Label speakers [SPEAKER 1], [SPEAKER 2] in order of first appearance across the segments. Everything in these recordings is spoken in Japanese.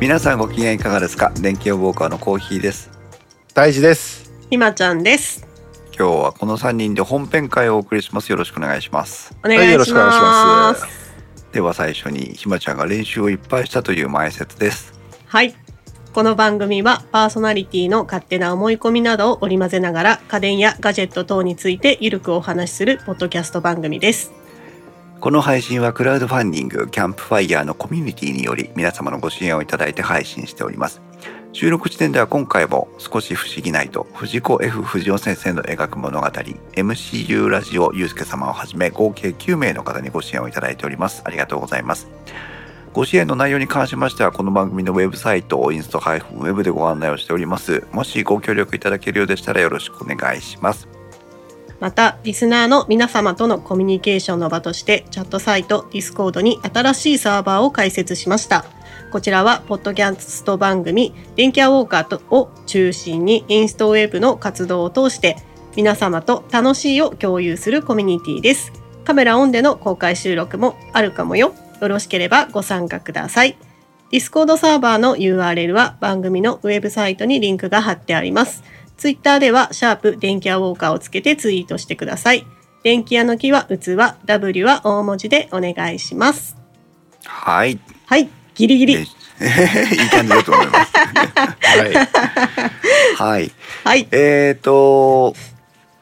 [SPEAKER 1] 皆さんご機嫌いかがですか電気予防カーのコーヒーです
[SPEAKER 2] 大事です。
[SPEAKER 3] ひまちゃんです。
[SPEAKER 1] 今日はこの三人で本編会をお送りしますよろしくお願いします
[SPEAKER 3] お願い
[SPEAKER 2] はい
[SPEAKER 3] し
[SPEAKER 2] よろ
[SPEAKER 3] ま
[SPEAKER 2] し
[SPEAKER 3] す。
[SPEAKER 2] くお願いします
[SPEAKER 1] では最初にひまちゃんが練習をいっぱいしたという前説です
[SPEAKER 3] はい。この番組はパーソナリティの勝手な思い込みなどを織り交ぜながら家電やガジェット等についてゆるくお話しするポッドキャスト番組です。
[SPEAKER 1] この配信はクラウドファンディングキャンプファイヤーのコミュニティにより皆様のご支援をいただいて配信しております収録時点では今回も少し不思議ないと藤子 F 不二雄先生の描く物語 MCU ラジオゆうすけ様をはじめ合計9名の方にご支援をいただいておりますありがとうございますご支援の内容に関しましてはこの番組のウェブサイトインスト -web でご案内をしておりますもしご協力いただけるようでしたらよろしくお願いします
[SPEAKER 3] また、リスナーの皆様とのコミュニケーションの場として、チャットサイト Discord に新しいサーバーを開設しました。こちらは、ポッドキャスト番組、電気アウォーカーとを中心に、インストウェブの活動を通して、皆様と楽しいを共有するコミュニティです。カメラオンでの公開収録もあるかもよ。よろしければご参加ください。Discord サーバーの URL は番組のウェブサイトにリンクが貼ってあります。ツイッターでは、シャープ電気屋ウォーカーをつけてツイートしてください。電気屋の木は器、W は大文字でお願いします。
[SPEAKER 1] はい
[SPEAKER 3] はい、ギリギ
[SPEAKER 1] え い
[SPEAKER 3] リ。
[SPEAKER 1] い感じだと思います
[SPEAKER 2] はい。
[SPEAKER 1] はい
[SPEAKER 3] はい、
[SPEAKER 1] えー、と、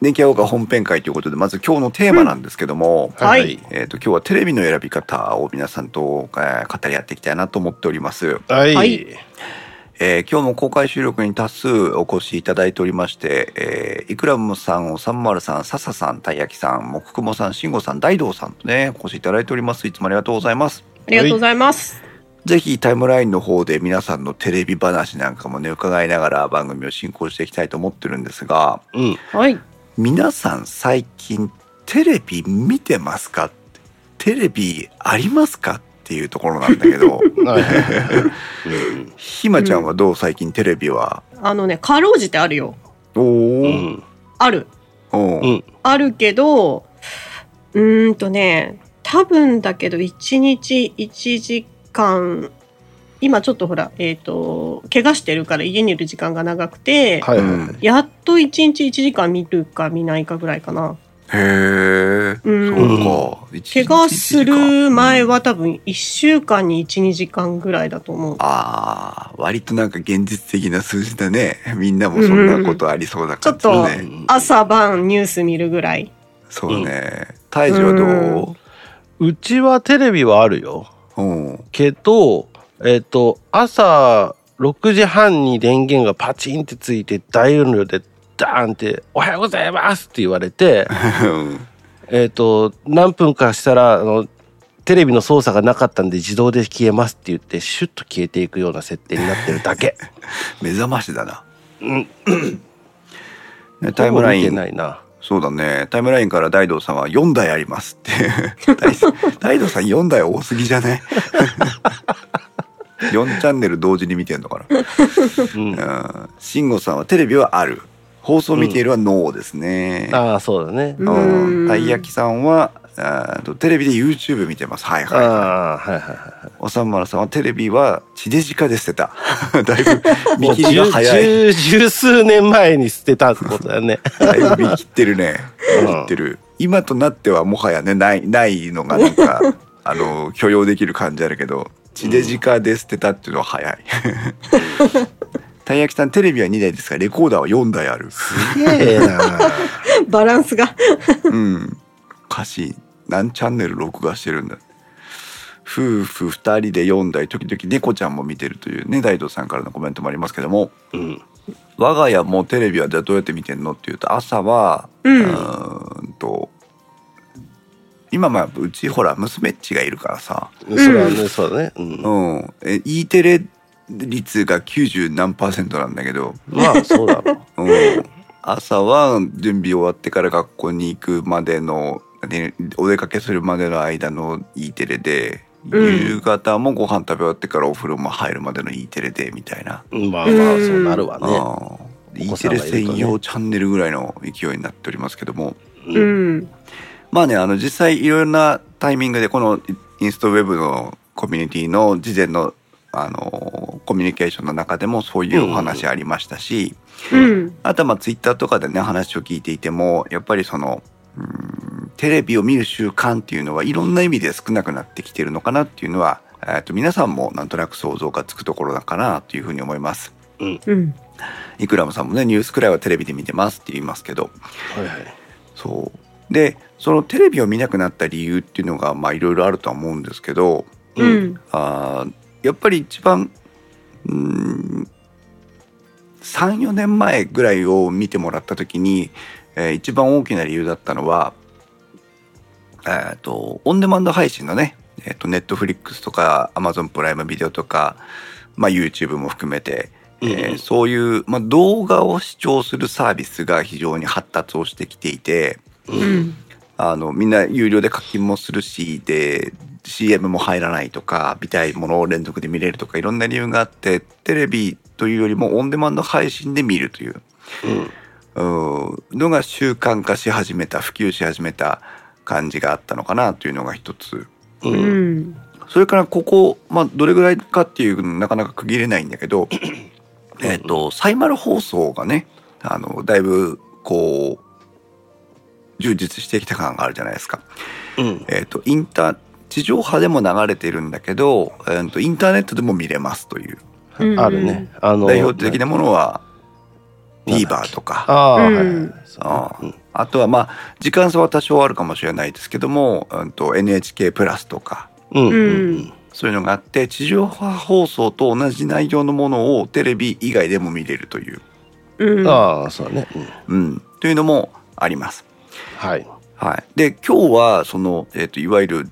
[SPEAKER 1] 電気屋ウォーカー本編会ということで、まず今日のテーマなんですけども、
[SPEAKER 3] はい
[SPEAKER 1] えー、と今日はテレビの選び方を皆さんと、えー語り合っていきたいなと思っております、
[SPEAKER 2] はい。
[SPEAKER 3] は
[SPEAKER 2] はいい。
[SPEAKER 1] えー今日も公開収録に多数お越しいただいておりまして、えーイクラムさん、おさんまるさん、笹さん、たいやきさん、もくくもさん、しんごさん、大道さんとね、お越しいただいております。いつもありがとうございます。
[SPEAKER 3] ありがとうございます。
[SPEAKER 1] ぜひタイムラインの方で皆さんのテレビ話なんかもね、伺いながら番組を進行していきたいと思ってるんですが、
[SPEAKER 2] うん。
[SPEAKER 3] はい、
[SPEAKER 1] 皆さん最近テレビ見てますかテレビありますかっていうところなんだけど
[SPEAKER 2] はいはいはいうん
[SPEAKER 1] ひまちゃんはどう最近テレビは、
[SPEAKER 3] あのね、かろうじてあるよ。
[SPEAKER 1] お
[SPEAKER 2] う
[SPEAKER 1] ー
[SPEAKER 2] ん。
[SPEAKER 3] ある。
[SPEAKER 1] お
[SPEAKER 2] う
[SPEAKER 1] ー
[SPEAKER 2] ん
[SPEAKER 3] あるけど、うーんとね、多分だけど、1日1時間、今ちょっとほら、えっ、と、怪我してるから家にいる時間が長くて、
[SPEAKER 2] はいはい
[SPEAKER 1] うん
[SPEAKER 2] はい。
[SPEAKER 3] やっと1日1時間見るか見ないかぐらいかな。
[SPEAKER 1] へえ
[SPEAKER 3] うん
[SPEAKER 1] そうか
[SPEAKER 3] 怪
[SPEAKER 1] 怪
[SPEAKER 3] 我する前
[SPEAKER 1] は
[SPEAKER 3] は多分1週間に1、2時間ぐらいだと思う。
[SPEAKER 1] あー割となんか現実的な数字だね みんなもそんなことありそうだから、
[SPEAKER 3] うんうん
[SPEAKER 1] ね
[SPEAKER 3] ち
[SPEAKER 2] うん
[SPEAKER 3] 朝晩ニュース見るぐらい。
[SPEAKER 1] そうね大事はど
[SPEAKER 2] うちはテレビはあるよ。
[SPEAKER 1] ううん
[SPEAKER 2] けど、えっ、と、朝6時半に電源がパチンってついて、大音量でダーンって、おはようございますって言わ れて、えっ、と、何分かしたら、あの、テレビの操作がなかったんで自動で消えますって言って、シュッと消えていくような設定になってるだけ。
[SPEAKER 1] 目覚ましだな、
[SPEAKER 2] うん
[SPEAKER 1] ね タイムライ
[SPEAKER 2] ほぼ見
[SPEAKER 1] ン
[SPEAKER 2] てないな。
[SPEAKER 1] そうだね。タイムラインから大道さんは4台ありますって。 大大道さん4台多すぎじゃない ?4 チャンネル同時に見てんのか
[SPEAKER 2] うん、
[SPEAKER 1] な。うん。慎吾さんはテレビはある。放送見ているはノーですね。
[SPEAKER 2] ああ、そうだね。
[SPEAKER 1] う。
[SPEAKER 3] うんん
[SPEAKER 1] たい焼きさんは、あーとテレビで YouTube 見てます。はい
[SPEAKER 2] あ
[SPEAKER 1] は。
[SPEAKER 2] あ、はいはいはい
[SPEAKER 1] おさんまらさんはテレビは地デジ化で捨てた。 だいぶ
[SPEAKER 2] い。
[SPEAKER 1] 見切りが早い。
[SPEAKER 2] 十十数年前に捨てたってことだよ ね。
[SPEAKER 1] だいぶ見切ってるね。
[SPEAKER 2] うん
[SPEAKER 1] 言ってる今となってはもはやねないないのがなん かあの許容できる感じあるけど地デジ化で捨てたっていうのは早 いたい焼きさんテレビは2台ですがレコーダーは4台ある
[SPEAKER 2] すげえな。
[SPEAKER 3] バランスが。
[SPEAKER 1] うんおかしい何チャンネル録画してるんだ夫婦2人で4台時々猫ちゃんも見てるというね大道さんからのコメントもありますけども
[SPEAKER 2] うん。
[SPEAKER 1] 我が家もテレビはじゃあどうやって見てんのっていうと朝は
[SPEAKER 3] うん
[SPEAKER 1] うーんと今まあうちほら娘っちがいるからさ、
[SPEAKER 2] それはね、そうだね。うん
[SPEAKER 1] う。ん、え E テレ率が90何パーセントなんだけど、
[SPEAKER 2] まあ、そうだろう。
[SPEAKER 1] うん、朝は準備終わってから学校に行くまでの、ねお出かけするまでの間の E テレで
[SPEAKER 3] うん
[SPEAKER 1] 夕方もご飯食べ終わってからお風呂も入るまでの E テレでみたいな、
[SPEAKER 2] うんまあまあ、そうなるわね。
[SPEAKER 1] ああ
[SPEAKER 2] お
[SPEAKER 1] E
[SPEAKER 2] 子さ
[SPEAKER 1] テ
[SPEAKER 2] んが
[SPEAKER 1] レ
[SPEAKER 2] いるとね
[SPEAKER 1] 専用チャンネルぐらいの勢いになっておりますけども。
[SPEAKER 3] う
[SPEAKER 2] うん
[SPEAKER 3] ん。
[SPEAKER 1] まあね、あの、実際いろんなタイミングでこのインストウェブのコミュニティの事前のあのコミュニケーションの中でもそういうお話ありましたし、
[SPEAKER 3] うん。
[SPEAKER 1] あとはまあツイッターとかでね話を聞いていてもやっぱりそのうんテレビを見る習慣っていうのはいろんな意味で少なくなってきてるのかなっていうのは、えー、と皆さんもなんとなく想像がつくところだかなというふうに思います。
[SPEAKER 3] うん。
[SPEAKER 1] イクラムさんもねニュースくらいはテレビで見てますって言いますけど
[SPEAKER 2] はいはい。
[SPEAKER 1] そうでそのテレビを見なくなった理由っていうのがまあいろいろあるとは思うんですけど
[SPEAKER 3] う
[SPEAKER 2] うん
[SPEAKER 3] ん。
[SPEAKER 1] あーやっぱり一番34年前ぐらいを見てもらった時に、えー一番大きな理由だったのは、えー、とオンデマンド配信のねネットフリックスとかアマゾンプライムビデオとか、まあ、YouTube も含めて、えー
[SPEAKER 2] うん
[SPEAKER 1] そういう、まあ、動画を視聴するサービスが非常に発達をしてきていて、
[SPEAKER 3] う
[SPEAKER 2] うん。
[SPEAKER 3] ん。
[SPEAKER 1] あの、みんな有料で課金もするし、で、CM も入らないとか、見たいものを連続で見れるとか、いろんな理由があって、テレビというよりもオンデマンド配信で見るという、うーのが習慣化し始めた、普及し始めた感じがあったのかなというのが一つ。
[SPEAKER 2] う。
[SPEAKER 3] うん
[SPEAKER 2] うん。
[SPEAKER 3] ん。
[SPEAKER 1] それからここ、まあ、どれぐらいかっていうのなかなか区切れないんだけど、えっと、サイマル放送がね、あの、だいぶ、こう、充実してきた感があるじゃないですか。
[SPEAKER 2] うん。
[SPEAKER 1] えっとインター地上波でも流れてるんだけど、えー、とインターネットでも見れますという
[SPEAKER 3] うん
[SPEAKER 2] あるね。あの、
[SPEAKER 1] 代表的なものは
[SPEAKER 2] なんだっけ
[SPEAKER 1] TVer とかあ
[SPEAKER 2] ああ、
[SPEAKER 3] うん
[SPEAKER 2] はいはいそう
[SPEAKER 1] あ
[SPEAKER 2] うん
[SPEAKER 1] とはまあ時間差は多少あるかもしれないですけども、うん、と NHK プラスとか
[SPEAKER 2] うん
[SPEAKER 3] う
[SPEAKER 2] うんん
[SPEAKER 1] そういうのがあって地上波放送と同じ内容のものをテレビ以外でも見れるという、
[SPEAKER 3] う。
[SPEAKER 2] うんん。ああ、そうだね。うん
[SPEAKER 1] うん、というのもあります。
[SPEAKER 2] はい。
[SPEAKER 1] はい、で今日はその、えー、といわゆる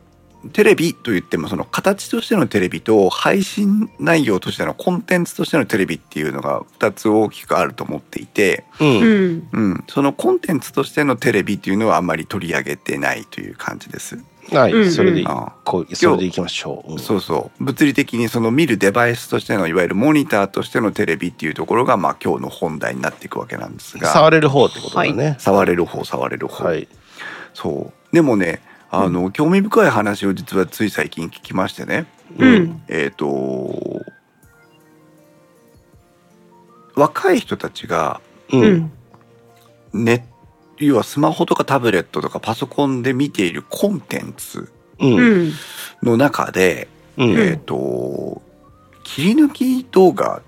[SPEAKER 1] テレビといってもその形としてのテレビと配信内容としてのコンテンツとしてのテレビっていうのが2つ大きくあると思っていて、
[SPEAKER 2] うん。
[SPEAKER 3] うん。
[SPEAKER 1] うん、そのコンテンツとしてのテレビっていうのはあんまり取り上げてないという感じです。
[SPEAKER 2] は
[SPEAKER 3] うんう
[SPEAKER 2] い、
[SPEAKER 3] ん
[SPEAKER 2] それでい
[SPEAKER 1] あ
[SPEAKER 2] こう、それでいきましょう。うん
[SPEAKER 1] そうそう物理的にその見るデバイスとしてのいわゆるモニターとしてのテレビっていうところが、まあ、今日の本題になっていくわけなんですが
[SPEAKER 2] 触れる方ってことだね。
[SPEAKER 1] 触れる方触れる方。
[SPEAKER 2] はい。
[SPEAKER 1] そうでもねあの、興味深い話を実はつい最近聞きましてね、
[SPEAKER 3] うん。
[SPEAKER 1] えっ、と若い人たちが
[SPEAKER 2] う。
[SPEAKER 3] うんん。
[SPEAKER 1] ね要はスマホとかタブレットとかパソコンで見ているコンテンツ
[SPEAKER 2] うん。
[SPEAKER 3] う
[SPEAKER 2] うん。
[SPEAKER 3] ん。
[SPEAKER 1] の中で、
[SPEAKER 2] うん
[SPEAKER 1] えっ、と切り抜き動画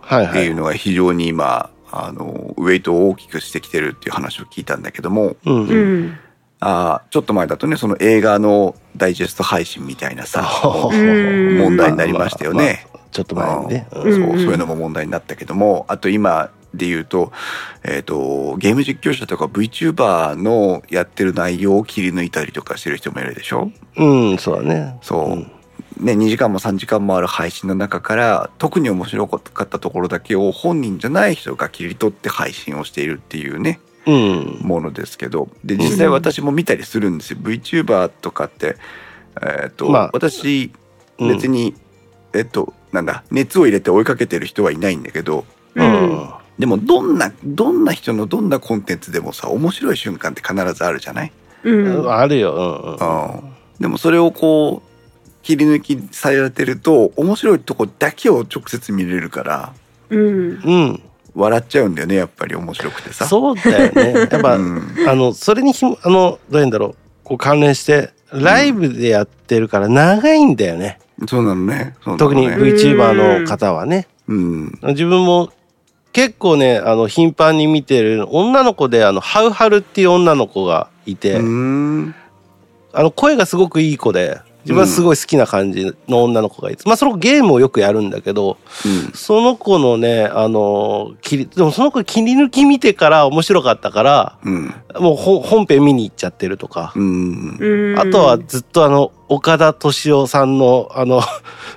[SPEAKER 2] はい
[SPEAKER 1] っ
[SPEAKER 2] は
[SPEAKER 1] ていう
[SPEAKER 2] い。
[SPEAKER 1] のが非常に今、あのウェイトを大きくしてきてるっていう話を聞いたんだけども
[SPEAKER 2] うん
[SPEAKER 3] う。ん。
[SPEAKER 1] あーちょっと前だとねその映画のダイジェスト配信みたいな さ
[SPEAKER 3] うん
[SPEAKER 1] 問題になりましたよね。
[SPEAKER 2] まあ。まあちょっと前にね。
[SPEAKER 1] そう
[SPEAKER 2] うん
[SPEAKER 3] うんうん
[SPEAKER 1] そういうのも問題になったけどもあと今で言うと,、えー、とゲーム実況者とか VTuber のやってる内容を切り抜いたりとかしてる人もいるでしょ
[SPEAKER 2] うん、そうだね。
[SPEAKER 1] そう、
[SPEAKER 2] うん
[SPEAKER 1] ね、2時間も3時間もある配信の中から特に面白かったところだけを本人じゃない人が切り取って配信をしているっていうね
[SPEAKER 2] うん。
[SPEAKER 1] ものですけどで実際私も見たりするんですよ VTuber とかって、えーと
[SPEAKER 2] まあ
[SPEAKER 1] 私
[SPEAKER 2] うん
[SPEAKER 1] 別に、えっとなんだ熱を入れて追いかけてる人はいないんだけど
[SPEAKER 2] う
[SPEAKER 3] うん。
[SPEAKER 2] ん。
[SPEAKER 1] でもどんなどんな人のどんなコンテンツでもさ面白い瞬間って必ずあるじゃない、
[SPEAKER 3] うん。
[SPEAKER 2] あるよ。うんうん。
[SPEAKER 1] うんでもそれをこう切り抜きされてると面白いとこだけを直接見れるから
[SPEAKER 3] うん。
[SPEAKER 2] うん。
[SPEAKER 1] 笑っちゃうんだよねやっぱり面白くてさ。
[SPEAKER 2] そうだよ ね。やっぱ
[SPEAKER 1] う、ん
[SPEAKER 2] あの、それにひも、あの、どういうんだろう。こう関連して、ライブでやってるから長いんだよね。
[SPEAKER 1] そうなのね。そうなの
[SPEAKER 2] 特に
[SPEAKER 1] ね
[SPEAKER 2] VTuber の方はね。
[SPEAKER 1] うん。
[SPEAKER 2] 自分も結構ね、あの、頻繁に見てる女の子で、あの、ハウハルっていう女の子がいて、
[SPEAKER 1] うん。
[SPEAKER 2] あの、声がすごくいい子で、自分はすごい好きな感じの女の子がいて、まあ、そのゲームをよくやるんだけど、その子のね、あの、切り、でもその子切り抜き見てから面白かったから、
[SPEAKER 1] うん。
[SPEAKER 2] もうほ本編見に行っちゃってるとか、
[SPEAKER 1] うん。
[SPEAKER 3] うん。
[SPEAKER 2] あとはずっとあの、岡田敏夫さんの、あの、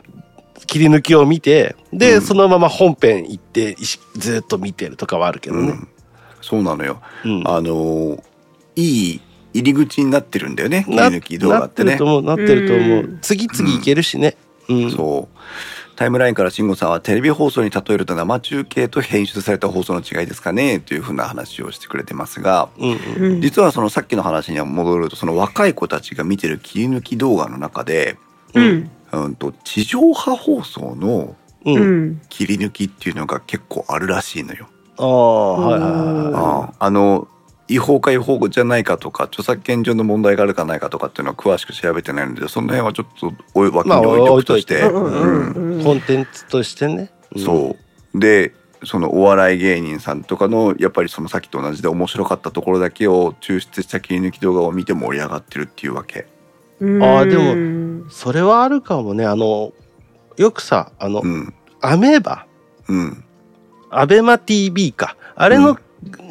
[SPEAKER 2] 切り抜きを見て、で、
[SPEAKER 1] うん
[SPEAKER 2] そのまま本編行って、いしずっと見てるとかはあるけど
[SPEAKER 1] う
[SPEAKER 2] ね。
[SPEAKER 1] んそうなのよ。
[SPEAKER 2] うん。
[SPEAKER 1] あのーいい入り口になってるんだよね切り
[SPEAKER 2] な
[SPEAKER 1] 抜き動画って
[SPEAKER 2] な
[SPEAKER 1] ね
[SPEAKER 2] ってると。思う、なってると思
[SPEAKER 3] う
[SPEAKER 2] う。次々行けるしね。うん。
[SPEAKER 1] そうタイムラインから慎吾さんはテレビ放送に例えると生中継と編集された放送の違いですかねというふうな話をしてくれてますが
[SPEAKER 2] うんうん。
[SPEAKER 3] うん。
[SPEAKER 1] 実はそのさっきの話に戻るとその若い子たちが見てる切り抜き動画の中で
[SPEAKER 3] うん。
[SPEAKER 1] あうんと地上波放送の
[SPEAKER 2] うん。
[SPEAKER 3] うん。
[SPEAKER 1] 切り抜きっていうのが結構あるらしいのよ。
[SPEAKER 2] ああ、はいはい
[SPEAKER 3] うん
[SPEAKER 2] は
[SPEAKER 1] あああの違法か違法じゃないかとか著作権上の問題があるかないかとかっていうのは詳しく調べてないのでその辺はちょっとお脇に置いておくとして、
[SPEAKER 2] まあ
[SPEAKER 3] うんうん
[SPEAKER 1] う
[SPEAKER 3] うん
[SPEAKER 2] い。
[SPEAKER 3] う
[SPEAKER 2] コ
[SPEAKER 3] ん。
[SPEAKER 2] ンテンツとしてね。
[SPEAKER 1] んそうでそのお笑い芸人さんとかのやっぱりそのさっきと同じで面白かったところだけを抽出した切り抜き動画を見て盛り上がってるっていうわけ。
[SPEAKER 3] うん
[SPEAKER 2] あーでもそれはあるかもね。あの、よくさ、あの
[SPEAKER 1] う、ん
[SPEAKER 2] アメーバ、
[SPEAKER 1] うん
[SPEAKER 2] アベマ TV か。あれの、
[SPEAKER 1] うん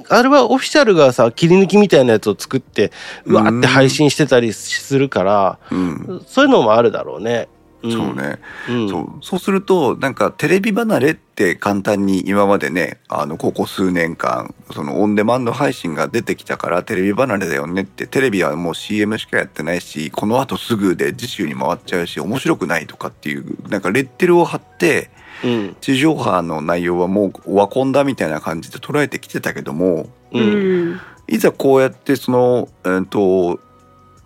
[SPEAKER 2] あれはオフィシャルがさ、切り抜きみたいなやつを作って、うわーって配信してたりするから、
[SPEAKER 1] うん
[SPEAKER 2] そういうのもあるだろうね。ん
[SPEAKER 1] そう。ね、
[SPEAKER 2] うん
[SPEAKER 1] そうそうするとなんかテレビ離れって簡単に今までねあのここ数年間そのオンデマンド配信が出てきたからテレビ離れだよねってテレビはもう CM しかやってないしこのあとすぐで次週に回っちゃうし面白くないとかっていうなんかレッテルを貼って
[SPEAKER 2] うん。
[SPEAKER 1] 地上波の内容はもうワコンだみたいな感じで捉えてきてたけども
[SPEAKER 2] う。
[SPEAKER 3] うんん。
[SPEAKER 1] いざこうやってその、うんと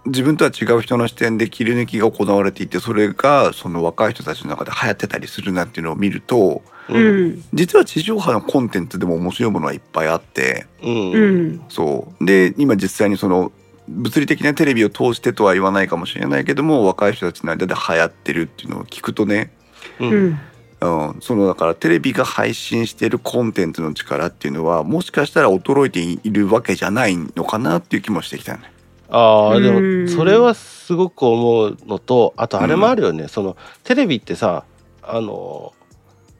[SPEAKER 1] 自分とは違う人の視点で切り抜きが行われていてそれがその若い人たちの中で流行ってたりするなっていうのを見ると
[SPEAKER 3] う
[SPEAKER 2] うん。
[SPEAKER 3] ん。
[SPEAKER 1] 実は地上波のコンテンツでも面白いものはいっぱいあって
[SPEAKER 2] う。
[SPEAKER 3] うんん。
[SPEAKER 1] そうで今実際にその物理的なテレビを通してとは言わないかもしれないけども若い人たちの間で流行ってるっていうのを聞くとね、
[SPEAKER 2] うん
[SPEAKER 3] うん。
[SPEAKER 1] うん、そのだからテレビが配信しているコンテンツの力っていうのはもしかしたら衰えているわけじゃないのかなっていう気もしてきたね。
[SPEAKER 2] ああ、で
[SPEAKER 3] う
[SPEAKER 2] も、
[SPEAKER 3] ん
[SPEAKER 2] それはすごく思うのと、あとあれもあるよね。その、テレビってさ、あの、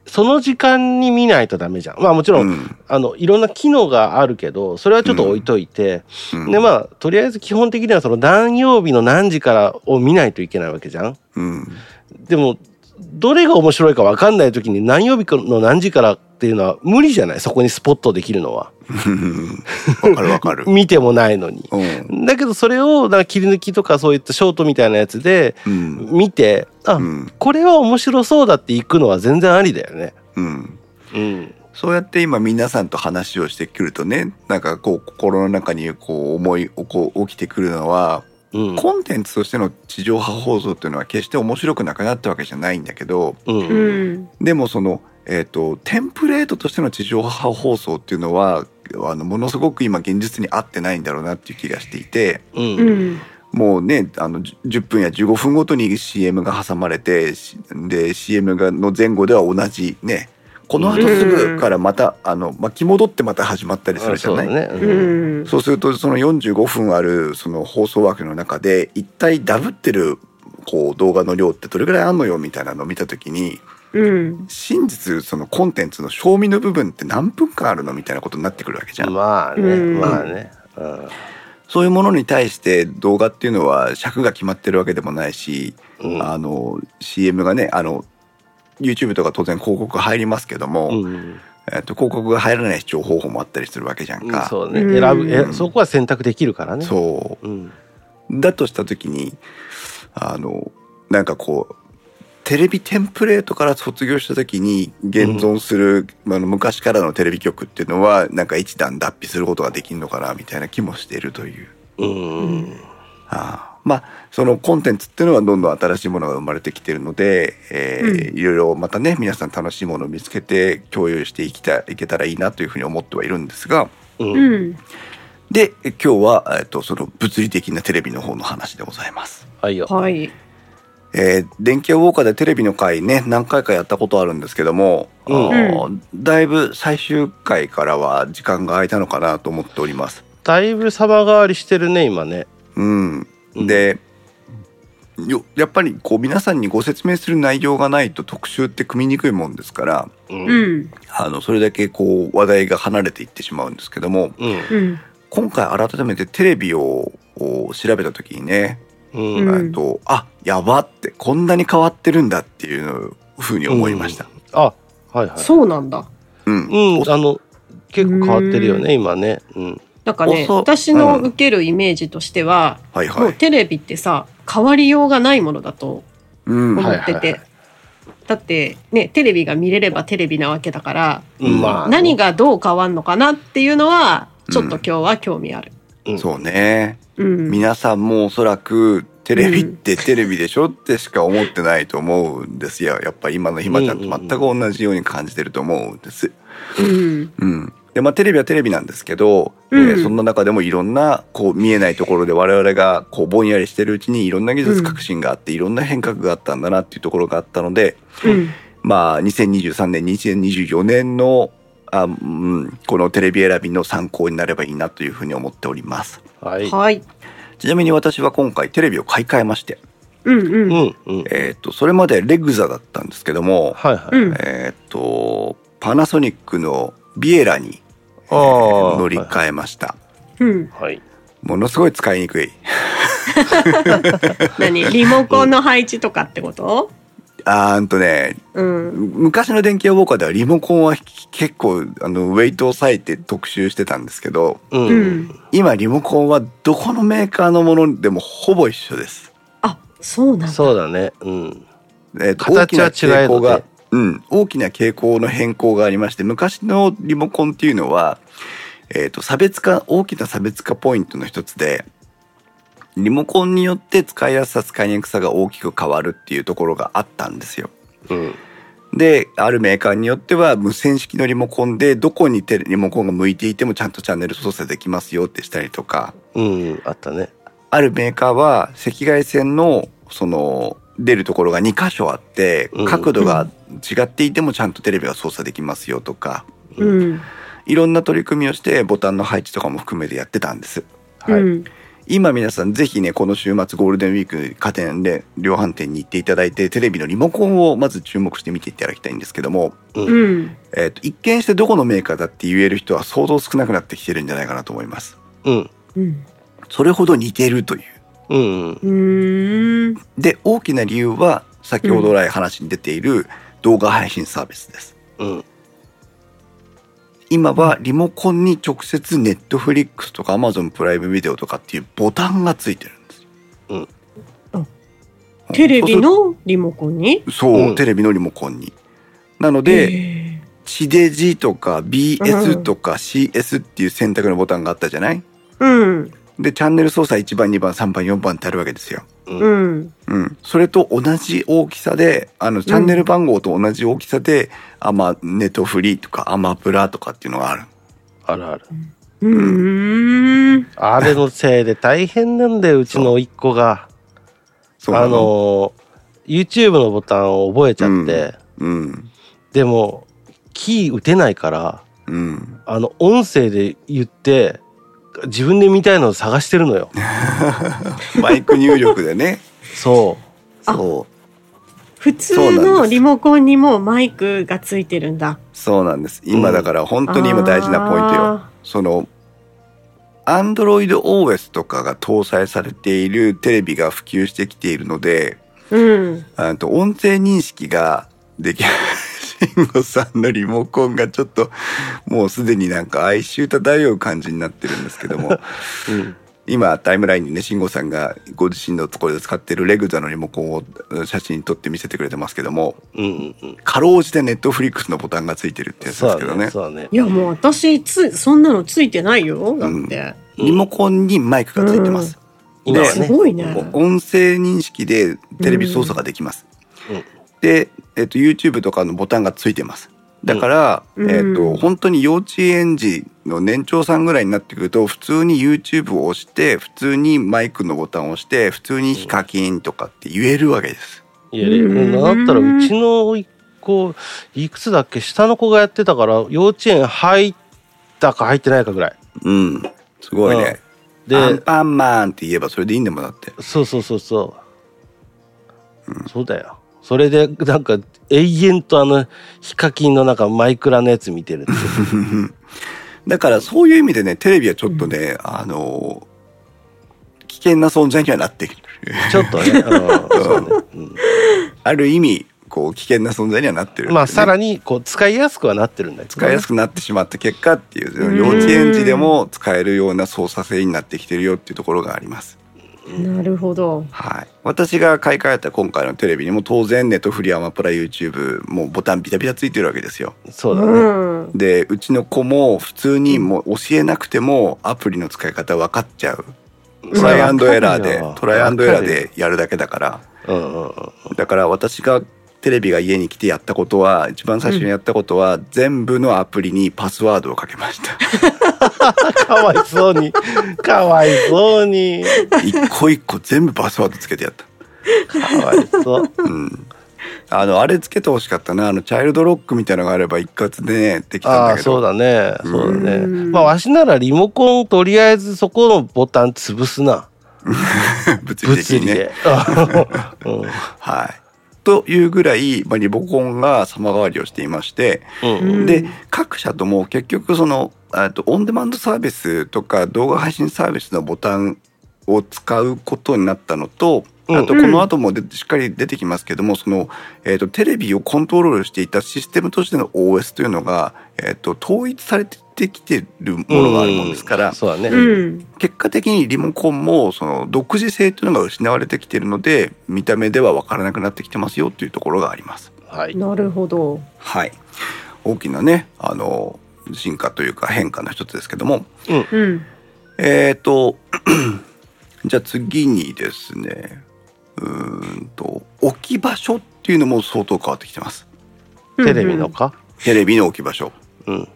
[SPEAKER 2] その時間に見ないとダメじゃん。まあもちろん、
[SPEAKER 1] うん
[SPEAKER 2] あの、いろんな機能があるけど、それはちょっと置いといて、
[SPEAKER 1] うん
[SPEAKER 2] で、まあ、とりあえず基本的にはその何曜日の何時からを見ないといけないわけじゃん。
[SPEAKER 1] うん
[SPEAKER 2] でも、どれが面白いか分かんない時に何曜日の何時からっていうのは無理じゃないそこにスポットできるのは。
[SPEAKER 1] わかるわかる。
[SPEAKER 2] 見てもないのに。
[SPEAKER 1] うん
[SPEAKER 2] だけどそれをなんか切り抜きとかそういったショートみたいなやつで
[SPEAKER 1] うん
[SPEAKER 2] 見て、あ、
[SPEAKER 1] うん
[SPEAKER 2] これは面白そうだって行くのは全然ありだよね。
[SPEAKER 1] うん
[SPEAKER 2] うん。
[SPEAKER 1] そうやって今皆さんと話をしてくるとねなんかこう心の中にこう思いこう起きてくるのは
[SPEAKER 2] うん。
[SPEAKER 1] コンテンツとしての地上波放送っていうのは決して面白くなくなったわけじゃないんだけど
[SPEAKER 2] うん。
[SPEAKER 3] う
[SPEAKER 2] うん。
[SPEAKER 3] ん。
[SPEAKER 1] でもその、えー、とテンプレートとしての地上波放送っていうのはあのものすごく今現実に合ってないんだろうなっていう気がしていて。
[SPEAKER 2] うん。うん。
[SPEAKER 3] うん。
[SPEAKER 1] もうねあのじゅ10分や15分ごとに CM が挟まれてしで CM がの前後では同じねこの後すぐからまた、あの巻き戻ってまた始まったりするじゃ
[SPEAKER 2] そう
[SPEAKER 1] な
[SPEAKER 2] だ
[SPEAKER 1] いそう,、
[SPEAKER 2] ね。
[SPEAKER 3] う
[SPEAKER 2] うん。
[SPEAKER 3] ん。
[SPEAKER 1] するとその45分あるその放送枠の中で一体ダブってるこう動画の量ってどれぐらいあんのよみたいなのを見た時に
[SPEAKER 3] うん。
[SPEAKER 1] 真実そのコンテンツの賞味の部分って何分間あるのみたいなことになってくるわけじゃん。
[SPEAKER 2] まあね、
[SPEAKER 3] うん
[SPEAKER 2] まあね。うん。
[SPEAKER 1] そういうものに対して動画っていうのは尺が決まってるわけでもないし、
[SPEAKER 2] うん
[SPEAKER 1] あの CM がねあの YouTube とか当然広告入りますけども、
[SPEAKER 2] うん
[SPEAKER 1] えっと、広告が入らない視聴方法もあったりするわけじゃん
[SPEAKER 2] うん、
[SPEAKER 1] か、
[SPEAKER 2] そうね、
[SPEAKER 3] うん
[SPEAKER 2] 選ぶえそこは選択できるからね、
[SPEAKER 1] そう
[SPEAKER 2] ん、
[SPEAKER 1] だとした時にあのなんかこうテレビテンプレートから卒業した時に現存する、あの昔からのテレビ局っていうのはなんか一段脱皮することができるのかなみたいな気もしているという。
[SPEAKER 2] うん
[SPEAKER 1] ああまあそのコンテンツっていうのはどんどん新しいものが生まれてきてるので、えー
[SPEAKER 3] う
[SPEAKER 1] いろいろまたね皆さん楽しいものを見つけて共有していきたいけたらいいなというふうに思ってはいるんですが
[SPEAKER 2] うん
[SPEAKER 3] う
[SPEAKER 2] うん
[SPEAKER 3] ん。
[SPEAKER 1] でえ今日は、えっと、その物理的なテレビの方の話でございます。
[SPEAKER 2] はいよ、
[SPEAKER 3] はい。
[SPEAKER 1] えー電気屋ウォーカーでテレビの回ね何回かやったことあるんですけども、あーだいぶ最終回からは時間が空いたのかなと思っております。
[SPEAKER 2] だいぶ様変わりしてるね今ね
[SPEAKER 1] うん、
[SPEAKER 2] うん
[SPEAKER 1] でよやっぱりこう皆さんにご説明する内容がないと特集って組みにくいもんですから
[SPEAKER 2] うん
[SPEAKER 3] う
[SPEAKER 2] うん
[SPEAKER 3] ん。
[SPEAKER 1] あのそれだけこう話題が離れていってしまうんですけども
[SPEAKER 3] うん。
[SPEAKER 1] 今回改めてテレビをを調べた時にね、
[SPEAKER 2] うん
[SPEAKER 3] うん
[SPEAKER 1] えっとあやばってこんなに変わってるんだっていうふうに思いました。
[SPEAKER 2] あはいはい
[SPEAKER 3] そうなんだ。
[SPEAKER 1] うん
[SPEAKER 2] うん
[SPEAKER 1] お
[SPEAKER 2] あの結構変わってるよね今ねうん
[SPEAKER 3] なんかね、
[SPEAKER 1] 遅
[SPEAKER 3] 私の受けるイメージとしては、
[SPEAKER 1] はい
[SPEAKER 3] も
[SPEAKER 1] は
[SPEAKER 3] う
[SPEAKER 1] い。
[SPEAKER 3] テレビってさ、変わりようがないものだと
[SPEAKER 1] うん
[SPEAKER 3] 思ってて、
[SPEAKER 2] はいはいはい
[SPEAKER 3] だってね、テレビが見れればテレビなわけだから、
[SPEAKER 2] うんまあ
[SPEAKER 3] 何がどう変わんのかなっていうのは、ちょっと今日は興味ある。
[SPEAKER 2] うん
[SPEAKER 1] そうね。
[SPEAKER 3] うん。
[SPEAKER 1] 皆さんもおそらくテレビってテレビでしょってしか思ってないと思うんですよ。やっぱ今のひまちゃんと全く同じように感じてると思うんです。
[SPEAKER 3] うん。
[SPEAKER 1] うん。で、まあテレビはテレビなんですけど、
[SPEAKER 3] うん
[SPEAKER 1] えーそんな中でもいろんな、こう見えないところで我々がこうぼんやりしてるうちにいろんな技術革新があって、いろんな変革があったんだなっていうところがあったので、
[SPEAKER 3] うん。
[SPEAKER 1] まあ、2023年、2024年の、あうん、このテレビ選びの参考になればいいなというふうに思っております。
[SPEAKER 2] はい。
[SPEAKER 3] はい。
[SPEAKER 1] ちなみに私は今回テレビを買い替えまして、
[SPEAKER 3] うんう。
[SPEAKER 2] うんんうん。
[SPEAKER 1] えっ、と、それまでレグザだったんですけども、
[SPEAKER 2] はいは
[SPEAKER 3] う
[SPEAKER 2] い。
[SPEAKER 3] ん。
[SPEAKER 1] えっ、と、パナソニックのビエラに、えー
[SPEAKER 2] あー
[SPEAKER 1] 乗り換えました。
[SPEAKER 3] うん。
[SPEAKER 2] はい。
[SPEAKER 1] ものすごい使いにくい。
[SPEAKER 3] 何リモコンの配置とかってこと
[SPEAKER 1] あーんとね、
[SPEAKER 3] うん。
[SPEAKER 1] 昔の電気屋ウォーカーではリモコンは結構、あの、ウェイトを割いて特集してたんですけど、
[SPEAKER 2] うん。
[SPEAKER 3] うん。
[SPEAKER 1] 今リモコンはどこのメーカーのものでもほぼ一緒です。
[SPEAKER 3] あ、そうなんだ。
[SPEAKER 2] そうだね。うん。
[SPEAKER 1] えーと
[SPEAKER 2] 形は違え
[SPEAKER 1] 大きな傾
[SPEAKER 2] どね
[SPEAKER 1] 向が、うん、大きな傾向の変更がありまして昔のリモコンっていうのは、えー、と差別化大きな差別化ポイントの一つでリモコンによって使いやすさ使いにくさが大きく変わるっていうところがあったんですよ。
[SPEAKER 2] うん。
[SPEAKER 1] であるメーカーによっては無線式のリモコンでどこにテレリモコンが向いていてもちゃんとチャンネル操作できますよってしたりとか。
[SPEAKER 2] うん。あったね。
[SPEAKER 1] あるメーカーは赤外線のその出るところが2箇所あって
[SPEAKER 2] うん
[SPEAKER 1] 角度が違っていてもちゃんとテレビが操作できますよとか
[SPEAKER 3] うん。
[SPEAKER 1] いろんな取り組みをしてボタンの配置とかも含めてやってたんです
[SPEAKER 2] はい。
[SPEAKER 3] うん。
[SPEAKER 1] 今皆さんぜひねこの週末ゴールデンウィーク家電で量販店に行っていただいてテレビのリモコンをまず注目して見ていただきたいんですけども、
[SPEAKER 3] うん。
[SPEAKER 1] えーと一見してどこのメーカーだって言える人は相当少なくなってきてるんじゃないかなと思います
[SPEAKER 2] うん。
[SPEAKER 3] うん。
[SPEAKER 1] それほど似てるという
[SPEAKER 2] うん。
[SPEAKER 3] うーん。
[SPEAKER 1] で大きな理由は先ほど来話に出ている動画配信サービスです。
[SPEAKER 2] うん。
[SPEAKER 1] 今はリモコンに直接 Netflix とか Amazon プライムビデオとかっていうボタンがついてるんですよ。
[SPEAKER 2] うん
[SPEAKER 1] う
[SPEAKER 3] あ
[SPEAKER 1] ん
[SPEAKER 3] テレビのリモコンに
[SPEAKER 1] そうそう、
[SPEAKER 2] うん
[SPEAKER 1] テレビのリモコンに。なので、
[SPEAKER 3] へ
[SPEAKER 1] 地デジとか
[SPEAKER 3] う
[SPEAKER 1] BS
[SPEAKER 3] ん
[SPEAKER 1] とか CS っていう選択のボタンがあったじゃない
[SPEAKER 3] ーうん。
[SPEAKER 1] で、チャンネル操作1番、2番、3番、4番ってあるわけですよ。
[SPEAKER 3] うん。
[SPEAKER 1] うん、それと同じ大きさであのチャンネル番号と同じ大きさで、アマネットフリーとかアマプラとかっていうのがある
[SPEAKER 2] あるある。
[SPEAKER 3] うーん。
[SPEAKER 2] あれのせいで大変なんだよ、うちの甥っ子が。
[SPEAKER 1] そうな
[SPEAKER 2] あのー、YouTube のボタンを覚えちゃって、
[SPEAKER 1] うん
[SPEAKER 2] でも、キー打てないから、
[SPEAKER 1] うん
[SPEAKER 2] あの、音声で言って、自分で見たいのを探してるのよ。
[SPEAKER 1] マイク入力でね
[SPEAKER 2] そ
[SPEAKER 3] あ
[SPEAKER 1] そう
[SPEAKER 3] 普通のリモコンにもマイクがついてるんだ。
[SPEAKER 1] そうなんです今だから本当に今大事なポイントよ、
[SPEAKER 3] あ
[SPEAKER 1] その AndroidOS とかが搭載されているテレビが普及してきているので
[SPEAKER 3] ー。うん。
[SPEAKER 1] あと音声認識ができない。慎吾さんのリモコンがちょっともうすでになんか哀愁漂う感じになってるんですけども
[SPEAKER 2] う。うん。
[SPEAKER 1] 今タイムラインにね慎吾さんがご自身のところで使ってるレグザのリモコンをうん写真撮って見せてくれてますけども
[SPEAKER 2] うんうん
[SPEAKER 1] かろうじてネットフリックスのボタンがついてるって
[SPEAKER 2] うん。
[SPEAKER 1] やつです
[SPEAKER 2] そう
[SPEAKER 1] け
[SPEAKER 2] だ
[SPEAKER 1] ど
[SPEAKER 2] ね。
[SPEAKER 1] ね
[SPEAKER 2] そうだね
[SPEAKER 3] い。やもう私つそんなのついてないよだって。
[SPEAKER 1] リモコンにマイクがついてます、
[SPEAKER 2] 今は
[SPEAKER 3] す
[SPEAKER 2] ね。
[SPEAKER 3] ごいね。
[SPEAKER 1] 音声認識でテレビ操作ができます、
[SPEAKER 2] うん
[SPEAKER 1] で、えっと YouTube とかのボタンがついてますだから、
[SPEAKER 3] うん
[SPEAKER 1] えっ
[SPEAKER 3] うん
[SPEAKER 1] と本当に幼稚園児の年長さんぐらいになってくると普通に YouTube を押して普通にマイクのボタンを押して普通にヒカキンとかって言えるわけです、
[SPEAKER 2] いや、
[SPEAKER 3] うん
[SPEAKER 2] なんだったらうちの甥っ子、いくつだっけ下の子がやってたから、幼稚園入ったか入ってないかぐらい。
[SPEAKER 1] うんすごいね、
[SPEAKER 2] で、
[SPEAKER 1] アンパンマンって言えばそれでいいんだもんだって
[SPEAKER 2] そうそうそうそう、そうだよそれでなんか永遠とあのヒカキンのなんかマイクラのやつ見て るっていう
[SPEAKER 1] だからそういう意味でねテレビはちょっとね、あの危険な存在にはなってくる
[SPEAKER 2] ちょっとね,、うんそうね
[SPEAKER 1] ある意味こう危険な存在にはなってる
[SPEAKER 2] うん、まあさ
[SPEAKER 1] に
[SPEAKER 2] らにこう使いやすくはなってるんだけどね、
[SPEAKER 1] 使いやすくなってしまった結果っていううん幼稚園児でも使えるような操作性になってきてるよっていうところがあります。
[SPEAKER 3] なるほど。
[SPEAKER 1] はい、私が買い替えた今回のテレビにも当然ネットフリーアマプラ YouTube もうボタンビタビタついてるわけですよ。
[SPEAKER 2] そうだね、
[SPEAKER 3] ん。
[SPEAKER 1] でうちの子も普通にもう教えなくてもアプリの使い方分かっちゃうトライアンドエラーでトライアンドエラーでやるだけだから
[SPEAKER 2] うんうんうん
[SPEAKER 1] だから私がテレビが家に来てやったことは一番最初にやったことは、全部のアプリにパスワードをかけました
[SPEAKER 2] かわいそうにかわいそうに
[SPEAKER 1] 一個一個全部パスワードつけてやった
[SPEAKER 2] かわいそう
[SPEAKER 1] うんあのあれつけてほしかったなあのチャイルドロックみたいなのがあれば一括で、ね、できたん
[SPEAKER 2] あ
[SPEAKER 1] だ
[SPEAKER 2] あ
[SPEAKER 1] け
[SPEAKER 2] そう
[SPEAKER 1] ど
[SPEAKER 2] だねそうだね
[SPEAKER 3] うん
[SPEAKER 2] まあわしならリモコンとりあえずそこのボタン潰すな
[SPEAKER 1] 物理的に
[SPEAKER 2] 物理
[SPEAKER 1] ね
[SPEAKER 2] で、 うん
[SPEAKER 1] はい。というぐらい、まあ、リモコンが様変わりをしていまして、
[SPEAKER 2] うんうん
[SPEAKER 1] で
[SPEAKER 3] うん
[SPEAKER 1] 各社とも結局そのあとオンデマンドサービスとか動画配信サービスのボタンを使うことになったのと、
[SPEAKER 2] うん
[SPEAKER 1] あとこの後もでしっかり出てきますけどもその、えー、とテレビをコントロールしていたシステムとしての OS というのが、えー、と統一されてきてるものがあるもんですから、
[SPEAKER 2] そうだね、
[SPEAKER 3] うん。
[SPEAKER 1] 結果的にリモコンもその独自性というのが失われてきているので見た目では分からなくなってきてますよというところがあります。
[SPEAKER 2] はい
[SPEAKER 3] なるほど。
[SPEAKER 1] はい、大きなねあの進化というか変化の一つですけども
[SPEAKER 3] うん。
[SPEAKER 1] えっ、ー、と じゃあ次にですねうーんと置き場所っていうのも相当変わってきてます。
[SPEAKER 2] テレビのか
[SPEAKER 1] テレビの置き場所
[SPEAKER 2] うん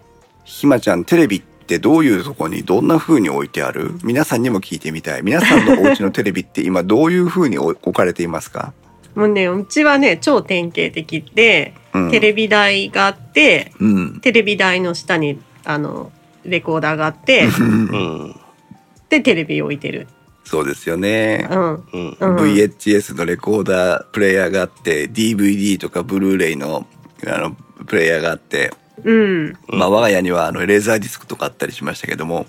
[SPEAKER 1] ひまちゃんテレビってどういうとこにどんな風に置いてある皆さんにも聞いてみたい皆さんのお家のテレビって今どういう風に置置かれていますか、
[SPEAKER 3] もうね、うちはね、超典型的で、
[SPEAKER 1] うん、
[SPEAKER 3] テレビ台があって、
[SPEAKER 1] うん
[SPEAKER 3] テレビ台の下に、あの、レコーダーがあって、
[SPEAKER 2] うん
[SPEAKER 3] で、テレビ置いてる。
[SPEAKER 1] そうですよね
[SPEAKER 3] う、ん。
[SPEAKER 2] うん
[SPEAKER 3] うん、
[SPEAKER 1] VHS のレコーダープレイヤーがあって DVD とかブルーレイのあのプレイヤーがあって、
[SPEAKER 3] うん。
[SPEAKER 1] まあ、我が家にはあのレーザーディスクとかあったりしましたけど も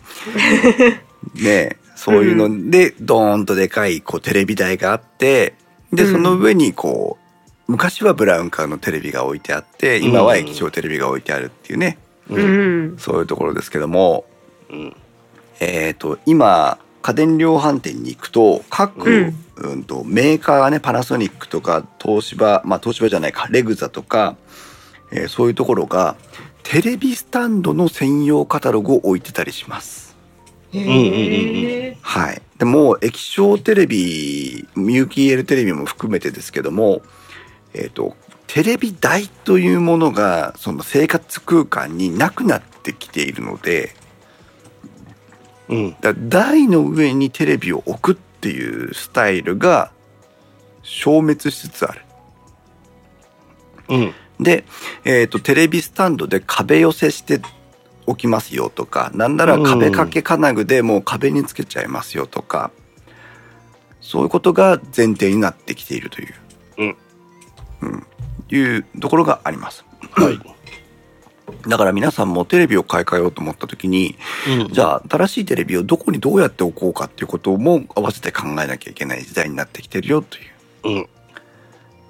[SPEAKER 1] ねえそういうのでドーンとでかいこうテレビ台があってで
[SPEAKER 3] うん
[SPEAKER 1] その上にこう昔はブラウン管のテレビが置いてあって今は液晶テレビが置いてあるっていうね
[SPEAKER 3] う
[SPEAKER 2] うん
[SPEAKER 3] ん。
[SPEAKER 1] そういうところですけども
[SPEAKER 2] うん
[SPEAKER 1] えー、と今家電量販店に行くと各、う
[SPEAKER 3] うんん
[SPEAKER 1] とメーカーがねパナソニックとか東芝まあ東芝じゃないかレグザとか、えーそういうところがテレビスタンドの専用カタログを置いてたりします。
[SPEAKER 3] へえ。
[SPEAKER 1] はい、でも液晶テレビ有機 EL テレビも含めてですけども、えー、とテレビ台というものがその生活空間になくなってきているので。
[SPEAKER 2] うん
[SPEAKER 1] だ台の上にテレビを置くっていうスタイルが消滅しつつある。
[SPEAKER 2] うん
[SPEAKER 1] で、えー、とテレビスタンドで壁寄せしておきますよとかなんなら壁掛け金具でもう壁につけちゃいますよとか、そういうことが前提になってきているという、
[SPEAKER 2] うん
[SPEAKER 1] うんいうところがあります。
[SPEAKER 2] はい
[SPEAKER 1] だから皆さんもテレビを買い替えようと思った時に
[SPEAKER 2] うん
[SPEAKER 1] じゃあ新しいテレビをどこにどうやって置こうかっていうことも合わせて考えなきゃいけない時代になってきてるよとい
[SPEAKER 2] うん
[SPEAKER 1] う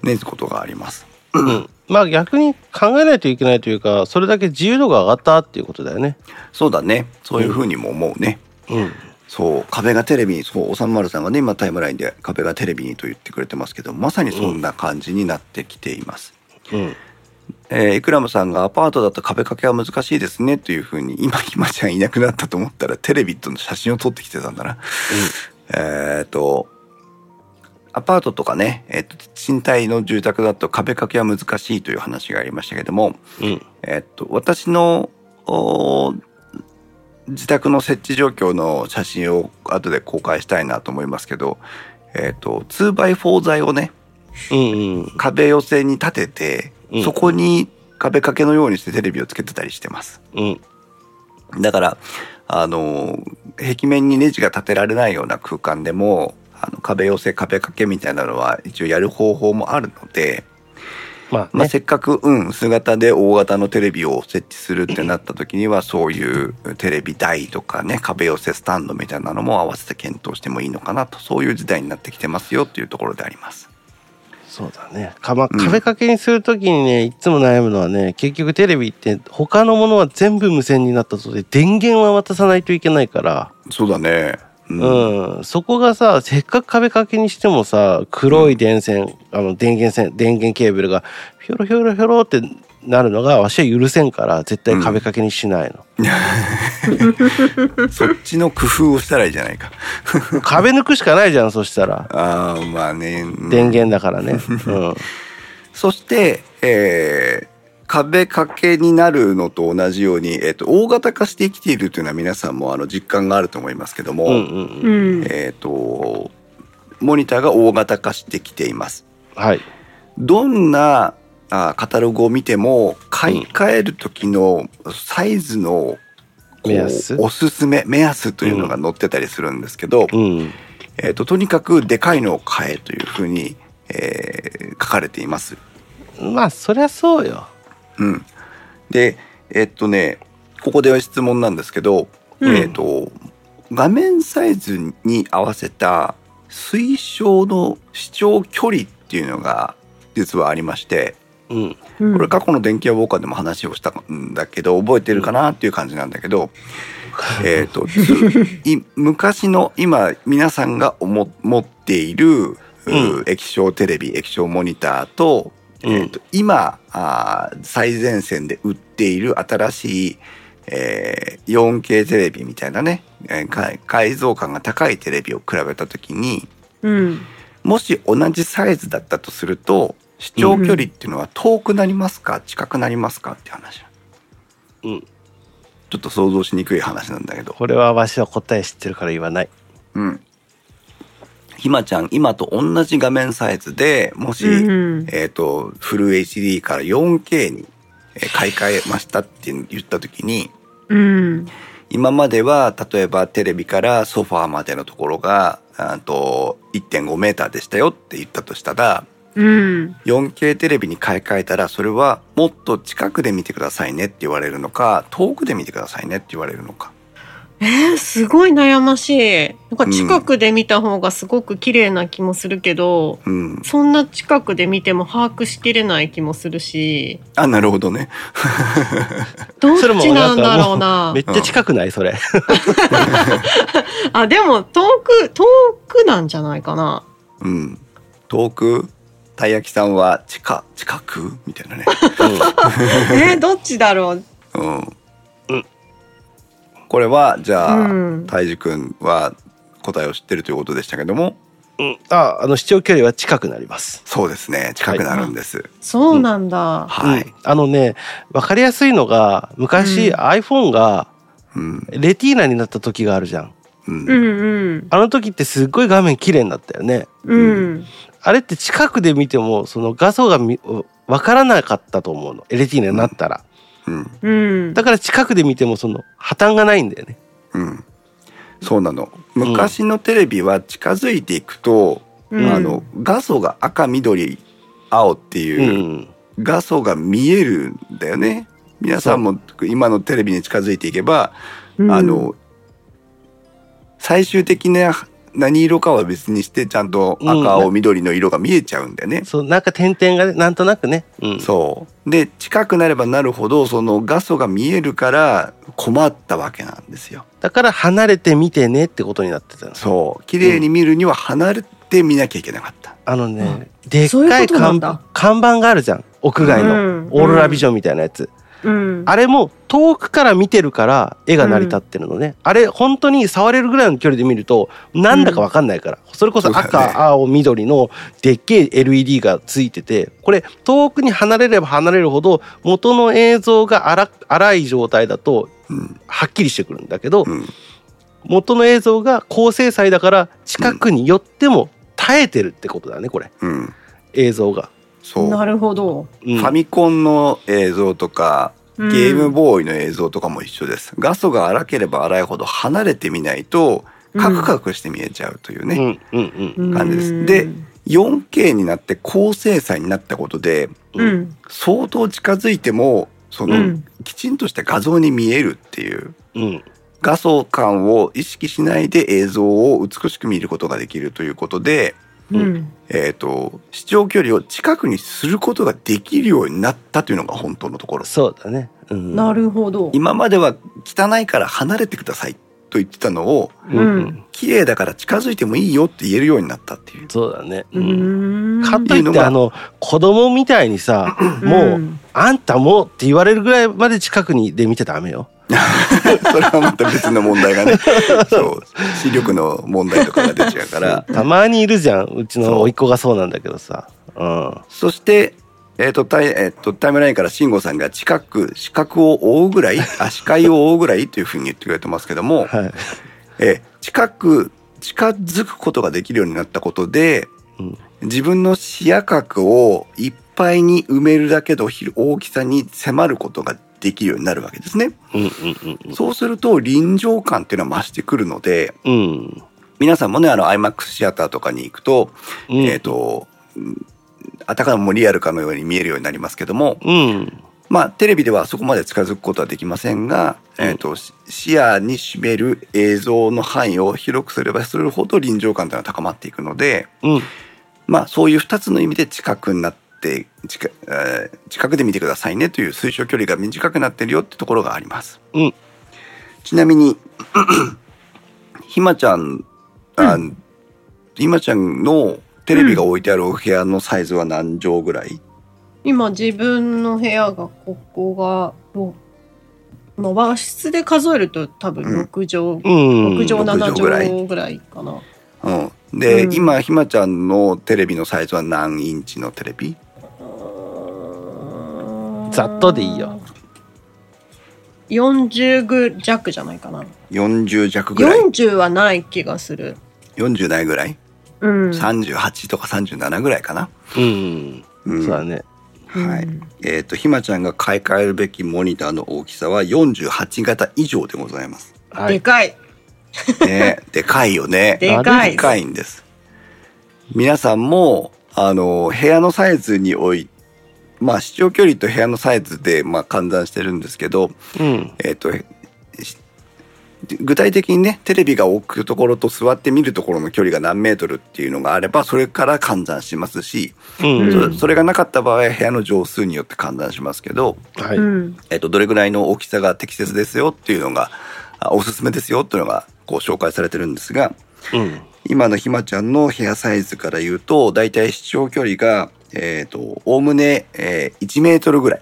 [SPEAKER 1] ねことがあります。
[SPEAKER 2] うんまあ逆に考えないといけないというかそれだけ自由度が上がったっていうことだよね
[SPEAKER 1] そうだねそういうふうにも思うね。
[SPEAKER 2] うん
[SPEAKER 1] そう壁がテレビにそうおさんまるさんがね今タイムラインで壁がテレビにと言ってくれてますけどまさにそんな感じになってきています。
[SPEAKER 2] うん
[SPEAKER 1] えーイクラムさんがアパートだと壁掛けは難しいですねというふうに 今ひまちゃんいなくなったと思ったらテレビとの写真を撮ってきてたんだな。えっとアパートとかね、えーと賃貸の住宅だと壁掛けは難しいという話がありましたけども、
[SPEAKER 2] うん
[SPEAKER 1] えっと私のおー自宅の設置状況の写真を後で公開したいなと思いますけど、えっと 2x4 材をね
[SPEAKER 2] うんうん
[SPEAKER 1] 壁寄せに立てて、
[SPEAKER 2] うん
[SPEAKER 1] そこに壁掛けのようにしてテレビをつけてたりしてます。
[SPEAKER 2] うん
[SPEAKER 1] だから、あの、壁面にネジが立てられないような空間でも、あの壁寄せ、壁掛けみたいなのは一応やる方法もあるので、
[SPEAKER 2] まあ
[SPEAKER 1] まあ、
[SPEAKER 2] ね
[SPEAKER 1] せっかく、うん、薄型で大型のテレビを設置するってなった時には、そういうテレビ台とかね、壁寄せスタンドみたいなのも合わせて検討してもいいのかなと、そういう時代になってきてますよっていうところであります。
[SPEAKER 2] そうだねか、まあ、
[SPEAKER 1] うん
[SPEAKER 2] 壁掛けにするときにねいつも悩むのはね結局テレビって他のものは全部無線になったそうで電源は渡さないといけないから
[SPEAKER 1] そうだね。うん
[SPEAKER 2] うん、そこがさせっかく壁掛けにしてもさ黒い電線、あの電源線電源ケーブルがひょろひょろひょろってなるのがわしは許せんから絶対壁掛けにしないの、
[SPEAKER 1] そっちの工夫をしたらいいじゃないか。
[SPEAKER 2] 壁抜くしかないじゃんそしたら
[SPEAKER 1] ああ、まあね。うん
[SPEAKER 2] 電源だからね、 うん、
[SPEAKER 1] そして、えー壁掛けになるのと同じように、えっ、と、大型化してきているというのは皆さんもあの実感があると思いますけども、
[SPEAKER 2] うんうん
[SPEAKER 3] うん。
[SPEAKER 1] えっ、と、モニターが大型化してきています。
[SPEAKER 2] はい
[SPEAKER 1] どんなあカタログを見ても、買い替える時のサイズの、こう
[SPEAKER 2] 目安
[SPEAKER 1] おすすめ、目安というのが載ってたりするんですけど、
[SPEAKER 2] うん
[SPEAKER 1] えっ、と、とにかくでかいのを買えというふうに、えー書かれています。
[SPEAKER 2] まあそりゃそうよ
[SPEAKER 1] うん。で、えっとね、ここでは質問なんですけど、
[SPEAKER 3] うん
[SPEAKER 1] えっと、画面サイズに合わせた推奨の視聴距離っていうのが実はありまして、
[SPEAKER 2] うん
[SPEAKER 3] こ
[SPEAKER 1] これ過去の電気屋ウォーカーでも話をしたんだけど、覚えてるかなっていう感じなんだけど、えっと、つい 昔の今皆さんが思持っている、う
[SPEAKER 2] う
[SPEAKER 1] 液晶テレビ、液晶モニターと、
[SPEAKER 2] うん
[SPEAKER 1] えーと今あー最前線で売っている新しい、えー 4K テレビみたいなね、えーか解像感が高いテレビを比べた時に
[SPEAKER 3] うん。
[SPEAKER 1] もし同じサイズだったとすると視聴距離っていうのは遠くなりますか、近くなりますかって話
[SPEAKER 2] うん
[SPEAKER 1] ちょっと想像しにくい話なんだけど、
[SPEAKER 2] これはわしは答え知ってるから言わない
[SPEAKER 1] うん、ひまちゃん今と同じ画面サイズでもし、
[SPEAKER 3] うん
[SPEAKER 1] えっ、と、フル HD から 4K にえー買い替えましたって言った時に、
[SPEAKER 3] うん。
[SPEAKER 1] 今までは、例えばテレビからソファーまでのところが、あーと1.5メーターでしたよって言ったとしたら、
[SPEAKER 3] うん。
[SPEAKER 1] 4K テレビに買い替えたら、それはもっと近くで見てくださいねって言われるのか、遠くで見てくださいねって言われるのか。
[SPEAKER 3] えー、すごい悩ましい。なんか近くで見た方がすごく綺麗な気もするけど、
[SPEAKER 1] うん。
[SPEAKER 3] そんな近くで見ても把握しきれない気もするし、
[SPEAKER 1] あ、なるほどね。
[SPEAKER 3] どっ
[SPEAKER 2] それも
[SPEAKER 3] ちなんだろ
[SPEAKER 2] な
[SPEAKER 3] うなん
[SPEAKER 2] かもう。めっちゃ近くないそれ
[SPEAKER 3] あ、でも遠く、遠くなんじゃないかな。
[SPEAKER 1] うん。遠く、たい焼きさんは近、近くみたいなね。
[SPEAKER 3] えー、どっちだろう。
[SPEAKER 1] うん。
[SPEAKER 2] うん
[SPEAKER 1] これはじゃあ、
[SPEAKER 3] うん
[SPEAKER 1] たいじくんは答えを知ってるということでしたけども、
[SPEAKER 2] うん、ああの視聴距離は近くなります
[SPEAKER 1] そうですね、近くなるんです。
[SPEAKER 3] そうなんだ。
[SPEAKER 1] は
[SPEAKER 2] う
[SPEAKER 1] い
[SPEAKER 2] ん。あのね、わかりやすいのが、昔、
[SPEAKER 3] うん
[SPEAKER 2] iPhone が
[SPEAKER 1] うん。
[SPEAKER 2] レティーナになった時があるじゃん。
[SPEAKER 1] うん。
[SPEAKER 3] うんうん。
[SPEAKER 2] あの時ってすっごい画面綺麗になったよね。
[SPEAKER 3] うん。
[SPEAKER 2] あれって近くで見ても、その画素がみわからなかったと思うの。レティーナになったら。
[SPEAKER 1] うん。
[SPEAKER 3] うん。
[SPEAKER 2] だから近くで見ても、その破綻がないんだよね。
[SPEAKER 1] うん。そうなの。昔のテレビは近づいていくと、
[SPEAKER 3] うん
[SPEAKER 1] あの、画素が赤、緑、青って
[SPEAKER 2] う
[SPEAKER 1] いう、
[SPEAKER 2] ん。
[SPEAKER 1] 画素が見えるんだよね。皆さんも今のテレビに近づいていけば、
[SPEAKER 3] うん
[SPEAKER 1] あ、の最終的な何色かは別にしてちゃんと
[SPEAKER 2] う
[SPEAKER 1] 赤
[SPEAKER 2] ん
[SPEAKER 1] 青緑の色が見えちゃうんだよね。
[SPEAKER 2] そう、なんか点々がね、なんとなくね。うん。
[SPEAKER 1] そうで近くなればなるほどその画素が見えるから困ったわけなんですよ。
[SPEAKER 2] だから離れて見てねってことになってたの。
[SPEAKER 1] そう綺麗に見るには離れて見なきゃいけなかった。
[SPEAKER 2] あのね、でっ
[SPEAKER 3] そう
[SPEAKER 2] か
[SPEAKER 3] いう
[SPEAKER 2] い
[SPEAKER 3] ことな
[SPEAKER 2] 看
[SPEAKER 3] んだ
[SPEAKER 2] 看板があるじゃん。屋外の。
[SPEAKER 3] うん
[SPEAKER 2] オーロラビジョンみたいなやつ。
[SPEAKER 3] うん。
[SPEAKER 2] あれも遠くから見てるから絵が成り立ってるのね。あれ本当に触れるぐらいの距離で見るとなんだかわかんないから。それこ
[SPEAKER 1] そ
[SPEAKER 2] そ
[SPEAKER 1] うだ
[SPEAKER 2] 赤、
[SPEAKER 1] ね
[SPEAKER 2] 青、緑のでっけえ LED がついてて、これ遠くに離れれば離れるほど元の映像が荒荒い状態だと
[SPEAKER 1] うん
[SPEAKER 2] はっきりしてくるんだけど、
[SPEAKER 1] うん
[SPEAKER 2] 元の映像が高精細だから近くに寄っても耐えてるってことだね、これ。
[SPEAKER 1] うん、
[SPEAKER 2] 映像が。
[SPEAKER 1] そう
[SPEAKER 3] なるほど。
[SPEAKER 2] うん
[SPEAKER 1] ファミコンの映像とか
[SPEAKER 3] うん
[SPEAKER 1] ゲームボーイの映像とかも一緒です。画素が荒ければ荒いほど離れてみないとカクカクして見えちゃうというね。
[SPEAKER 2] うんうんうん。
[SPEAKER 1] 感じです
[SPEAKER 3] うん
[SPEAKER 1] で 4K になって高精細になったことで
[SPEAKER 3] うん。
[SPEAKER 1] 相当近づいてもその、
[SPEAKER 3] うん
[SPEAKER 1] きちんとした画像に見えるっていう
[SPEAKER 2] うん。
[SPEAKER 1] 画素感を意識しないで映像を美しく見ることができるということで、
[SPEAKER 3] うん。
[SPEAKER 1] えー、と視聴距離を近くにすることができるようになったというのが本当のところ
[SPEAKER 2] そうだね。うん、
[SPEAKER 3] なるほど。
[SPEAKER 1] 今までは汚いから離れてくださいっと言ってたのを
[SPEAKER 2] うんうん。
[SPEAKER 1] 綺麗だから近づいてもいいよって言えるようになったっていう
[SPEAKER 2] そうだね。
[SPEAKER 3] う
[SPEAKER 2] うん
[SPEAKER 3] ん
[SPEAKER 2] かといってあの子供みたいにさもう、
[SPEAKER 3] ん
[SPEAKER 2] あんたもって言われるぐらいまで近くにで見ちゃダメよ。
[SPEAKER 1] それはまた別の問題がねそう視力の問題とかが出ちゃうから
[SPEAKER 2] たまにいるじゃんう
[SPEAKER 1] そ
[SPEAKER 2] ち
[SPEAKER 1] う
[SPEAKER 2] の甥っ子がそうなんだけどさ。うん。
[SPEAKER 1] そして、えっとタイえっとタイムラインから慎吾さんが近く視覚を追うぐらいあ視界を追うぐらいというふうに言ってくれてますけども、
[SPEAKER 2] はい。
[SPEAKER 1] え近く近づくことができるようになったことで
[SPEAKER 2] うん
[SPEAKER 1] 自分の視野角をいっぱいに埋めるだけの大きさに迫ることができるようになるわけですね。
[SPEAKER 2] うんうん
[SPEAKER 1] そうすると臨場感っていうのは増してくるので
[SPEAKER 2] うんうん。
[SPEAKER 1] 皆さんもねあの IMAX シアターとかに行くと、
[SPEAKER 2] うん。
[SPEAKER 1] えっ、とうんあたかもリアルかのように見えるようになりますけども、
[SPEAKER 2] うん。
[SPEAKER 1] まあ、テレビではそこまで近づくことはできませんが、
[SPEAKER 2] うん
[SPEAKER 1] えー、とし視野に占める映像の範囲を広くすればするほど臨場感というのは高まっていくので、
[SPEAKER 2] うん。
[SPEAKER 1] まあ、そういう2つの意味で近くになって近,、えー近くで見てくださいねという推奨距離が短くなってるよってところがあります。
[SPEAKER 2] うん
[SPEAKER 1] ちなみに ひまちゃんあ、ひまちゃんのテレビが置いてあるお部屋のサイズは何畳ぐらい、
[SPEAKER 3] 今自分の部屋がここがろまあ和室で数えると多分
[SPEAKER 1] うん
[SPEAKER 3] 6畳、
[SPEAKER 2] うん。
[SPEAKER 3] 6畳7
[SPEAKER 1] 六畳ぐらい
[SPEAKER 3] 畳ぐらいかな
[SPEAKER 1] うん、で、
[SPEAKER 3] うん
[SPEAKER 1] 今ひまちゃんのテレビのサイズは何インチのテレビ
[SPEAKER 2] ざっとでいいよ
[SPEAKER 3] 40ぐ弱じゃないかな
[SPEAKER 1] ?40 弱ぐらい
[SPEAKER 3] 40はない気がする
[SPEAKER 1] 40ないぐらい
[SPEAKER 3] うん、
[SPEAKER 1] ?38 とか37ぐらいかな、
[SPEAKER 2] うん。
[SPEAKER 1] うん
[SPEAKER 2] そうだね。
[SPEAKER 1] はい
[SPEAKER 3] うん
[SPEAKER 1] えっ、とひまちゃんが買い替えるべきモニターの大きさは48型以上でございます。
[SPEAKER 2] は
[SPEAKER 3] で
[SPEAKER 2] い。
[SPEAKER 3] かい
[SPEAKER 1] ね、でかいよね。
[SPEAKER 3] でかい
[SPEAKER 1] でかいんです。皆さんもあの部屋のサイズにおいまあ視聴距離と部屋のサイズでまあ換算してるんですけど、
[SPEAKER 2] うん。
[SPEAKER 1] えっ、と、し具体的にね、テレビが置くところと座って見るところの距離が何メートルっていうのがあれば、それから換算しますし、
[SPEAKER 2] うん。
[SPEAKER 1] そ
[SPEAKER 3] うん
[SPEAKER 1] れそれがなかった場合は部屋の畳数によって換算しますけど、
[SPEAKER 2] はい。
[SPEAKER 3] うん
[SPEAKER 1] えっ、と、どれぐらいの大きさが適切ですよっていうのが、あおすすめですよっていうのが、こう紹介されてるんですが、
[SPEAKER 2] うん。
[SPEAKER 1] 今のひまちゃんの部屋サイズから言うと、だいたい視聴距離が、えっ、と、おおむね、えー1メートルぐらい。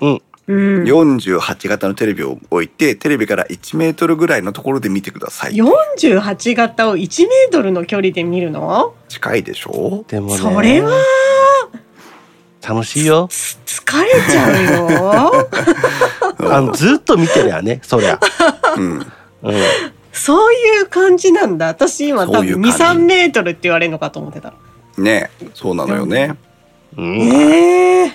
[SPEAKER 2] うん。
[SPEAKER 3] うん
[SPEAKER 1] 48型のテレビを置いてテレビから1メートルぐらいのところで見てください
[SPEAKER 3] 48型を1メートルの距離で見るの
[SPEAKER 1] 近いでしょ
[SPEAKER 2] でもね。
[SPEAKER 3] それは
[SPEAKER 2] 楽しいよ。
[SPEAKER 3] つ疲れちゃうよ
[SPEAKER 2] あのずっと見てりゃね、そりゃ。
[SPEAKER 1] うん
[SPEAKER 2] うん。
[SPEAKER 3] そういう感じなんだ私今多
[SPEAKER 1] そういう
[SPEAKER 3] 分
[SPEAKER 1] 感じ
[SPEAKER 3] 23メートルって言われるのかと思ってた
[SPEAKER 1] ねえそうなのよね
[SPEAKER 2] うん。
[SPEAKER 3] ええ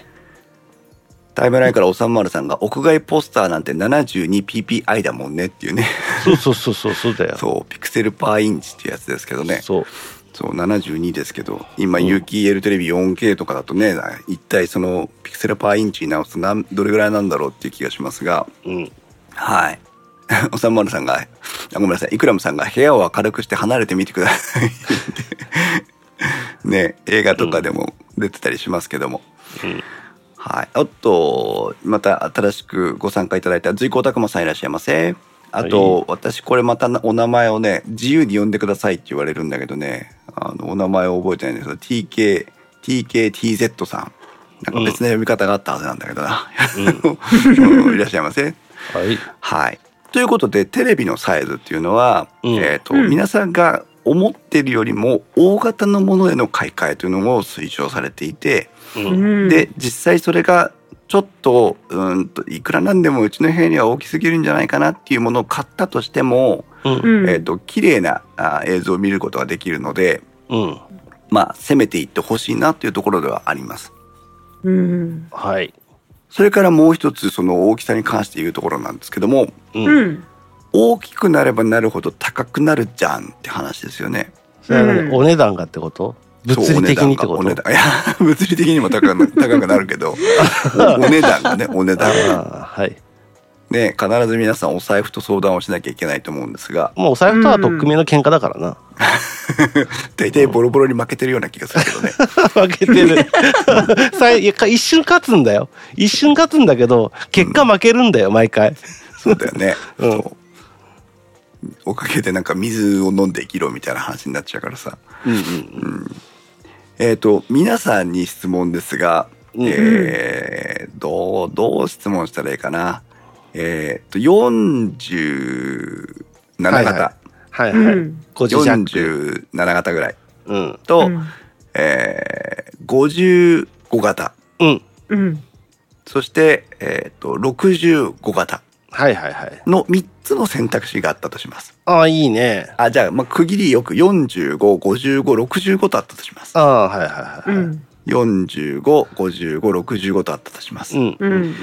[SPEAKER 1] タイムラインからおさんまるさんが屋外ポスターなんて 72ppi だもんねっていうね
[SPEAKER 2] そうそうそうそうそうだよ。
[SPEAKER 1] そうピクセルパーインチってやつですけどね
[SPEAKER 2] そう。
[SPEAKER 1] そう72ですけど今有機 EL テレビ 4K とかだとね一体そのピクセルパーインチに直すとなんどれぐらいなんだろうっていう気がしますが
[SPEAKER 2] うん。
[SPEAKER 1] はい。 おさんまるさんが、あごめんなさい、イクラムさんが部屋を明るくして離れてみてください って。ね、映画とかでも出てたりしますけども。
[SPEAKER 2] うん
[SPEAKER 1] はい。おっと、また新しくご参加いただいた随行拓磨さんいらっしゃいませ。あと、
[SPEAKER 2] は
[SPEAKER 1] 私これまたなお名前をね、自由に呼んでくださいって言われるんだけどね、あの、お名前を覚えてないんですけど、TK、TKTZ さん。なんか別な呼び方があったはずなんだけどな。 うんいらっしゃいませ。
[SPEAKER 2] はい。
[SPEAKER 1] はい。ということでテレビのサイズっていうのは、
[SPEAKER 2] うん
[SPEAKER 1] えっ、と、
[SPEAKER 3] うん
[SPEAKER 1] 皆さんが思ってるよりも大型のものへの買い替えというのを推奨されていて、
[SPEAKER 2] うん。
[SPEAKER 1] で実際それがちょっとうーんといくらなんでもうちの部屋には大きすぎるんじゃないかなっていうものを買ったとしても、
[SPEAKER 2] うん。
[SPEAKER 3] うん
[SPEAKER 1] えっ、と綺麗なあ映像を見ることができるので、
[SPEAKER 2] うん。
[SPEAKER 1] まあ攻めていってほしいなというところではあります。
[SPEAKER 3] うん
[SPEAKER 2] はい。
[SPEAKER 1] それからもう一つその大きさに関して言うところなんですけども、
[SPEAKER 2] う。
[SPEAKER 3] うんん
[SPEAKER 1] 大きくなればなるほど高くなるじゃんって話ですよね。
[SPEAKER 2] それは
[SPEAKER 3] うん
[SPEAKER 2] ね、お値段がってこと物理的にって
[SPEAKER 1] そうお
[SPEAKER 2] こと
[SPEAKER 1] 値段がお値段いや、 物理的にも高くな 高くなるけど、おお値段がね、お値段が。
[SPEAKER 2] ああ、はい。
[SPEAKER 1] ね、必ず皆さんお財布と相談をしなきゃいけないと思うんですが、
[SPEAKER 2] もうお財布とは取っ組みの喧嘩だからな。
[SPEAKER 1] 大体ボロボロに負けてるような気がするけどね。
[SPEAKER 2] 負けてる。さいいやか一瞬勝つんだよ。一瞬勝つんだけど、結果負けるんだよ、毎回。
[SPEAKER 1] そうだよね。
[SPEAKER 2] うん
[SPEAKER 1] そうおかげでなんか水を飲んで生きろみたいな話になっちゃうからさ。
[SPEAKER 2] うんうんうん。
[SPEAKER 1] えっ、と、皆さんに質問ですが、
[SPEAKER 2] うん
[SPEAKER 1] えーどう、どう質問したらいいかな。えっ、と、47方、
[SPEAKER 2] はいはいはい。
[SPEAKER 3] うん
[SPEAKER 2] ご自弱。
[SPEAKER 1] 47方ぐらい
[SPEAKER 2] うん。
[SPEAKER 1] と、
[SPEAKER 3] うん
[SPEAKER 1] えー、55型、
[SPEAKER 2] うん。
[SPEAKER 3] うん
[SPEAKER 1] そして、えっ、と、65型
[SPEAKER 2] はいはいはい。
[SPEAKER 1] の3つの選択肢があったとします。
[SPEAKER 2] ああ、いいね。
[SPEAKER 1] あ、じゃあ、まあ、区切りよく45、55、65とあったとします。
[SPEAKER 2] ああ、はいはいは
[SPEAKER 3] う
[SPEAKER 2] い。うん。
[SPEAKER 3] ん
[SPEAKER 1] 45、55、65とあったとします。
[SPEAKER 2] うん。
[SPEAKER 3] うん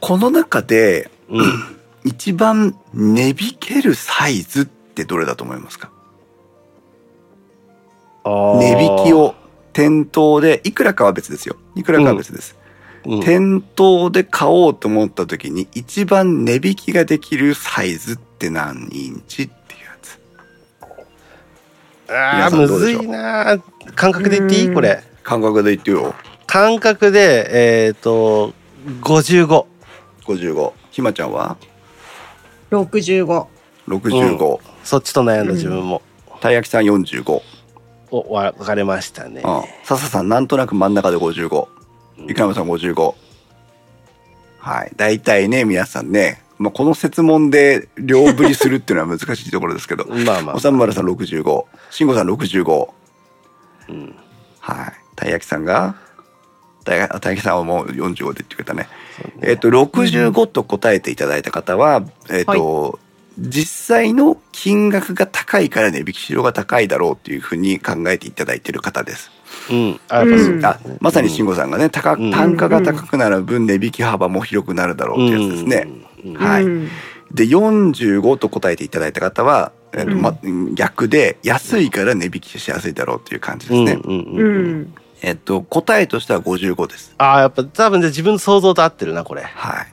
[SPEAKER 1] この中で、
[SPEAKER 2] うん。
[SPEAKER 1] 一番値引けるサイズってどれだと思いますか値引きを店頭でいくらかは別ですよいくらかは別です、
[SPEAKER 2] うん。
[SPEAKER 1] 店頭で買おうと思った時に一番値引きができるサイズって何インチっていうやつ
[SPEAKER 2] あ
[SPEAKER 1] 皆
[SPEAKER 2] あ、
[SPEAKER 1] さん
[SPEAKER 2] む
[SPEAKER 1] どうで
[SPEAKER 2] ず
[SPEAKER 1] しょう
[SPEAKER 2] いなー。感覚で言っていい
[SPEAKER 3] うん
[SPEAKER 2] これ。
[SPEAKER 1] 感覚で言ってよ
[SPEAKER 2] 感覚で、えっ、と、55。
[SPEAKER 1] 55ひまちゃんは
[SPEAKER 3] 65
[SPEAKER 1] 65、
[SPEAKER 2] そっちと悩んだ自分も。
[SPEAKER 1] たい焼きさん45
[SPEAKER 2] お、わ分かれましたね。
[SPEAKER 1] うん笹さんなんとなく真ん中で55ゆかやまさん55はい大体ね皆さんね、まあ、この設問で両振りするっていうのは難しいところですけど
[SPEAKER 2] まあ まあ
[SPEAKER 1] お。さむまるさん65慎吾さん65
[SPEAKER 2] うん
[SPEAKER 1] はいたい焼きさんがたいたい焼きさんはもう45で言ってくれたねえっ、と65と答えていただいた方はえっ、と、実際の金額が高いから値引きしろが高いだろうっていうふうに考えていただいている方です。
[SPEAKER 2] うん。あ、やっぱそう
[SPEAKER 3] うん
[SPEAKER 1] あまさに慎吾さんがね高
[SPEAKER 2] うん
[SPEAKER 1] 単価が高くなる分値引き幅も広くなるだろうってやつですね。
[SPEAKER 2] うん。うん
[SPEAKER 1] はい
[SPEAKER 3] うん
[SPEAKER 1] で45と答えていただいた方は、えっと
[SPEAKER 3] うん
[SPEAKER 1] ま、逆で安いから値引きしやすいだろうっていう感じですね。
[SPEAKER 2] うんうん
[SPEAKER 3] う
[SPEAKER 2] うんうん
[SPEAKER 3] ん
[SPEAKER 1] えっと答えとしては55です。
[SPEAKER 2] ああ、やっぱ多分じゃあ自分の想像と合ってるな、これ。
[SPEAKER 1] はい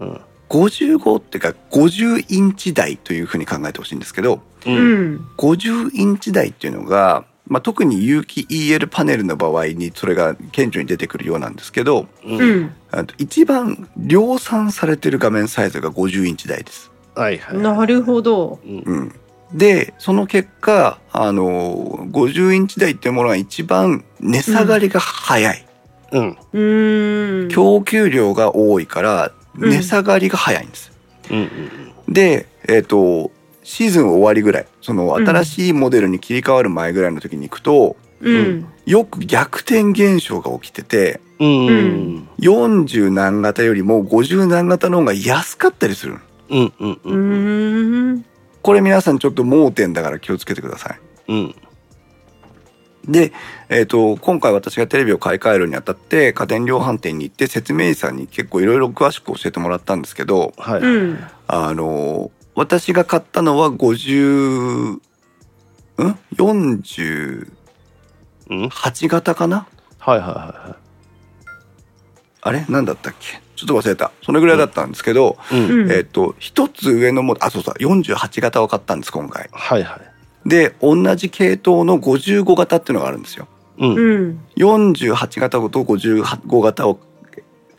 [SPEAKER 2] うん。
[SPEAKER 1] 55っていうか50インチ台というふうに考えてほしいんですけど
[SPEAKER 2] う。
[SPEAKER 3] うんん
[SPEAKER 1] 50インチ台っていうのが、まあ、特に有機 EL パネルの場合にそれが顕著に出てくるようなんですけど、
[SPEAKER 2] う。
[SPEAKER 3] うんん
[SPEAKER 1] あと一番量産されてる画面サイズが50インチ台です。
[SPEAKER 2] はいはい。
[SPEAKER 3] なるほど
[SPEAKER 2] うん
[SPEAKER 1] うん、でその結果あの50インチ台っていうものが一番値下がりが早い、
[SPEAKER 2] うん。
[SPEAKER 3] うーん
[SPEAKER 1] 供給量が多いから
[SPEAKER 3] うん
[SPEAKER 1] 値下がりが早いんです。
[SPEAKER 2] うんうん
[SPEAKER 1] で、えっとシーズン終わりぐらいその
[SPEAKER 3] うん
[SPEAKER 1] 新しいモデルに切り替わる前ぐらいの時に行くと、
[SPEAKER 3] うん
[SPEAKER 1] よく逆転現象が起きてて
[SPEAKER 2] うん。うん
[SPEAKER 1] 40何型よりも50何型の方が安かったりするの
[SPEAKER 2] うんうんう
[SPEAKER 3] う
[SPEAKER 2] んうん
[SPEAKER 3] ーん
[SPEAKER 1] これ皆さんちょっと盲点だから気をつけてください。
[SPEAKER 2] うん
[SPEAKER 1] で、えっと今回私がテレビを買い替えるにあたって家電量販店に行って説明員さんに結構いろいろ詳しく教えてもらったんですけど
[SPEAKER 2] はい。
[SPEAKER 3] うん
[SPEAKER 1] あの私が買ったのは50ん48
[SPEAKER 2] うん
[SPEAKER 1] 型かな
[SPEAKER 2] はいはいは
[SPEAKER 1] あれ何だったっけちょっと忘れたそれぐらいだったんですけど、
[SPEAKER 2] いはい。うん。
[SPEAKER 3] うん
[SPEAKER 1] えっと一つ上のもあそうそう48型を買ったんです今回
[SPEAKER 2] はいはい。
[SPEAKER 1] で同じ系統の55型っていうのがあるんですよ
[SPEAKER 2] うん。
[SPEAKER 3] うん
[SPEAKER 1] 48型と55型を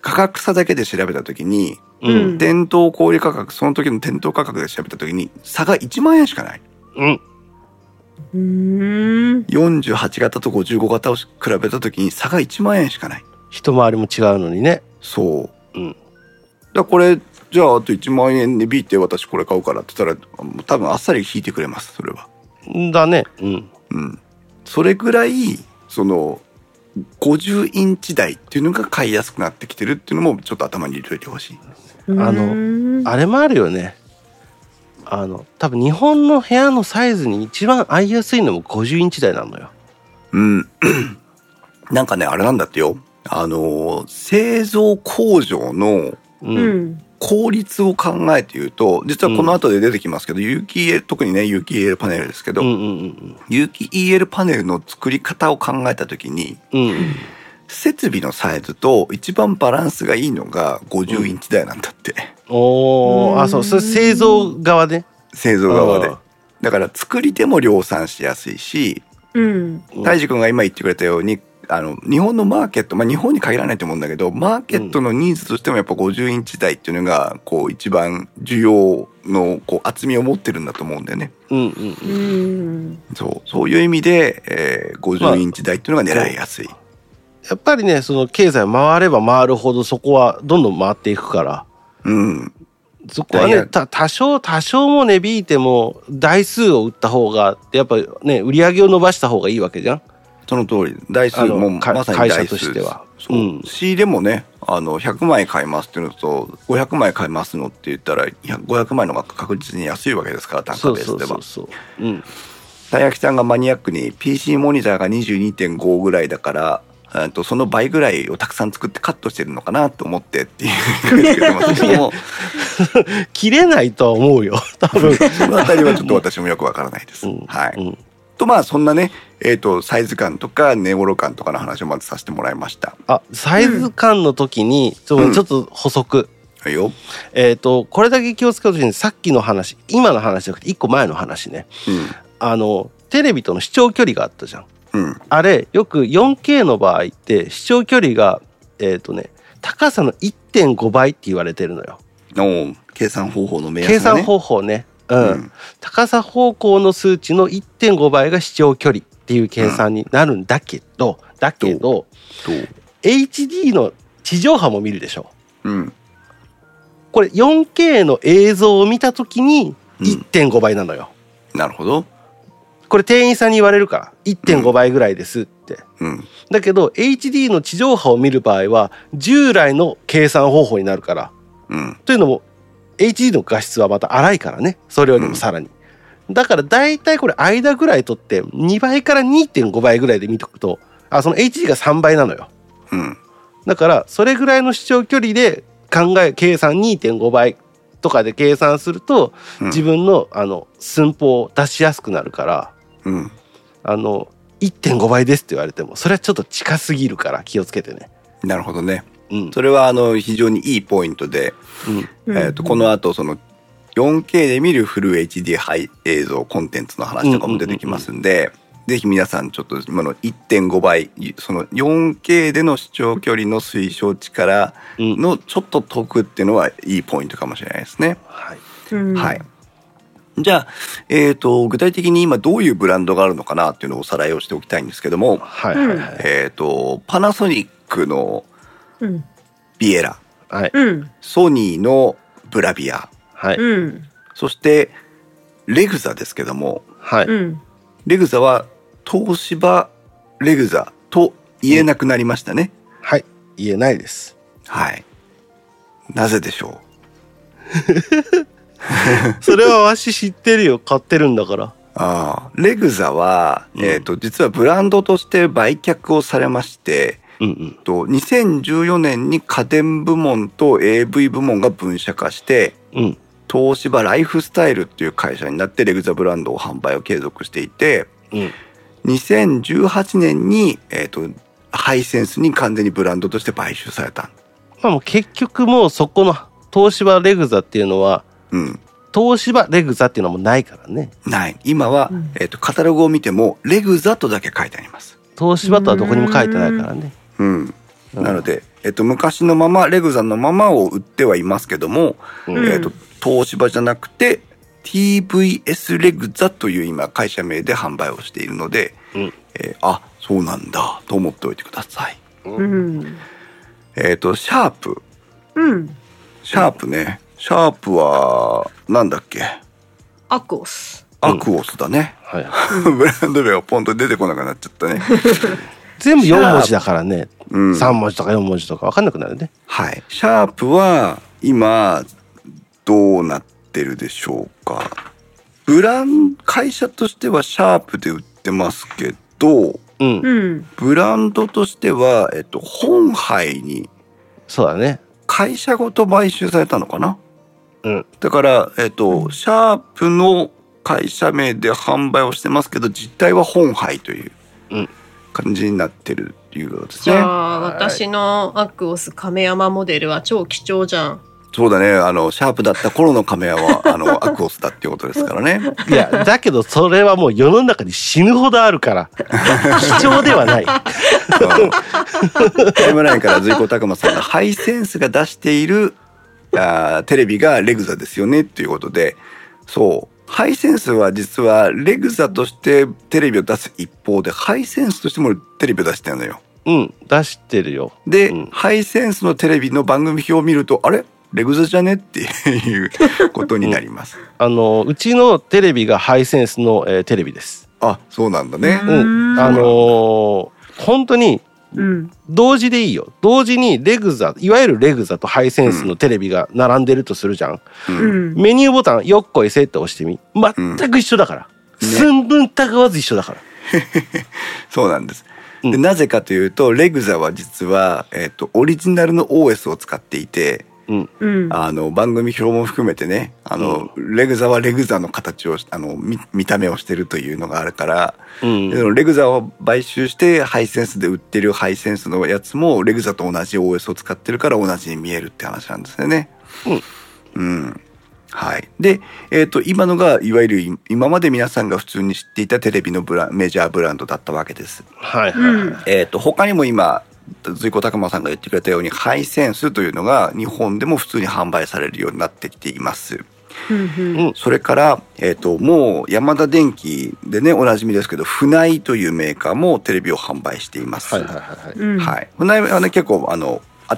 [SPEAKER 1] 価格差だけで調べたときに、
[SPEAKER 2] う
[SPEAKER 3] うん
[SPEAKER 2] ん。
[SPEAKER 1] 店頭小売価格、その時の店頭価格で調べたときに、差が1万円しかない。
[SPEAKER 2] うん。
[SPEAKER 3] うーん
[SPEAKER 1] 48型と55型を比べたときに差が1万円しかない。
[SPEAKER 2] 一回りも違うのにね。
[SPEAKER 1] そう。
[SPEAKER 2] うん。
[SPEAKER 1] だからこれ、じゃああと1万円で B って私これ買うからって言ったら、もう多分あっさり引いてくれます、それは。
[SPEAKER 2] だね。うん。
[SPEAKER 1] うん。それぐらい、その、50インチ台っていうのが買いやすくなってきてるっていうのもちょっと頭に入れておいてほしい。
[SPEAKER 2] あの
[SPEAKER 3] うーん
[SPEAKER 2] あれもあるよね。あの、多分日本の部屋のサイズに一番合いやすいのも50インチ台なのよ。
[SPEAKER 1] うん。なんかね、あれなんだってよ。あのー、製造工場の
[SPEAKER 2] う。
[SPEAKER 3] うんん
[SPEAKER 1] 効率を考えて言うと、実はこの後で出てきますけど、有機 EL、特にね、有機 EL パネルですけど、
[SPEAKER 2] うんうん
[SPEAKER 1] 有機 EL パネルの作り方を考えたときに、
[SPEAKER 2] うん。うん。
[SPEAKER 1] 設備のサイズと一番バランスがいいのが50インチ台なんだって。
[SPEAKER 2] おー、あ、そう、それ製造側で。
[SPEAKER 1] 製造側で
[SPEAKER 2] あ。
[SPEAKER 1] だから作り手も量産しやすいし、
[SPEAKER 3] うん
[SPEAKER 2] うん
[SPEAKER 1] 大く君が今言ってくれたようにあの日本のマーケット、まあ、日本に限らないと思うんだけどマーケットのニーズとしてもやっぱ50インチ台っていうのがこう一番需要のこう厚みを持ってるんだと思うんだよね。
[SPEAKER 2] うんうん
[SPEAKER 3] うーん。
[SPEAKER 1] そうそういう意味で、えー
[SPEAKER 2] まあ
[SPEAKER 1] 50インチ台っていうのが狙いやすい。
[SPEAKER 2] やっぱりねその経済回れば回るほどそこはどんどん回っていくから
[SPEAKER 1] うん、
[SPEAKER 2] そこはいね
[SPEAKER 1] や
[SPEAKER 2] た多少多少も値引いても台数を売った方がやっぱね売り上げを伸ばした方がいいわけじゃん
[SPEAKER 1] その通り台数
[SPEAKER 2] あの
[SPEAKER 1] も
[SPEAKER 2] か
[SPEAKER 1] まさに
[SPEAKER 2] 会
[SPEAKER 1] 台
[SPEAKER 2] 社
[SPEAKER 1] 数
[SPEAKER 2] としては
[SPEAKER 1] そう、
[SPEAKER 2] うん
[SPEAKER 1] 仕入れもねあの100枚買いますっていうのと500枚買いますのって言ったらいや500枚の方が確実に安いわけですから単価
[SPEAKER 2] そう
[SPEAKER 1] ベー
[SPEAKER 2] そ
[SPEAKER 1] ス
[SPEAKER 2] う
[SPEAKER 1] で
[SPEAKER 2] そ
[SPEAKER 1] は
[SPEAKER 2] う。そううん
[SPEAKER 1] たやきさんがマニアックに PC モニターが22.5ぐらいだからえーとその倍ぐらいをたくさん作ってカットしてるのかなと思ってっていう感じですけどまあそこ も
[SPEAKER 2] 切れないとは思 うよ多分、
[SPEAKER 1] そのあたりはちょっと私もよくわからないです。
[SPEAKER 2] うん
[SPEAKER 1] はい、
[SPEAKER 2] うん
[SPEAKER 1] とまあそんなね、えー、とサイズ感とか寝頃感とかの話をまずさせてもらいました。
[SPEAKER 2] あサイズ感の時にちょ,、
[SPEAKER 1] うん
[SPEAKER 2] ちょっと補足、
[SPEAKER 1] はいよ、
[SPEAKER 2] えっ、とこれだけ気をつけてほしいんですさっきの話今の話じゃなくて1個前の話ねあのテレビとの視聴距離があったじゃん
[SPEAKER 1] うんうん、
[SPEAKER 2] あれよく 4K の場合って視聴距離がえっ、とね高さの1.5倍って言われてるのよ
[SPEAKER 1] の計算方法の目安、ね、
[SPEAKER 2] 計算方法ねうん、
[SPEAKER 1] うん
[SPEAKER 2] 高さ方向の数値の1.5倍が視聴距離っていう計算になるんだけど、だけど
[SPEAKER 1] と、
[SPEAKER 2] HD の地上波も見るでしょ
[SPEAKER 1] うん、
[SPEAKER 2] これ 4K の映像を見た時に
[SPEAKER 1] うん
[SPEAKER 2] 1.5倍なのよ、
[SPEAKER 1] なるほど、
[SPEAKER 2] これ店員さんに言われるから1.5倍ぐらいですって、
[SPEAKER 1] うん、
[SPEAKER 2] だけど HD の地上波を見る場合は従来の計算方法になるから
[SPEAKER 1] うん、
[SPEAKER 2] というのも HD の画質はまた荒いからねそれよりもさらに、だから大体これ間ぐらい取って2倍から2.5倍ぐらいで見とくとあその HD が3倍なのよ
[SPEAKER 1] うん、
[SPEAKER 2] だからそれぐらいの視聴距離で考え計算2.5倍とかで計算すると
[SPEAKER 1] うん
[SPEAKER 2] 自分のあの寸法を出しやすくなるから
[SPEAKER 1] うん、
[SPEAKER 2] あの1.5倍ですって言われてもそれはちょっと近すぎるから気をつけてね。
[SPEAKER 1] なるほどね。
[SPEAKER 2] うん
[SPEAKER 1] それはあの非常にいいポイントで、
[SPEAKER 2] うん
[SPEAKER 1] えー、とこの後その 4K で見るフル HD ハイ映像コンテンツの話とかも出てきますんで、ぜひ皆さんちょっと今の1.5倍その 4K での視聴距離の推奨値から
[SPEAKER 2] うん
[SPEAKER 1] のちょっと遠くっていうのはいいポイントかもしれないですね。
[SPEAKER 2] はい
[SPEAKER 3] うん
[SPEAKER 1] はい。じゃあ、えー、と具体的に今どういうブランドがあるのかなっていうのをおさらいをしておきたいんですけども、
[SPEAKER 2] はいはいはい
[SPEAKER 1] えー、とパナソニックの
[SPEAKER 3] うん。
[SPEAKER 1] ビエラ
[SPEAKER 2] はい
[SPEAKER 3] うん。
[SPEAKER 1] ソニーのブラビア
[SPEAKER 2] はい
[SPEAKER 3] うん。
[SPEAKER 1] そしてレグザですけども
[SPEAKER 2] はい
[SPEAKER 3] うん。
[SPEAKER 1] レグザは東芝レグザと言えなくなりましたね、
[SPEAKER 2] はい言えない です。
[SPEAKER 1] はいなぜでしょ
[SPEAKER 2] それはわし知ってるよ買ってるんだから。
[SPEAKER 1] うああレグザは、
[SPEAKER 2] うん
[SPEAKER 1] えー、と実はブランドとして売却をされまして
[SPEAKER 2] うんうん
[SPEAKER 1] と2014年に家電部門と AV 部門が分社化して
[SPEAKER 2] うん
[SPEAKER 1] 東芝ライフスタイルっていう会社になってレグザブランドを販売を継続していて、
[SPEAKER 2] うん
[SPEAKER 1] 2018年に、えー、とハイセンスに完全にブランドとして買収された。
[SPEAKER 2] まあもう結局もうそこの東芝レグザっていうのは
[SPEAKER 1] うん、
[SPEAKER 2] 東芝レグザっていうのはもうないからね。
[SPEAKER 1] ない今は、
[SPEAKER 3] うん
[SPEAKER 1] えー、とカタログを見ても「レグザ」とだけ書いてあります。
[SPEAKER 2] 東芝とはどこにも書いてないからね。
[SPEAKER 1] うん、
[SPEAKER 2] うん
[SPEAKER 1] なので、えー、と昔のままレグザのままを売ってはいますけども、
[SPEAKER 2] うん
[SPEAKER 1] えー、と東芝じゃなくて TVS レグザという今会社名で販売をしているので、
[SPEAKER 2] うん
[SPEAKER 1] えーあそうなんだと思っておいてください。
[SPEAKER 3] うん。
[SPEAKER 1] えー、とシャープ
[SPEAKER 3] うん。
[SPEAKER 1] シャープねシャープはなんだっけ
[SPEAKER 3] アクオス。
[SPEAKER 1] アクオスだね、
[SPEAKER 2] はい
[SPEAKER 1] ブランド名がポンと出てこなくなっちゃったね、
[SPEAKER 2] 全部四文字だからね。
[SPEAKER 1] うん、
[SPEAKER 2] 三文字とか四文字とか分かんなくなるね。
[SPEAKER 1] はいシャープは今どうなってるでしょうかブラン会社としてはシャープで売ってますけど
[SPEAKER 2] うん
[SPEAKER 3] うん。
[SPEAKER 1] ブランドとしては、えっと、本杯に
[SPEAKER 2] そうだね。
[SPEAKER 1] 会社ごと買収されたのかな
[SPEAKER 2] うん
[SPEAKER 1] だから、えっ
[SPEAKER 3] う
[SPEAKER 1] と、
[SPEAKER 3] ん
[SPEAKER 1] シャープの会社名で販売をしてますけど実態は本杯という
[SPEAKER 2] うん
[SPEAKER 1] 感じになってるっていうことです
[SPEAKER 3] じ
[SPEAKER 1] ね。
[SPEAKER 3] ゃあ、
[SPEAKER 2] はい
[SPEAKER 3] 私のアクオス亀山モデルは超貴重じゃん。
[SPEAKER 1] そうだねあのシャープだった頃の亀 はあのアクオスだっていうことですからね。
[SPEAKER 2] いやだけどそれはもう世の中に死ぬほどあるから 貴重ではない。
[SPEAKER 1] うんタイムラインから随行拓磨さんがハイセンスが出しているあーテレビがレグザですよねっていうことで、そう、ハイセンスは実はレグザとしてテレビを出す一方で、ハイセンスとしてもテレビを出してるのよ。
[SPEAKER 2] うん、出してるよ。
[SPEAKER 1] で、
[SPEAKER 2] うん
[SPEAKER 1] ハイセンスのテレビの番組表を見ると、あれレグザじゃねっていうことになります。
[SPEAKER 2] あの、うちのテレビがハイセンスの、えーテレビです。
[SPEAKER 1] あ、そうなんだね。
[SPEAKER 2] う。
[SPEAKER 3] うんん
[SPEAKER 2] あのー本当に
[SPEAKER 3] うん。
[SPEAKER 2] 同時でいいよ。同時にレグザ、いわゆるレグザとハイセンスのテレビが並んでるとするじゃん。
[SPEAKER 1] うん
[SPEAKER 3] うん。
[SPEAKER 2] メニューボタン、よっこいせって押してみ。全く一緒だから。
[SPEAKER 1] ね
[SPEAKER 2] 寸分たがわず一緒だから。
[SPEAKER 1] そうなんです。
[SPEAKER 2] うん
[SPEAKER 1] でなぜかというとレグザは実は、えっとオリジナルの OS を使っていて
[SPEAKER 2] うん。
[SPEAKER 3] うん。
[SPEAKER 1] あの番組表も含めてねあの、レグザはレグザの形をあの見見た目をしてるというのがあるから、
[SPEAKER 2] うん
[SPEAKER 1] でそのレグザを買収してハイセンスで売ってるハイセンスのやつもレグザと同じ OS を使ってるから同じに見えるって話なんですよね。うん。はい。で、えっ、と、今のが、いわゆるい、今まで皆さんが普通に知っていたテレビのブラメジャーブランドだったわけです。
[SPEAKER 2] はいはいはい。
[SPEAKER 3] う
[SPEAKER 1] えっ、と、他にも今、随子拓馬さんが言ってくれたように、ハイセンスというのが日本でも普通に販売されるようになってきています。
[SPEAKER 3] ん。
[SPEAKER 1] それから、えっ、と、もう、山田電機でね、おなじみですけど、船井というメーカーもテレビを販売しています。
[SPEAKER 2] はいはいはいはい。
[SPEAKER 3] うん。
[SPEAKER 1] はい。船井はね、結構、あの、あ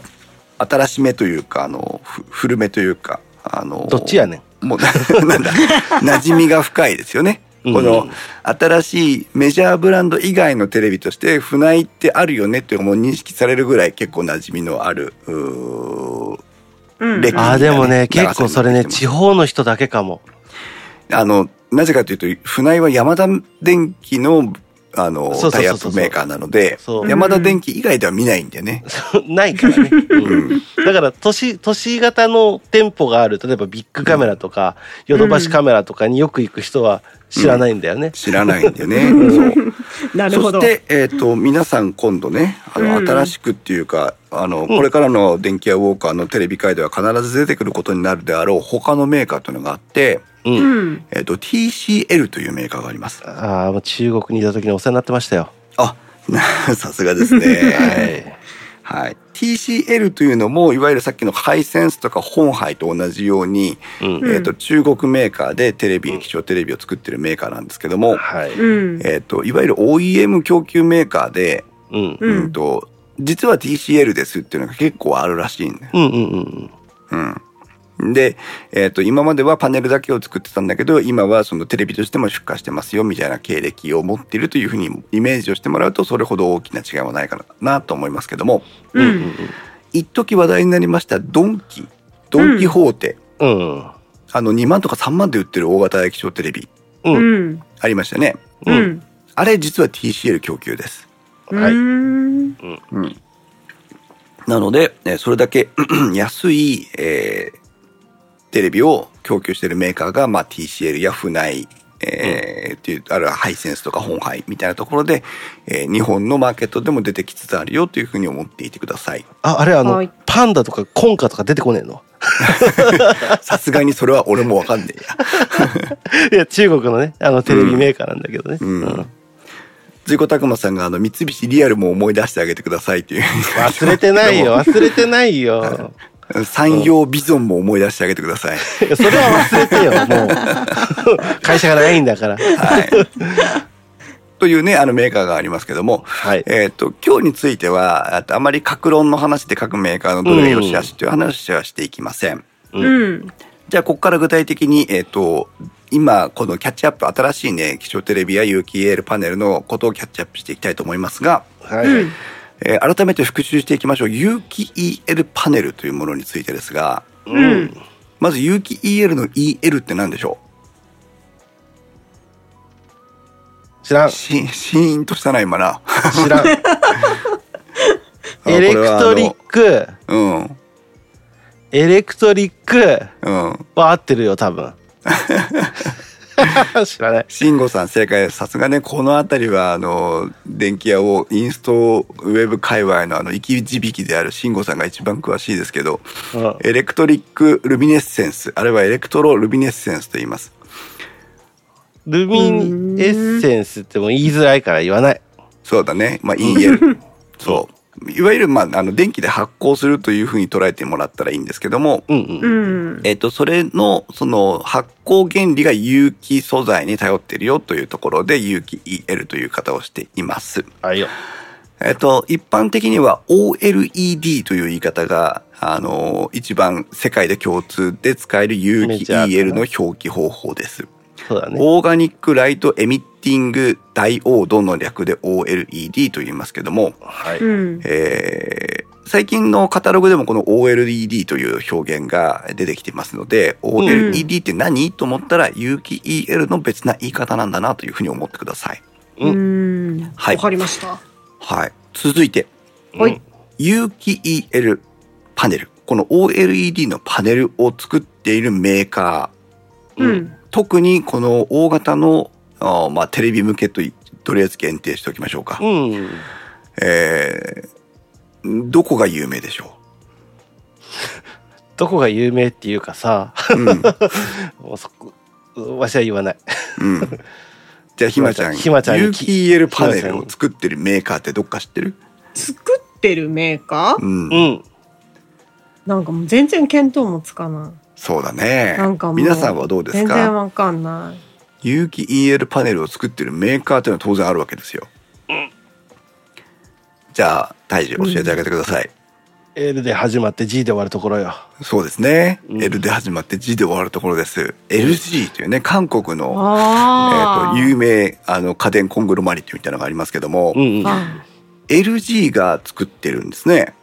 [SPEAKER 1] 新しめというか、あの、ふ古めというか、あの、
[SPEAKER 2] どっちやねん。
[SPEAKER 1] もう、なん だ、馴染みが深いですよね。
[SPEAKER 2] うん
[SPEAKER 1] この、新しいメジャーブランド以外のテレビとして、船井ってあるよねっていうのも認識されるぐらい結構馴染みのある、うー
[SPEAKER 3] うん。
[SPEAKER 1] レッ
[SPEAKER 2] あーでもね、
[SPEAKER 1] 長さに
[SPEAKER 2] 結構それ
[SPEAKER 1] なっ
[SPEAKER 2] ね、
[SPEAKER 1] てます
[SPEAKER 2] 地方の人だけかも。
[SPEAKER 1] あの、なぜかというと、船井は山田電機の、あの
[SPEAKER 2] そう、そ
[SPEAKER 1] タ
[SPEAKER 2] うそうそう
[SPEAKER 1] イアップメーカーなので
[SPEAKER 2] そ、う
[SPEAKER 1] 山田電機以外では見ないんだよね。
[SPEAKER 2] ないからね。うん
[SPEAKER 1] うん
[SPEAKER 2] だから都市、都市型の店舗がある、例えばビッグカメラとか、ヨドバシカメラとかによく行く人は知らないんだよね。
[SPEAKER 1] 知らないんだよね。そう
[SPEAKER 3] なる
[SPEAKER 1] そ
[SPEAKER 3] ほ
[SPEAKER 1] し
[SPEAKER 3] ど。
[SPEAKER 1] て、えっ、と、皆さん今度ね、あの、
[SPEAKER 3] うん
[SPEAKER 1] 新しくっていうか、あの、これからの電気屋ウォーカーのテレビ界では必ず出てくることになるであろう他のメーカーというのがあって、
[SPEAKER 2] うん。
[SPEAKER 3] うん。
[SPEAKER 1] えっ、と、TCL というメーカーがあります。
[SPEAKER 2] ああ、もう中国にいた時にお世話になってましたよ。
[SPEAKER 1] あ、な さすがですね。 はい。TCL というのも、いわゆるさっきのハイセンスとか本杯と同じように、
[SPEAKER 2] うん。
[SPEAKER 1] えっ、と、中国メーカーでテレビ、液晶テレビを作ってるメーカーなんですけども、
[SPEAKER 2] はい。
[SPEAKER 3] うん。
[SPEAKER 1] えっ、と、いわゆる OEM 供給メーカーで、
[SPEAKER 2] うん。
[SPEAKER 3] うん
[SPEAKER 1] うんと、実は TCL ですっていうのが結構あるらしいんだよ。
[SPEAKER 2] うんうんうん
[SPEAKER 1] うん。で、えっ、と、今まではパネルだけを作ってたんだけど、今はそのテレビとしても出荷してますよ、みたいな経歴を持っているというふうにイメージをしてもらうと、それほど大きな違いはないかなと思いますけども、
[SPEAKER 2] うん。う
[SPEAKER 3] うんん。
[SPEAKER 1] 一時話題になりました、ドンキ、ドンキホーテ、
[SPEAKER 2] うん
[SPEAKER 1] あの、2万とか3万で売ってる大型液晶テレビ、
[SPEAKER 2] うん
[SPEAKER 3] うん。
[SPEAKER 1] ありましたね。
[SPEAKER 2] う。
[SPEAKER 3] うんん。
[SPEAKER 1] あれ実は TCL 供給です。
[SPEAKER 2] はい。
[SPEAKER 3] うん。
[SPEAKER 1] なので、えーそれだけ 安い、えーテレビを供給しているメーカーが、まあ、TCL やフナイ、えーっていう、あるいはハイセンスとか本ハイみたいなところで、えー日本のマーケットでも出てきつつあるよというふうに思っていてくだ さい。
[SPEAKER 2] あ、あれあ
[SPEAKER 3] は
[SPEAKER 2] の
[SPEAKER 3] い、
[SPEAKER 2] パンダとかコンカとか出てこねえの
[SPEAKER 1] さすがにそれは俺もわかんねえや。
[SPEAKER 2] いや、中国のね、あのテレビメーカーなんだけどね。
[SPEAKER 1] うん
[SPEAKER 2] うん
[SPEAKER 1] ジコタクマさんがあの三菱リアルも思い出してあげてくださいっていう。
[SPEAKER 2] 忘れてないよ、忘れてない よ。
[SPEAKER 1] 産業ビゾンも思い出してあげてください。
[SPEAKER 2] いやそれは忘れてよ、もう。会社がないんだか ら。
[SPEAKER 1] はい。というね、あのメーカーがありますけども、
[SPEAKER 2] はい。
[SPEAKER 1] えっ、と、今日については、あとあまり各論の話で各メーカーのどれが良し悪しという話はしていきません。
[SPEAKER 3] うん。
[SPEAKER 1] じゃあ、ここから具体的に、えっ、と、今、このキャッチアップ、新しいね、気象テレビや有機 EL パネルのことをキャッチアップしていきたいと思いますが、
[SPEAKER 2] は
[SPEAKER 3] うん。
[SPEAKER 1] え
[SPEAKER 2] い。
[SPEAKER 1] ー改めて復習していきましょう。有機 EL パネルというものについてですが、
[SPEAKER 3] うん。
[SPEAKER 1] まず有機 EL の EL って何でしょ
[SPEAKER 2] 知らん
[SPEAKER 1] う。し、シーンとしたな、今な。
[SPEAKER 2] 知らん。
[SPEAKER 1] あ
[SPEAKER 2] エレクトリック、
[SPEAKER 1] うん。
[SPEAKER 2] エレクトリック
[SPEAKER 1] うん。
[SPEAKER 2] は合ってるよ、多 分。知らない。
[SPEAKER 1] 慎吾さん正解ですさすがねこの辺りはあの電気屋をインストウェブ界隈のあの生き字引である慎吾さんが一番詳しいですけど
[SPEAKER 2] うん
[SPEAKER 1] エレクトリックルミネッセンスあるいはエレクトロルミネッセンスと言います
[SPEAKER 2] ルミンエッセンスってもう言いづらいから言わない。
[SPEAKER 1] そうだねまあ EL そういわゆる、まあ、あの、電気で発光するというふうに捉えてもらったらいいんですけども、
[SPEAKER 2] うんう。
[SPEAKER 3] うんん。
[SPEAKER 1] えっと、それの、その、発光原理が有機素材に頼っているよというところで、有機 EL という言い方をしています。
[SPEAKER 2] あいよ。
[SPEAKER 1] えっと、一般的には OLED という言い方が、あの、一番世界で共通で使える有
[SPEAKER 2] メ
[SPEAKER 1] 機
[SPEAKER 2] ジャー
[SPEAKER 1] EL
[SPEAKER 2] かな
[SPEAKER 1] の表記方法です。
[SPEAKER 2] そうだね。
[SPEAKER 1] オーガニックライトエミッティングダイオードの略で OLED と言いますけども、
[SPEAKER 2] はい。
[SPEAKER 3] うん。
[SPEAKER 1] えー最近のカタログでもこの OLED という表現が出てきてますので、OLED って何と思ったら有機 EL の別な言い方なんだなというふうに思ってください。
[SPEAKER 2] うん
[SPEAKER 3] うん。
[SPEAKER 1] はい
[SPEAKER 3] わかりました。
[SPEAKER 1] はい。続いて、
[SPEAKER 3] ほい
[SPEAKER 2] うん
[SPEAKER 1] 有機 EL パネル。この OLED のパネルを作っているメーカ
[SPEAKER 2] う
[SPEAKER 3] うんん。
[SPEAKER 1] ー。特にこの大型の、あーまあ、テレビ向けとい、とりあえず限定しておきましょうか。
[SPEAKER 2] うん。
[SPEAKER 1] えーどこが有名でしょ
[SPEAKER 2] どこが有名っていうかさ、
[SPEAKER 1] う、うん、
[SPEAKER 2] もうそこ、わしは言わない。
[SPEAKER 1] うん。じゃあ、ひまちゃん、
[SPEAKER 2] ひまちゃんに
[SPEAKER 1] 有機 EL パネルを作ってるメーカーってどっか知ってる
[SPEAKER 3] 作ってるメーカー
[SPEAKER 1] うん
[SPEAKER 2] う。ん。
[SPEAKER 3] なんかもう全然見当もつかな
[SPEAKER 1] そうだね
[SPEAKER 3] い。なんかも。う。
[SPEAKER 1] 皆さんはどうです
[SPEAKER 3] 全然
[SPEAKER 1] か
[SPEAKER 3] わかんない。
[SPEAKER 1] 有機 EL パネルを作ってるメーカーっていうのは当然あるわけですよ。じゃあ、大樹教えてあげてください。
[SPEAKER 2] L で始まって G で終わるところよ。
[SPEAKER 1] そうですね。
[SPEAKER 2] うん
[SPEAKER 1] L で始まって G で終わるところです。LG というね、韓国の、え
[SPEAKER 3] あ
[SPEAKER 1] ー
[SPEAKER 3] あ。
[SPEAKER 1] と有名あの家電コングロマリットみたいなのがありますけども、
[SPEAKER 2] うんうん。
[SPEAKER 3] あ
[SPEAKER 1] LG が作ってるんですね。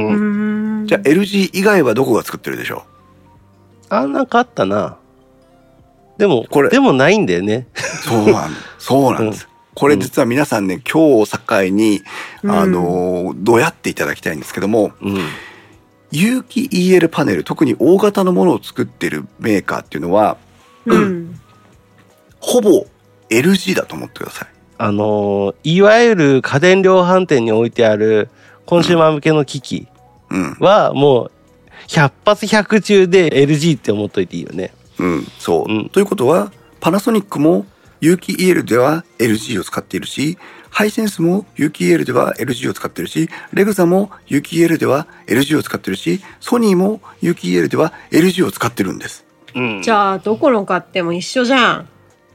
[SPEAKER 2] うん。
[SPEAKER 3] ーん。
[SPEAKER 1] じゃあ LG 以外はどこが作ってるでしょ
[SPEAKER 2] あ、なんかあったな。でも、
[SPEAKER 1] これ
[SPEAKER 2] でもないんだよね。
[SPEAKER 1] うそうなんそうなんです。これ実は皆さんね、今日を境に、
[SPEAKER 3] うん
[SPEAKER 1] あのー、どうやっていただきたいんですけども、
[SPEAKER 2] うん。
[SPEAKER 1] 有機 EL パネル、特に大型のものを作ってるメーカーっていうのは、
[SPEAKER 3] うん。
[SPEAKER 1] ほぼ LG だと思ってください。
[SPEAKER 2] あのーいわゆる家電量販店に置いてあるコンシューマー向けの機器
[SPEAKER 1] うん。
[SPEAKER 2] はもう100発100中で LG って思っといていいよね。
[SPEAKER 1] うん。そう。
[SPEAKER 2] うん
[SPEAKER 1] ということは、パナソニックも有機 EL では LG を使っているし、ハイセンスも有機 EL では LG を使ってるし、レグザも有機 EL では LG を使ってるし、ソニーも有機 EL では LG を使ってるんです。
[SPEAKER 2] うん
[SPEAKER 3] じゃあどこの買っても一緒じゃん。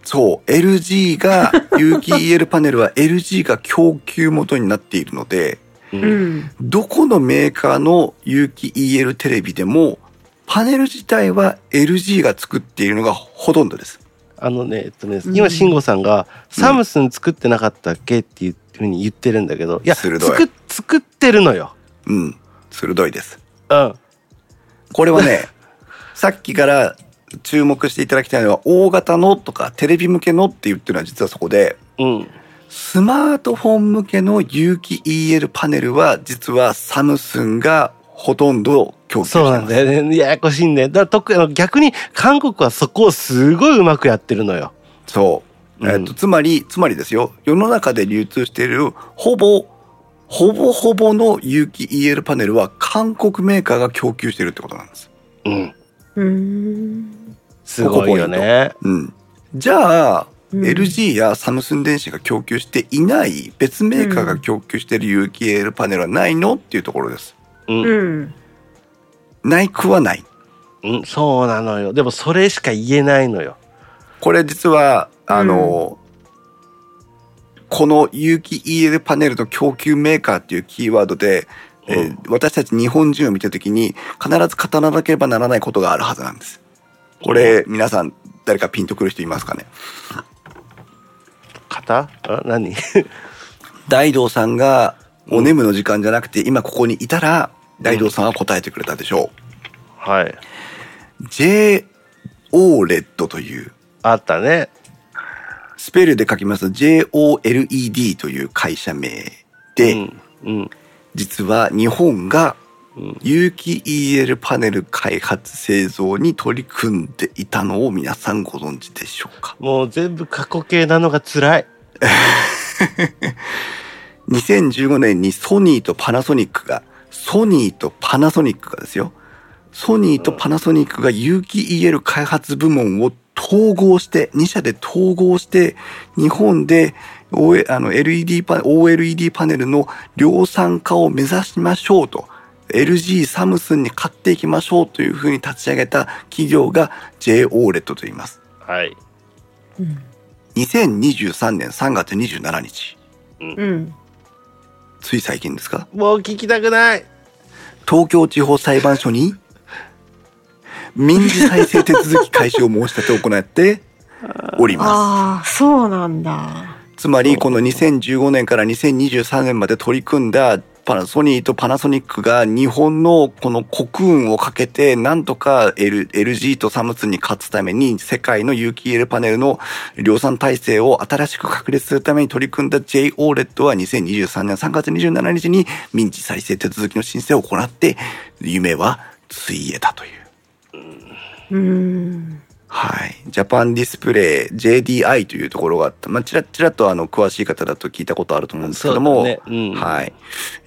[SPEAKER 1] そう、LG が、有機 EL パネルは LG が供給元になっているので、
[SPEAKER 2] う
[SPEAKER 3] うんん。
[SPEAKER 1] どこのメーカーの有機 EL テレビでも、パネル自体は LG が作っているのがほとんどです。
[SPEAKER 2] あのね、えっとね、
[SPEAKER 3] うん
[SPEAKER 2] 今、慎吾さんが、サムスン作ってなかったっけっていうふうに言ってるんだけど、いや、
[SPEAKER 1] 鋭い
[SPEAKER 2] 作作ってるのよ。
[SPEAKER 1] うん、鋭いです。
[SPEAKER 2] うん。
[SPEAKER 1] これはね、さっきから注目していただきたいのは、大型のとかテレビ向けのって言ってるのは実はそこで、
[SPEAKER 2] うん。
[SPEAKER 1] スマートフォン向けの有機 EL パネルは、実はサムスンがほとんど供給してい
[SPEAKER 2] そう
[SPEAKER 1] ま
[SPEAKER 2] な
[SPEAKER 1] す
[SPEAKER 2] ん。だよね。ややこしいんだよ。だから特にあの逆に韓国はそこをすごいうまくやってるのよ。
[SPEAKER 1] そう。
[SPEAKER 2] うん
[SPEAKER 1] えっと、つまり、つまりですよ。世の中で流通している、ほぼ、ほぼほぼの有機 EL パネルは韓国メーカーが供給しているってことなんです。
[SPEAKER 2] うん。
[SPEAKER 3] うーん。
[SPEAKER 2] すごいよね。
[SPEAKER 1] うん。じゃあ、
[SPEAKER 3] うん
[SPEAKER 1] LG やサムスン電子が供給していない、別メーカーが供給している有機 EL パネルはないのっていうところです。
[SPEAKER 2] うん。
[SPEAKER 3] うん。
[SPEAKER 1] ないくはない。
[SPEAKER 2] うん。そうなのよ。でもそれしか言えないのよ。
[SPEAKER 1] これ実は、あの、この有機 EL パネルの供給メーカーっていうキーワードで、えー私たち日本人を見たときに必ず語らなければならないことがあるはずなんです。これ、皆さん、誰かピンとくる人いますかね
[SPEAKER 2] 型あ何
[SPEAKER 1] 大道さんがお眠の時間じゃなくて今ここにいたら、大道さんは答えてくれたでしょ
[SPEAKER 2] はい。
[SPEAKER 1] う。JOLED という、
[SPEAKER 2] あったね。
[SPEAKER 1] スペルで書きますと JOLED という会社名で、
[SPEAKER 2] うん。うん。
[SPEAKER 1] 実は日本が
[SPEAKER 2] うん
[SPEAKER 1] 有機 EL パネル開発製造に取り組んでいたのを皆さんご存知でしょうか
[SPEAKER 2] もう全部過去形なのが辛い。
[SPEAKER 1] 2015年にソニーとパナソニックがソニーとパナソニックがですよソニーとパナソニックが有機 EL 開発部門を統合して2社で統合して日本で O- あの LED パ OLED パネルの量産化を目指しましょうと LG サムスンに買っていきましょうというふうに立ち上げた企業が JOLED と言います
[SPEAKER 2] はい。
[SPEAKER 3] うん
[SPEAKER 1] 2023年3月27日
[SPEAKER 3] うん
[SPEAKER 1] つい最近ですか
[SPEAKER 2] もう聞きたくない。
[SPEAKER 1] 東京地方裁判所に民事再生手続き開始を申し立てを行っております
[SPEAKER 3] ああそうなんだ
[SPEAKER 1] つまりこの2015年から2023年まで取り組んだパナソニーとパナソニックが日本のこの国運をかけてなんとか L LG とサムスンに勝つために世界の有機 EL パネルの量産体制を新しく確立するために取り組んだ JOLED は2023年3月27日に民事再生手続きの申請を行って夢はついえたという。
[SPEAKER 3] うん
[SPEAKER 1] はい。ジャパンディスプレイ JDI というところがあった。まあ、ちらちらとあの、詳しい方だと聞いたことあると思うんですけども、
[SPEAKER 2] そうだねうん
[SPEAKER 1] はい。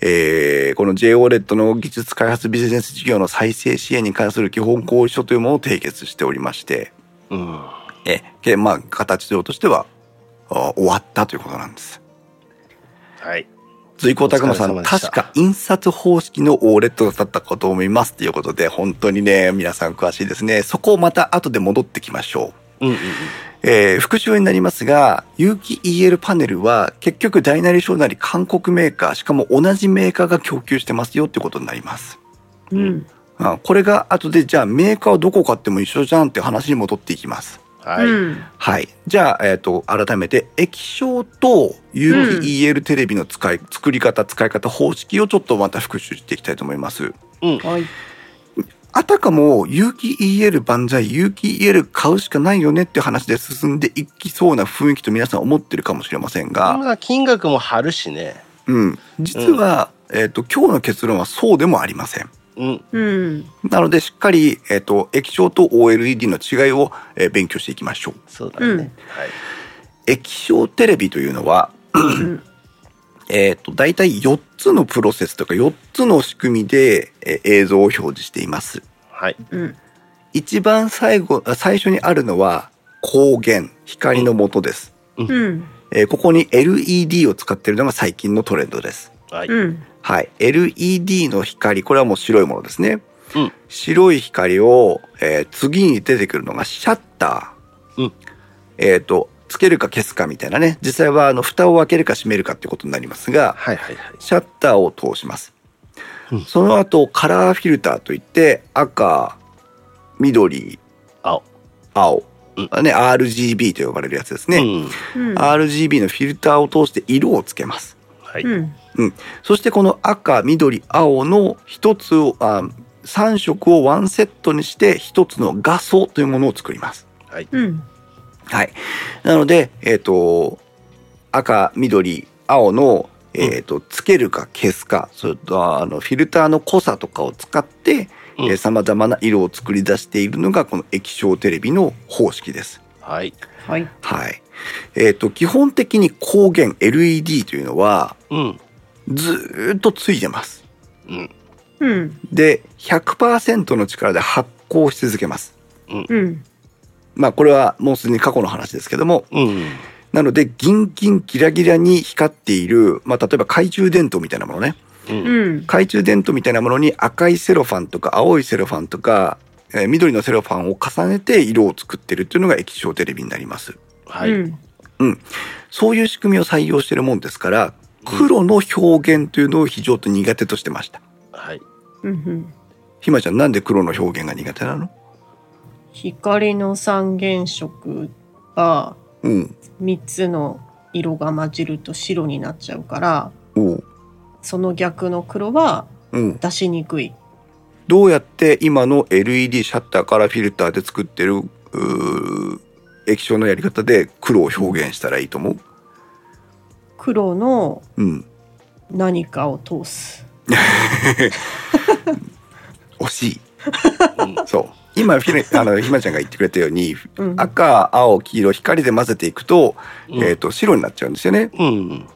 [SPEAKER 1] えー、この JOLED の技術開発ビジネス事業の再生支援に関する基本合意書というものを締結しておりまして、
[SPEAKER 2] うん。
[SPEAKER 1] え、けまあ、形上としては、あ終わったということなんです。
[SPEAKER 2] はい。
[SPEAKER 1] 随行拓磨さ
[SPEAKER 2] お疲
[SPEAKER 1] ん、
[SPEAKER 2] れ様でした
[SPEAKER 1] 確か印刷方式の OLED だったかと思いますということで、本当にね、皆さん詳しいですね。そこをまた後で戻ってきましょう。
[SPEAKER 2] うんうん
[SPEAKER 1] えー復習になりますが、有機 EL パネルは結局大なり小なり韓国メーカー、しかも同じメーカーが供給してますよってことになります。
[SPEAKER 3] うん
[SPEAKER 1] あこれが後でじゃあメーカーはどこ買っても一緒じゃんって話に戻っていきます。
[SPEAKER 2] はい。
[SPEAKER 3] うん
[SPEAKER 1] はい。じゃあ、えっ、と、改めて液晶と有機 EL テレビの使い、作り方、使い方、方式をちょっとまた復習していきたいと思います。
[SPEAKER 3] はい
[SPEAKER 1] あたかも有機 EL 万歳、有機 EL 買うしかないよねっていう話で進んでいきそうな雰囲気と皆さん思ってるかもしれませんが、
[SPEAKER 2] まあ金額も張るしね。
[SPEAKER 1] うん。実は、えっ、と、今日の結論はそうでもありません。
[SPEAKER 2] うん。
[SPEAKER 3] うん
[SPEAKER 1] なので、しっかり、えっ、と、液晶と OLED の違いを、えー勉強していきましょう。
[SPEAKER 2] そうだね。
[SPEAKER 3] うん
[SPEAKER 2] はい。
[SPEAKER 1] 液晶テレビというの は、
[SPEAKER 3] ん
[SPEAKER 1] えっと、大体4つのプロセスとか4つの仕組みで、えー映像を表示しています。
[SPEAKER 2] はい。
[SPEAKER 3] うん
[SPEAKER 1] 一番最後、あ最初にあるのは光源、光の元です。
[SPEAKER 3] うん
[SPEAKER 1] えーここに LED を使っているのが最近のトレンドです。
[SPEAKER 2] はい。
[SPEAKER 3] うん
[SPEAKER 1] はい。LED の光、これはもう白いものですね。
[SPEAKER 2] うん
[SPEAKER 1] 白い光を、えー次に出てくるのがシャッター。
[SPEAKER 2] うん
[SPEAKER 1] えっ、と、つけるか消すかみたいなね。実際はあの、蓋を開けるか閉めるかってことになりますが、
[SPEAKER 2] はいはいはい。
[SPEAKER 1] シャッターを通します
[SPEAKER 2] うん。
[SPEAKER 1] その後、カラーフィルターといって、赤、緑、
[SPEAKER 2] 青。
[SPEAKER 1] 青、
[SPEAKER 2] うん
[SPEAKER 1] あね、RGB と呼ばれるやつですね、
[SPEAKER 2] うん。
[SPEAKER 3] うん
[SPEAKER 1] RGB のフィルターを通して色をつけます
[SPEAKER 2] はい。
[SPEAKER 3] うん
[SPEAKER 1] そしてこの赤緑青の一つをあ3色をワンセットにして一つの画素というものを作ります
[SPEAKER 2] はい。
[SPEAKER 3] うん
[SPEAKER 1] はいなのでえっ、と赤緑青のえー、とつけるか消すかそれとあのフィルターの濃さとかを使って
[SPEAKER 2] うん
[SPEAKER 1] さまざまな色を作り出しているのがこの液晶テレビの方式です。
[SPEAKER 2] はい。
[SPEAKER 3] はい
[SPEAKER 1] はい。えっ、と、基本的に光源 LED というのは、
[SPEAKER 2] うん。
[SPEAKER 1] ずーっとついてます。
[SPEAKER 2] うん。
[SPEAKER 3] うん
[SPEAKER 1] で、100%の力で発光し続けます。
[SPEAKER 3] うん
[SPEAKER 1] まあ、これはもうすでに過去の話ですけども、
[SPEAKER 2] うん。
[SPEAKER 1] なので、ギンギンギラギラに光っている、まあ、例えば懐中電灯みたいなものね。
[SPEAKER 2] うん。
[SPEAKER 3] うん
[SPEAKER 1] 懐中電灯みたいなものに赤いセロファンとか青いセロファンとか、えー緑のセロファンを重ねて色を作ってるっていうのが液晶テレビになります。
[SPEAKER 2] は
[SPEAKER 3] う
[SPEAKER 2] い。
[SPEAKER 3] ん
[SPEAKER 1] そういう仕組みを採用してるもんですから、黒の表現というのを非常と苦手としてました。
[SPEAKER 2] はい。
[SPEAKER 3] うんうん
[SPEAKER 1] ひまちゃんなんで黒の表現が苦手なの
[SPEAKER 3] 光の三原色が
[SPEAKER 1] うん。
[SPEAKER 3] 3つの色が混じると白になっちゃうから
[SPEAKER 1] おう。
[SPEAKER 3] その逆の黒は
[SPEAKER 1] うん。
[SPEAKER 3] 出しにくい。
[SPEAKER 1] どうやって今の LED シャッターからフィルターで作ってる、うー液晶のやり方で黒を表現したらいいと思う
[SPEAKER 3] 黒の
[SPEAKER 1] うん。
[SPEAKER 3] 何かを通す。
[SPEAKER 1] 惜しい。
[SPEAKER 2] うん。
[SPEAKER 1] そう。今、フィルあの、ひまちゃんが言ってくれたように、
[SPEAKER 3] うん、
[SPEAKER 1] 赤、青、黄色、光で混ぜていくと、
[SPEAKER 2] うん
[SPEAKER 1] えっ、と、白になっちゃうんですよね。
[SPEAKER 2] うん。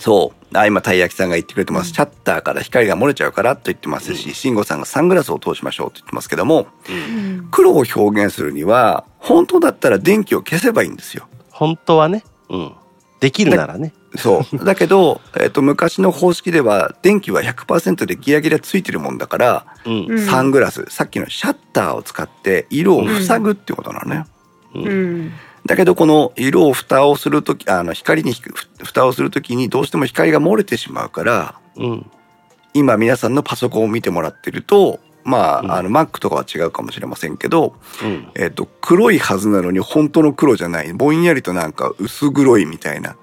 [SPEAKER 1] そう。あ、今、たい焼きさんが言ってくれてます。
[SPEAKER 3] うん
[SPEAKER 1] シャッターから光が漏れちゃうからと言ってますし、慎吾さんがサングラスを通しましょうと言ってますけども、
[SPEAKER 3] うん
[SPEAKER 1] 黒を表現するには、本当だったら電気を消せばいいんですよ。
[SPEAKER 2] 本当はね。うん。できるならね。
[SPEAKER 1] そう。だけど、えっと、昔の方式では、電気は100%でギラギラついてるもんだから、
[SPEAKER 2] うん
[SPEAKER 3] うん
[SPEAKER 1] サングラス、さっきのシャッターを使って、色を塞ぐってことなのね。
[SPEAKER 3] うん。
[SPEAKER 1] だけど、この色を蓋をするとき、あの、光にひく、蓋をするときに、どうしても光が漏れてしまうから、
[SPEAKER 2] うん。
[SPEAKER 1] 今皆さんのパソコンを見てもらってると、ま
[SPEAKER 2] うん
[SPEAKER 1] あ、あの、Mac とかは違うかもしれませんけど、
[SPEAKER 2] うん。
[SPEAKER 1] えっと、黒いはずなのに、本当の黒じゃない、ぼんやりとなんか薄黒いみたいな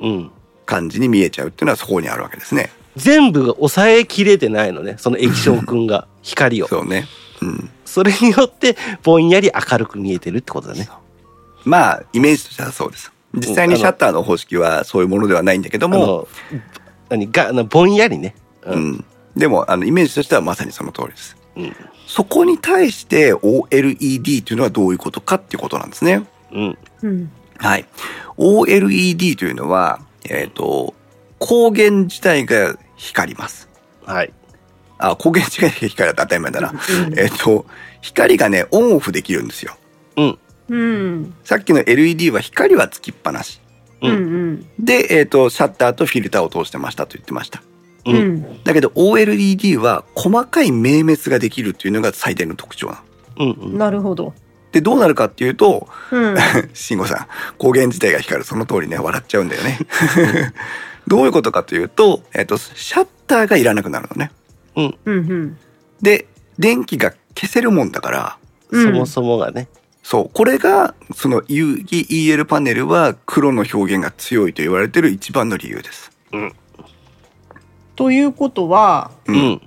[SPEAKER 2] うん。
[SPEAKER 1] 感じに見えちゃうっていうのはそこにあるわけですね。
[SPEAKER 2] 全部が抑えきれてないのね。その液晶君が光を。
[SPEAKER 1] そうね。うん。
[SPEAKER 2] それによってぼんやり明るく見えてるってことだね。
[SPEAKER 1] まあ、イメージとしてはそうです。実際にシャッターの方式はそういうものではないんだけども、
[SPEAKER 2] もう、何が、あのぼんやりね。
[SPEAKER 1] う
[SPEAKER 2] うん。
[SPEAKER 1] ん。でも、あの、イメージとしてはまさにその通りです。
[SPEAKER 2] うん。
[SPEAKER 1] そこに対して OLED というのはどういうことかっていうことなんですね。
[SPEAKER 2] うん。
[SPEAKER 3] うん。
[SPEAKER 1] はい。OLED というのは、えっ、と、光源自体が光ります。
[SPEAKER 2] はい。
[SPEAKER 1] あ、光源自体が光る当たり前だな。えっ、と、光がね、オンオフできるんですよ。
[SPEAKER 2] うん。
[SPEAKER 3] うん。
[SPEAKER 1] さっきの LED は光はつきっぱなし。
[SPEAKER 3] うん。うん。
[SPEAKER 1] で、えっ、と、シャッターとフィルターを通してましたと言ってました。
[SPEAKER 2] う。
[SPEAKER 3] うんん。
[SPEAKER 1] だけど OLED は細かい明滅ができるというのが最大の特徴なの。
[SPEAKER 2] うん。うん。
[SPEAKER 3] なるほど。
[SPEAKER 1] で、どうなるかっていうと、
[SPEAKER 3] うん。
[SPEAKER 1] 慎吾さん、光源自体が光る。その通りね、笑っちゃうんだよね。 どういうことかというと、えっ、と、シャッターがいらなくなるのね。
[SPEAKER 3] うん。
[SPEAKER 1] で、電気が消せるもんだから、
[SPEAKER 3] うん。
[SPEAKER 2] そもそもがね。
[SPEAKER 1] そう、これが、その有機 EL パネルは黒の表現が強いと言われてる一番の理由です。
[SPEAKER 3] ということは、
[SPEAKER 1] う
[SPEAKER 2] うんん。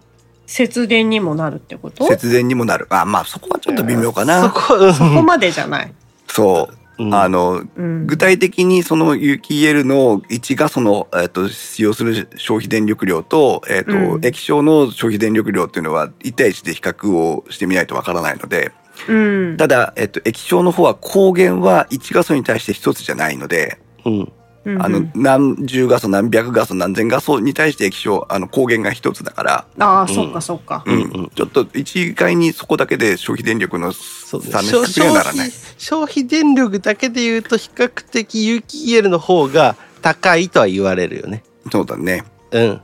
[SPEAKER 3] 節電にもなるってことそ
[SPEAKER 1] 節電にもなる。あ、まあそこはちょっと微妙か
[SPEAKER 2] そ
[SPEAKER 1] な。
[SPEAKER 2] こ、うん
[SPEAKER 3] こまでじゃない。
[SPEAKER 1] そう。
[SPEAKER 2] うん
[SPEAKER 1] あの、
[SPEAKER 3] うん。
[SPEAKER 1] 具体的にその有機 EL の1がその、えっと使用する消費電力量と,、えっと
[SPEAKER 3] うん
[SPEAKER 1] 液晶の消費電力量っていうのは1対1で比較をしてみないとわからないので
[SPEAKER 3] うん。
[SPEAKER 1] ただ、えっと液晶の方は光源は1画素に対して1つじゃないので、
[SPEAKER 2] うん。
[SPEAKER 3] うん
[SPEAKER 1] あの何十画素何百画素何千画素に対して液晶あの光源が1つだから、
[SPEAKER 3] ああ、そっかそっか。
[SPEAKER 1] うん
[SPEAKER 2] うんうん
[SPEAKER 1] ちょっと一概にそこだけで消費電力の差
[SPEAKER 2] そう
[SPEAKER 1] の比
[SPEAKER 2] ね
[SPEAKER 1] 較にはならない。
[SPEAKER 2] 消費電力だけで言うと比較的有機 EL の方が高いとは言われるよね。
[SPEAKER 1] そうだね
[SPEAKER 2] うん。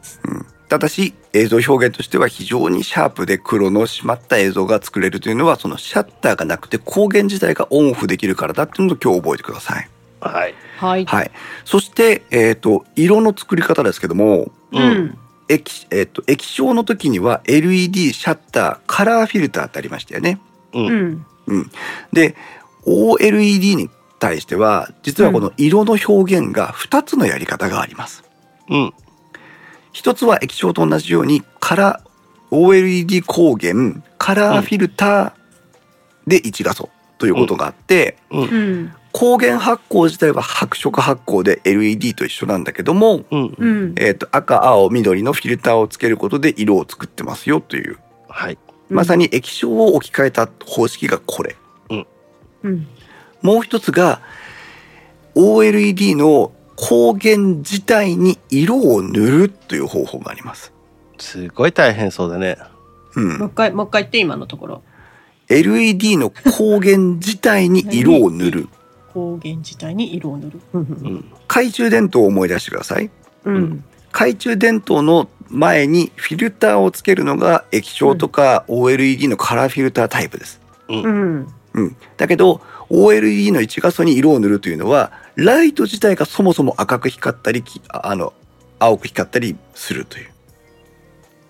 [SPEAKER 1] ただし映像表現としては非常にシャープで黒の締まった映像が作れるというのはそのシャッターがなくて光源自体がオンオフできるからだっていうのを今日覚えてください。
[SPEAKER 2] はい。
[SPEAKER 3] はい。
[SPEAKER 1] はい。そして、えっ、と、色の作り方ですけども、
[SPEAKER 3] う。
[SPEAKER 2] うん
[SPEAKER 1] 液、えっ、と、液晶の時には LED シャッター、カラーフィルターってありましたよね。
[SPEAKER 2] うん。
[SPEAKER 3] うん。
[SPEAKER 1] うん。で、OLED に対しては、実はこの色の表現が2つのやり方があります。
[SPEAKER 2] うん。
[SPEAKER 1] 一つは液晶と同じようにカラー OLED 光源カラーフィルターで1画素ということがあって、
[SPEAKER 2] うん。
[SPEAKER 3] うん。
[SPEAKER 1] 光源発光自体は白色発光で LED と一緒なんだけども、
[SPEAKER 2] うん。
[SPEAKER 3] うん。
[SPEAKER 1] えっと赤青緑のフィルターをつけることで色を作ってますよという、
[SPEAKER 2] はい。
[SPEAKER 1] まさに液晶を置き換えた方式がこれ
[SPEAKER 3] うん。
[SPEAKER 1] もう一つが OLED の光源自体に色を塗るという方法があります。
[SPEAKER 2] すごい大変そうだね。
[SPEAKER 1] うん
[SPEAKER 3] もう一回、もう一回言って、今のところ。
[SPEAKER 1] LED の光源自体に色を塗る。
[SPEAKER 3] 光源自体に色を塗る。う。
[SPEAKER 2] うんん。
[SPEAKER 1] 懐中電灯を思い出してください。
[SPEAKER 3] うん。
[SPEAKER 1] 懐中電灯の前にフィルターをつけるのが液晶とか OLED のカラーフィルタータイプです。
[SPEAKER 3] うん。
[SPEAKER 1] うん。だけど、OLED の1画素に色を塗るというのは、ライト自体がそもそも赤く光ったり、きああの、青く光ったりするという。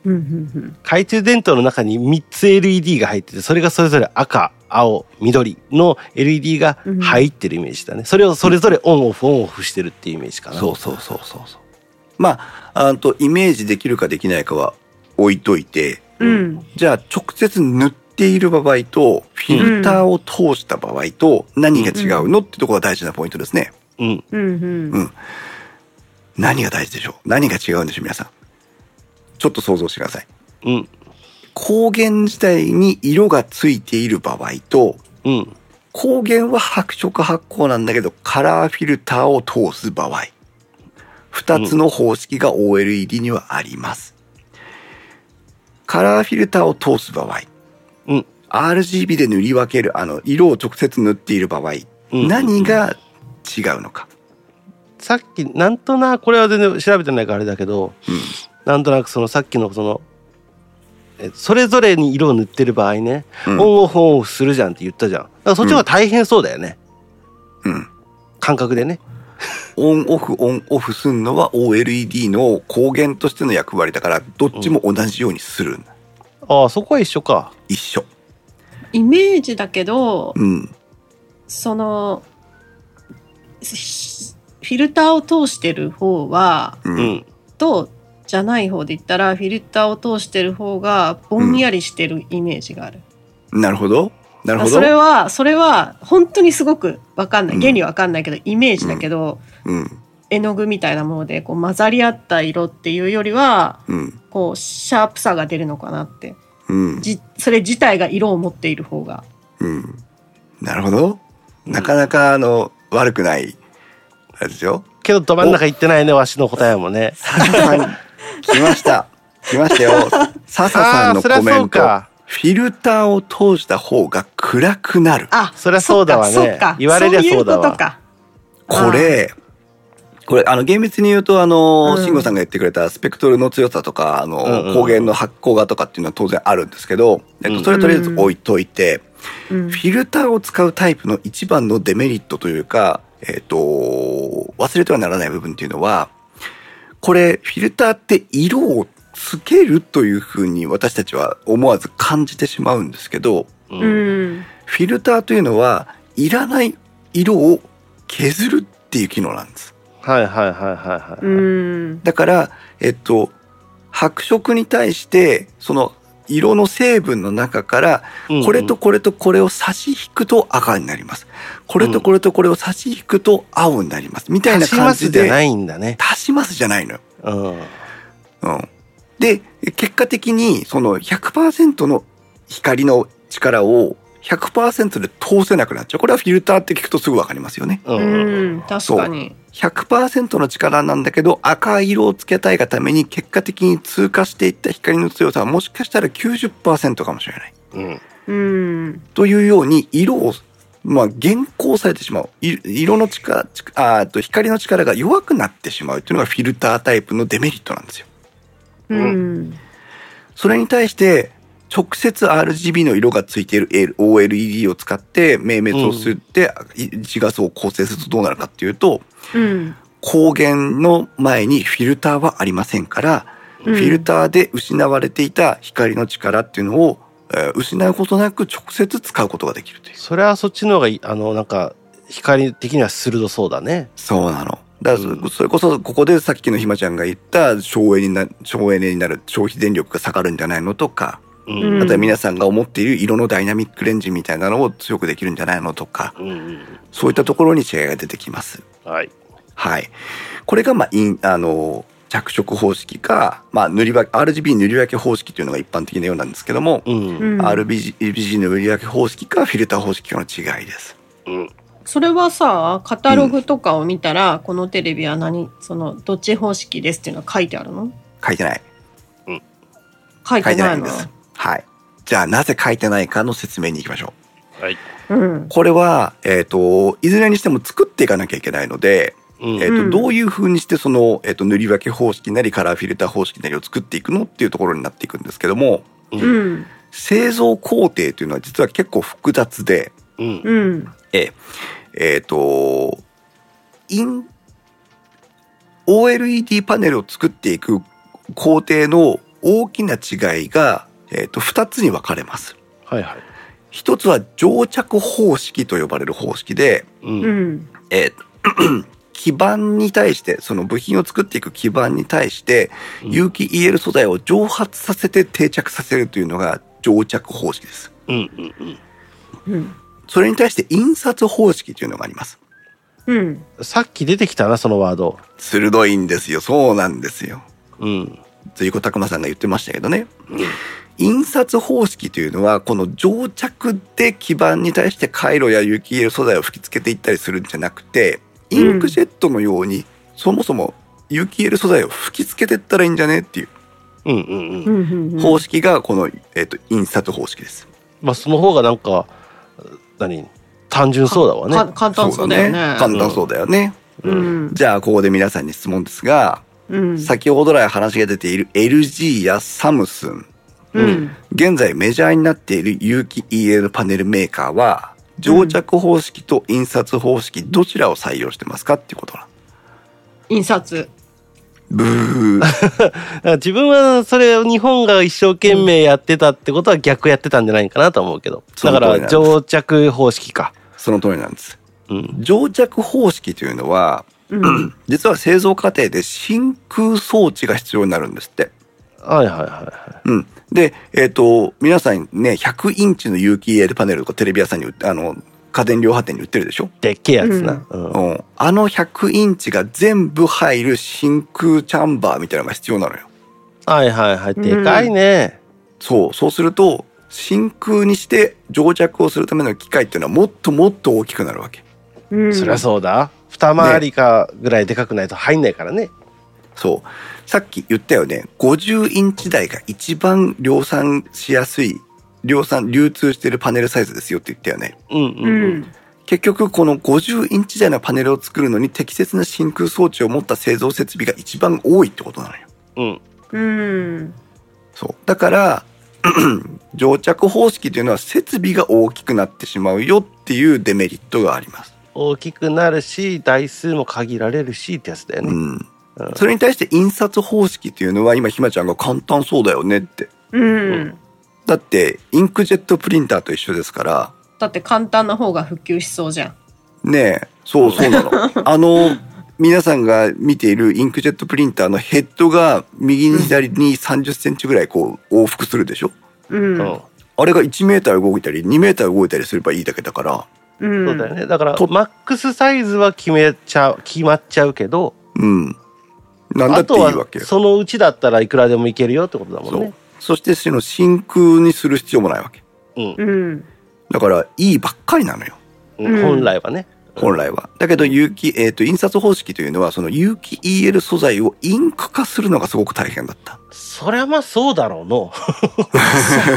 [SPEAKER 3] うん。うん。
[SPEAKER 2] 懐中電灯の中に3つ LED が入ってて、それがそれぞれ赤、青、緑の LED が入ってるイメージだね。それをそれぞれオンオフ、オンオフしてるっていうイメージかな。
[SPEAKER 1] そうそうそうそうそう。まあ、あんと、イメージできるかできないかは置いといて、
[SPEAKER 3] うん。
[SPEAKER 1] じゃあ直接塗っている場合とフィルターを通した場合と何が違うのってところが大事なポイントですね。
[SPEAKER 2] うん。
[SPEAKER 3] うん。うん。
[SPEAKER 1] 何が大事でしょう何が違うんでしょう皆さん。ちょっと想像してください。
[SPEAKER 2] うん。
[SPEAKER 1] 光源自体に色がついている場合と
[SPEAKER 2] うん。
[SPEAKER 1] 光源は白色発光なんだけどカラーフィルターを通す場合。二つの方式が OLED にはあります。カラーフィルターを通す場合。
[SPEAKER 2] うん。
[SPEAKER 1] RGB で塗り分けるあの色を直接塗っている場合、
[SPEAKER 2] うん
[SPEAKER 1] 何が違うのか
[SPEAKER 2] さっきなんとなくこれは全然調べてないからあれだけど、なんとなくそのさっきのそのえそれぞれに色を塗ってる場合ね、
[SPEAKER 1] うん
[SPEAKER 2] オンオフオンオフするじゃんって言ったじゃんだからそっちの方が大変そうだよね、
[SPEAKER 1] うん。
[SPEAKER 2] 感覚でね
[SPEAKER 1] オンオフオンオフすんのは OLED の光源としての役割だからどっちも同じようにするんだ、
[SPEAKER 2] ああそこは一緒か
[SPEAKER 1] 一緒
[SPEAKER 3] イメージだけど、
[SPEAKER 1] うん
[SPEAKER 3] そのしフィルターを通してる方は
[SPEAKER 1] う、
[SPEAKER 2] うんん、
[SPEAKER 3] とじゃない方で言ったらフィルターを通してる方がぼんやりしてるイメージがある、
[SPEAKER 1] なるほどなるほど
[SPEAKER 3] それはそれは本当にすごくわかんない
[SPEAKER 1] うん
[SPEAKER 3] 原理わかんないけど、イメージだけど、
[SPEAKER 1] うん
[SPEAKER 3] 絵の具みたいなものでこう混ざり合った色っていうよりは
[SPEAKER 1] うん
[SPEAKER 3] こうシャープさが出るのかなって
[SPEAKER 1] うん
[SPEAKER 3] じそれ自体が色を持っている方が
[SPEAKER 1] うんなるほどなかなかあの悪くないあれですよ
[SPEAKER 2] けどど真ん中行ってないねわしの答えもね
[SPEAKER 1] 笹さん来ました来ました よ笹さんの
[SPEAKER 2] あーそりゃ
[SPEAKER 1] コメ
[SPEAKER 2] そ
[SPEAKER 1] ン
[SPEAKER 2] う
[SPEAKER 1] ト
[SPEAKER 2] か
[SPEAKER 1] フィルターを通した方が暗くなる
[SPEAKER 3] あ
[SPEAKER 2] そりゃそうだわね
[SPEAKER 3] そっか
[SPEAKER 2] 言われりゃそうだわ
[SPEAKER 3] そういうことか
[SPEAKER 1] これ、これ、あの、厳密に言うと、あの、
[SPEAKER 3] うん
[SPEAKER 1] 慎吾さんが言ってくれたスペクトルの強さとか、あの、
[SPEAKER 2] うんうんうん
[SPEAKER 1] 光源の発光がとかっていうのは当然あるんですけど、えっ
[SPEAKER 2] う
[SPEAKER 1] と、
[SPEAKER 2] ん
[SPEAKER 1] それはとりあえず置いといて、
[SPEAKER 3] うん
[SPEAKER 1] フィルターを使うタイプの一番のデメリットというか、えっと、忘れてはならない部分っていうのは、これ、フィルターって色をつけるというふうに私たちは思わず感じてしまうんですけど、
[SPEAKER 2] う
[SPEAKER 3] うんん
[SPEAKER 1] フィルターというのは、いらない色を削るっていう機能なんです。
[SPEAKER 2] はいはいはいは
[SPEAKER 3] う
[SPEAKER 2] いはい
[SPEAKER 3] ん
[SPEAKER 1] だから、えっと、白色に対して、その色の成分の中から、
[SPEAKER 2] うん
[SPEAKER 1] これとこれとこれを差し引くと赤になります。これとこれとこれを差し引くと青になります。みたいな
[SPEAKER 2] 足し
[SPEAKER 1] 感
[SPEAKER 2] ます
[SPEAKER 1] じ
[SPEAKER 2] じゃ
[SPEAKER 1] で、
[SPEAKER 2] ないんだね
[SPEAKER 1] 足しますじゃないのよ。
[SPEAKER 2] うん
[SPEAKER 1] うん。で、結果的に、その100%の光の力を100%で通せなくなっちゃう。これはフィルターって聞くとすぐわかりますよね。
[SPEAKER 2] う
[SPEAKER 3] うんん確かに
[SPEAKER 1] 100%の力なんだけど赤い色をつけたいがために結果的に通過していった光の強さはもしかしたら90%かもしれない。
[SPEAKER 2] うん
[SPEAKER 3] うん
[SPEAKER 1] というように色を、まあ、減効されてしまう。い色の力、ちあーっと光の力が弱くなってしまうというのがフィルタータイプのデメリットなんですよ。
[SPEAKER 3] うん
[SPEAKER 1] それに対して直接 RGB の色がついている L- OLED を使って明滅をすって一画素を構成するとどうなるかっていうと
[SPEAKER 3] うん
[SPEAKER 1] 光源の前にフィルターはありませんから、
[SPEAKER 3] うん
[SPEAKER 1] フィルターで失われていた光の力っていうのを、えー失うことなく直接使うことができるという。
[SPEAKER 2] それはそっちの方がいいあのなんか光的には鋭そうだね
[SPEAKER 1] そうなの。だから
[SPEAKER 2] うん
[SPEAKER 1] そ、それこそ、ここでさっきのひまちゃんが言った省エネにな、省エネになる、消費電力が下がるんじゃないのとか、
[SPEAKER 2] う
[SPEAKER 3] うん
[SPEAKER 1] あ
[SPEAKER 2] ん
[SPEAKER 1] とは皆さんが思っている色のダイナミックレンジみたいなのを強くできるんじゃないのとか、
[SPEAKER 2] うんうん
[SPEAKER 1] そういったところに違いが出てきます。
[SPEAKER 2] はい
[SPEAKER 1] はい。これが、まあ、イン、あの、着色方式か、まあ、塗り分け、RGB 塗り分け方式というのが一般的なようなんですけども、
[SPEAKER 2] うん
[SPEAKER 3] うん
[SPEAKER 1] RGB RGB 塗り分け方式かフィルター方式かの違いです。
[SPEAKER 2] うん
[SPEAKER 3] それはさカタログとかを見たら、このテレビは何そのどっち方式ですっていうのは書いてあるの
[SPEAKER 1] 書いてない。
[SPEAKER 3] 書
[SPEAKER 1] 書
[SPEAKER 3] いて
[SPEAKER 1] いてな
[SPEAKER 3] ない
[SPEAKER 1] ん
[SPEAKER 3] いの
[SPEAKER 1] です。はい。じゃあ、なぜ書いてないかの説明に行きましょう。
[SPEAKER 2] はい
[SPEAKER 3] うん
[SPEAKER 1] これは、えっ、と、いずれにしても作っていかなきゃいけないので、
[SPEAKER 2] うん
[SPEAKER 1] えっ、と、
[SPEAKER 3] うん
[SPEAKER 1] どういう風にしてその、えっ、と、塗り分け方式なり、カラーフィルター方式なりを作っていくのっていうところになっていくんですけども、
[SPEAKER 3] うん
[SPEAKER 1] 製造工程というのは実は結構複雑で、
[SPEAKER 2] うん
[SPEAKER 3] うん
[SPEAKER 1] えっ、と、イン、OLED パネルを作っていく工程の大きな違いが、えっ、と、二つに分かれます。
[SPEAKER 2] はいはい
[SPEAKER 1] 一つは定着方式と呼ばれる方式で、
[SPEAKER 2] う
[SPEAKER 3] うんん
[SPEAKER 1] えー 基板に対して、その部品を作っていく基板に対して、
[SPEAKER 2] うん
[SPEAKER 1] 有機 EL 素材を蒸発させて定着させるというのが定着方式です。
[SPEAKER 2] うんうんうん
[SPEAKER 3] うん
[SPEAKER 1] それに対して印刷方式というのがあります。
[SPEAKER 3] うん
[SPEAKER 2] さっき出てきたなそのワード
[SPEAKER 1] 鋭いんですよ。そうなんですよ。
[SPEAKER 2] うん
[SPEAKER 1] というこたくまさんが言ってましたけどね。印刷方式というのは、この定着で基板に対して回路や有機 EL 素材を吹き付けていったりするんじゃなくて、インクジェットのように、そもそも有機 EL 素材を吹き付けていったらいいんじゃねっていう
[SPEAKER 2] うんうんうん
[SPEAKER 3] うんうん
[SPEAKER 1] 方式が、この、えっと、印刷方式です。
[SPEAKER 2] まあその方がなんか何単純そうだわね
[SPEAKER 3] か簡単そうだよね
[SPEAKER 1] 簡単そうだよね。
[SPEAKER 3] うん。
[SPEAKER 1] じゃあ、ここで皆さんに質問ですが、
[SPEAKER 3] うん。
[SPEAKER 1] 先ほど来話が出ている LG やサムスン、
[SPEAKER 3] うん。
[SPEAKER 1] 現在メジャーになっている有機 EL パネルメーカーは、定着方式と印刷方式、どちらを採用してますかっていうことだ。
[SPEAKER 3] 印刷。
[SPEAKER 1] ブー。
[SPEAKER 2] だから自分はそれを日本が一生懸命やってたってことは逆やってたんじゃないかなと思うけど。
[SPEAKER 1] その
[SPEAKER 2] だか
[SPEAKER 1] 通りなん
[SPEAKER 2] ら、
[SPEAKER 1] です
[SPEAKER 2] 定着方式か。
[SPEAKER 1] その通りなんです。
[SPEAKER 2] うん。
[SPEAKER 1] 定着方式というのは、
[SPEAKER 3] うん。
[SPEAKER 1] 実は製造過程で真空装置が必要になるんですって。
[SPEAKER 2] はいはいはいは
[SPEAKER 1] うん。で、えっ、と、皆さんね、100インチの有機 EL パネルとかテレビ屋さんに売っ、あの、家電量販店に売ってるでしょ
[SPEAKER 2] い。でっけえやつな。うん。
[SPEAKER 1] う
[SPEAKER 2] は
[SPEAKER 1] ん。あの100インチが全部入る真空チャンバーみたいなのが必要なのよ。
[SPEAKER 2] いはいはい。でかいね。
[SPEAKER 1] そう。そうすると、真空にして定着をするための機械っていうのはもっともっと大きくなるわけ。
[SPEAKER 3] うん。
[SPEAKER 2] そりゃそうだ。二回りかぐらいでかくないと入んないからね。
[SPEAKER 1] そう。さっき言ったよね。50インチ台が一番量産しやすい、量産、流通してるパネルサイズですよって言ったよね。
[SPEAKER 2] うんう
[SPEAKER 3] うん
[SPEAKER 2] うん。
[SPEAKER 3] ん。
[SPEAKER 1] 結局、この50インチ台のパネルを作るのに適切な真空装置を持った製造設備が一番多いってことなのよ。
[SPEAKER 2] うん。
[SPEAKER 3] うん。
[SPEAKER 1] そう。だから、 定着方式というのは設備が大きくなってしまうよっていうデメリットがあります。
[SPEAKER 2] 大きくなるし、台数も限られるしってやつだよ
[SPEAKER 1] う
[SPEAKER 2] ね。
[SPEAKER 1] ん。それに対して印刷方式というのは今ひまちゃんが簡単そうだよねって。
[SPEAKER 3] うん。
[SPEAKER 1] だってインクジェットプリンターと一緒ですから、
[SPEAKER 3] だって簡単な方が普及しそうじゃん。
[SPEAKER 1] ねえ、そうそう なの。あの、皆さんが見ているインクジェットプリンターのヘッドが右に左に30センチぐらいこう往復するでしょ
[SPEAKER 3] うん。
[SPEAKER 2] うん。
[SPEAKER 1] あれが1メーター動いたり2メーター動いたりすればいいだけだから、
[SPEAKER 3] うん。
[SPEAKER 2] そうだよね。だから、
[SPEAKER 1] と
[SPEAKER 2] マックスサイズは決めちゃう、決まっちゃうけど、
[SPEAKER 1] うん。なんだ
[SPEAKER 2] あ
[SPEAKER 1] って
[SPEAKER 2] と
[SPEAKER 1] いいわ
[SPEAKER 2] は
[SPEAKER 1] けよ。
[SPEAKER 2] そのうちだったらいくらでもいけるよってことだもん
[SPEAKER 1] そ
[SPEAKER 2] ね
[SPEAKER 1] う。。そしてその真空にする必要もないわけ。
[SPEAKER 2] うん
[SPEAKER 3] うん。
[SPEAKER 1] だから、いいばっかりなのよ。
[SPEAKER 2] うん。本来はね。
[SPEAKER 1] 本来は。だけど、有機、えっ、と、印刷方式というのは、その有機 EL 素材をインク化するのがすごく大変だった。
[SPEAKER 2] そりゃまあそうだろうの。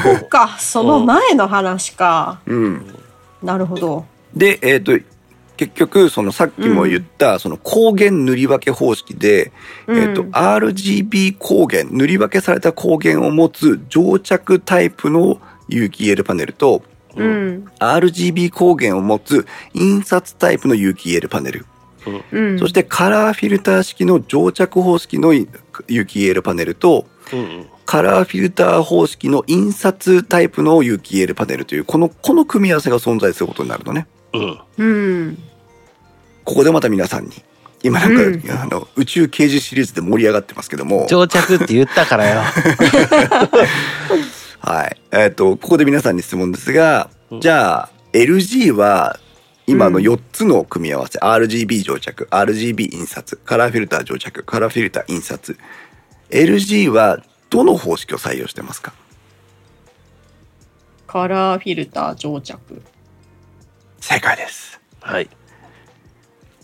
[SPEAKER 3] そっか、その前の話か。
[SPEAKER 1] うん。
[SPEAKER 3] なるほど。
[SPEAKER 1] で、えっ、と、結局、そのさっきも言った、その光源塗り分け方式で、
[SPEAKER 3] うん
[SPEAKER 1] えっ、と、RGB 光源、塗り分けされた光源を持つ定着タイプの有機 EL パネルと、
[SPEAKER 3] うん。
[SPEAKER 1] RGB 光源を持つ印刷タイプの有機 EL パネル、
[SPEAKER 3] うん。
[SPEAKER 1] そしてカラーフィルター式の定着方式の有機 EL パネルと、
[SPEAKER 2] うんうん。
[SPEAKER 1] カラーフィルター方式の印刷タイプの有機 EL パネルという、この、この組み合わせが存在することになるのね。
[SPEAKER 2] うん。
[SPEAKER 3] うん。
[SPEAKER 1] ここでまた皆さんに、今なんか、
[SPEAKER 3] うん
[SPEAKER 1] あの、宇宙刑事シリーズで盛り上がってますけども、
[SPEAKER 2] 定着って言ったからよ。
[SPEAKER 1] はい。えっ、と、ここで皆さんに質問ですが、
[SPEAKER 2] うん
[SPEAKER 1] じゃあ、LG は、今の
[SPEAKER 3] うん
[SPEAKER 1] 4つの組み合わせ、RGB 定着、RGB 印刷、カラーフィルター定着、カラーフィルター印刷。LG は、どの方式を採用してますか
[SPEAKER 3] カラーフィルター定着。
[SPEAKER 1] 正解です。
[SPEAKER 2] はい。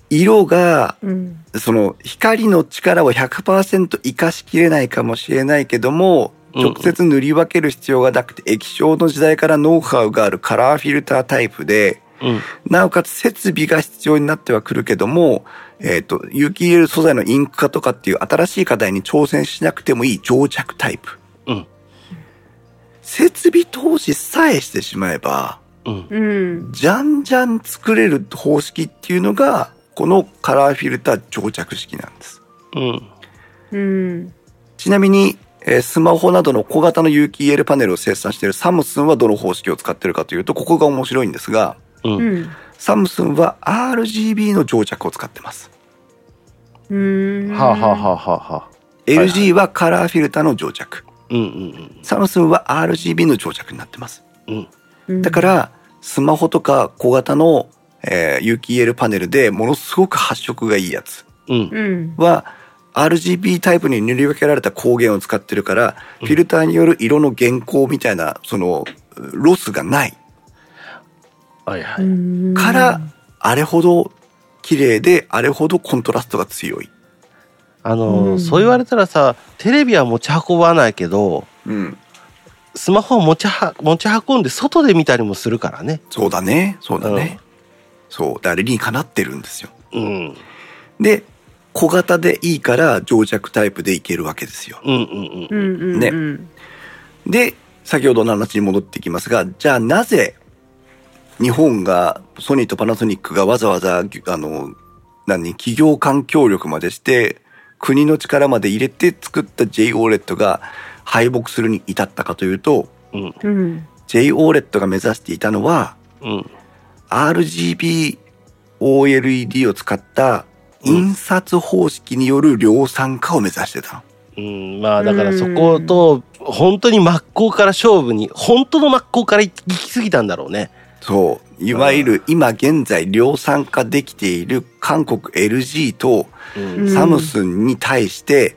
[SPEAKER 1] 色が、
[SPEAKER 3] うん。
[SPEAKER 1] その光の力を100%生かしきれないかもしれないけども、
[SPEAKER 2] うん
[SPEAKER 1] 直接塗り分ける必要がなくて、液晶の時代からノウハウがあるカラーフィルタータイプで、
[SPEAKER 2] うん。
[SPEAKER 1] なおかつ設備が必要になってはくるけども、えっ、と、有機 EL 素材のインク化とかっていう新しい課題に挑戦しなくてもいい定着タイプ。
[SPEAKER 2] うん。
[SPEAKER 1] 設備投資さえしてしまえば、
[SPEAKER 2] うん。
[SPEAKER 3] うん。
[SPEAKER 1] じゃんじゃん作れる方式っていうのが、このカラーフィルター定着式なんです。
[SPEAKER 2] うん。
[SPEAKER 3] うん。
[SPEAKER 1] ちなみに、えースマホなどの小型の有機 EL パネルを生産しているサムスンはどの方式を使っているかというと、ここが面白いんですが、
[SPEAKER 2] うん。うん。
[SPEAKER 3] うん。
[SPEAKER 1] サムスンは RGB の定着を使ってます。
[SPEAKER 3] うん。
[SPEAKER 2] はあ、はあはあはあはあ。いはい
[SPEAKER 1] LG はカラーフィルターの定着。
[SPEAKER 2] うんうん
[SPEAKER 1] サムスンは RGB の定着になってます。
[SPEAKER 2] うん。うん。
[SPEAKER 3] うん
[SPEAKER 1] だから、スマホとか小型の、えー有機 EL パネルでものすごく発色がいいやつ
[SPEAKER 2] うん。
[SPEAKER 3] うん。
[SPEAKER 1] は、RGB タイプに塗り分けられた光源を使ってるから、フィルターによる色の減光みたいな、その、ロスがない。
[SPEAKER 2] はいは
[SPEAKER 3] う
[SPEAKER 2] い。
[SPEAKER 3] ん
[SPEAKER 1] から、あれほど綺麗で、あれほどコントラストが強い。
[SPEAKER 2] あのー、
[SPEAKER 3] うん
[SPEAKER 2] そう言われたらさ、テレビは持ち運ばないけど、
[SPEAKER 1] うん。
[SPEAKER 2] スマホを持ちは持ち運んで外で見たりもするからね。
[SPEAKER 1] そうだね。そうだね。
[SPEAKER 2] うん
[SPEAKER 1] そう。だから理にかなってるんですよ。
[SPEAKER 2] うん。
[SPEAKER 1] で、小型でいいから乗着タイプでいけるわけですよ。
[SPEAKER 2] うんうん
[SPEAKER 3] うんうんうん。
[SPEAKER 1] ねで、先ほどの話に戻ってきますが、じゃあなぜ日本がソニーとパナソニックがわざわざ、あの、何、企業間協力までして、国の力まで入れて作った JOLED が敗北するに至ったかというと、
[SPEAKER 2] うん。うん。
[SPEAKER 3] うん。
[SPEAKER 1] JOLED が目指していたのは、
[SPEAKER 2] うん。
[SPEAKER 1] RGB OLED を使った印刷方式による量産化を目指してたの。
[SPEAKER 2] うん、まあだからそこと、本当に真っ向から勝負に、本当の真っ向から行き過ぎたんだろうね。
[SPEAKER 1] そう。いわゆる今現在量産化できている韓国 LG と
[SPEAKER 2] うん。
[SPEAKER 1] サムスンに対して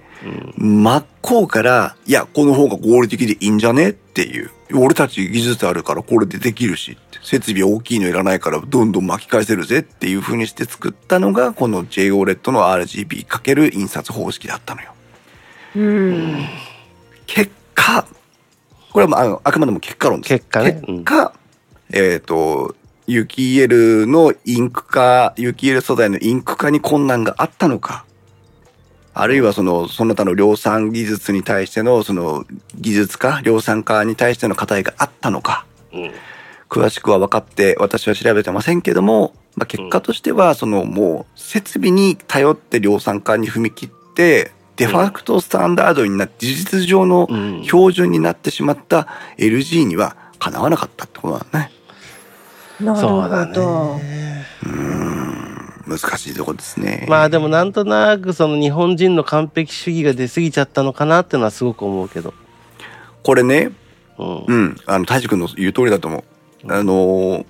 [SPEAKER 2] うん。
[SPEAKER 1] 真っ向から、いや、この方が合理的でいいんじゃねっていう。俺たち技術あるからこれでできるしって、設備大きいのいらないからどんどん巻き返せるぜっていう風にして作ったのがこの JOLED の RGB× かける印刷方式だったのよ。
[SPEAKER 3] うん。
[SPEAKER 1] 結果、これはまああのあくまでも結果論です。
[SPEAKER 2] 結果ね
[SPEAKER 1] 結果、えっ、と、ユキイエルのインク化、ユキイエル素材のインク化に困難があったのか、あるいはその、その他の量産技術に対しての、その、技術化、量産化に対しての課題があったのか、
[SPEAKER 2] うん。
[SPEAKER 1] 詳しくは分かって、私は調べてませんけども、まあ、結果としては、そのもう設備に頼って量産化に踏み切って、デファクトスタンダードになって、事実上の
[SPEAKER 2] うん
[SPEAKER 1] 標準になってしまった LG にはかなわなかったってことだね。
[SPEAKER 3] なる
[SPEAKER 2] そう
[SPEAKER 3] ほ
[SPEAKER 2] だ
[SPEAKER 3] ど。
[SPEAKER 2] ね。
[SPEAKER 1] 難しいとこですね。
[SPEAKER 2] まあでもなんとなくその日本人の完璧主義が出過ぎちゃったのかなってのはすごく思うけど。
[SPEAKER 1] これね、
[SPEAKER 2] うん
[SPEAKER 1] う。ん、あの、大志くんの言う通りだと思う。あのー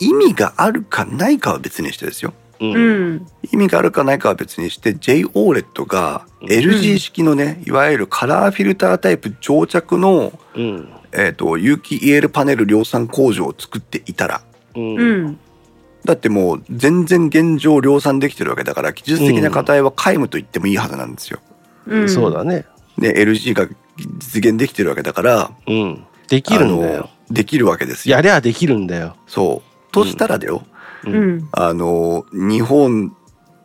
[SPEAKER 1] 意味があるかないかは別にしてですよ。
[SPEAKER 2] うん。
[SPEAKER 3] うん。
[SPEAKER 1] 意味があるかないかは別にして JOLED が
[SPEAKER 2] うん
[SPEAKER 1] LG 式のね、いわゆるカラーフィルタータイプ乗着の、
[SPEAKER 2] うん。
[SPEAKER 1] えー、と有機 EL パネル量産工場を作っていたら
[SPEAKER 2] うん。
[SPEAKER 3] う
[SPEAKER 2] うん。
[SPEAKER 3] ん。
[SPEAKER 1] だってもう全然現状量産できてるわけだから技術的な課題は皆無と言ってもいいはずなんですよ。
[SPEAKER 3] うん。
[SPEAKER 2] そうだね。
[SPEAKER 1] で LG が実現できてるわけだから
[SPEAKER 2] うん。できるんだ
[SPEAKER 1] あ
[SPEAKER 2] よ
[SPEAKER 1] の。できるわけですよ。
[SPEAKER 2] やりゃできるんだよ。
[SPEAKER 1] そうとしたらだよ、
[SPEAKER 3] うん。
[SPEAKER 1] あの、日本、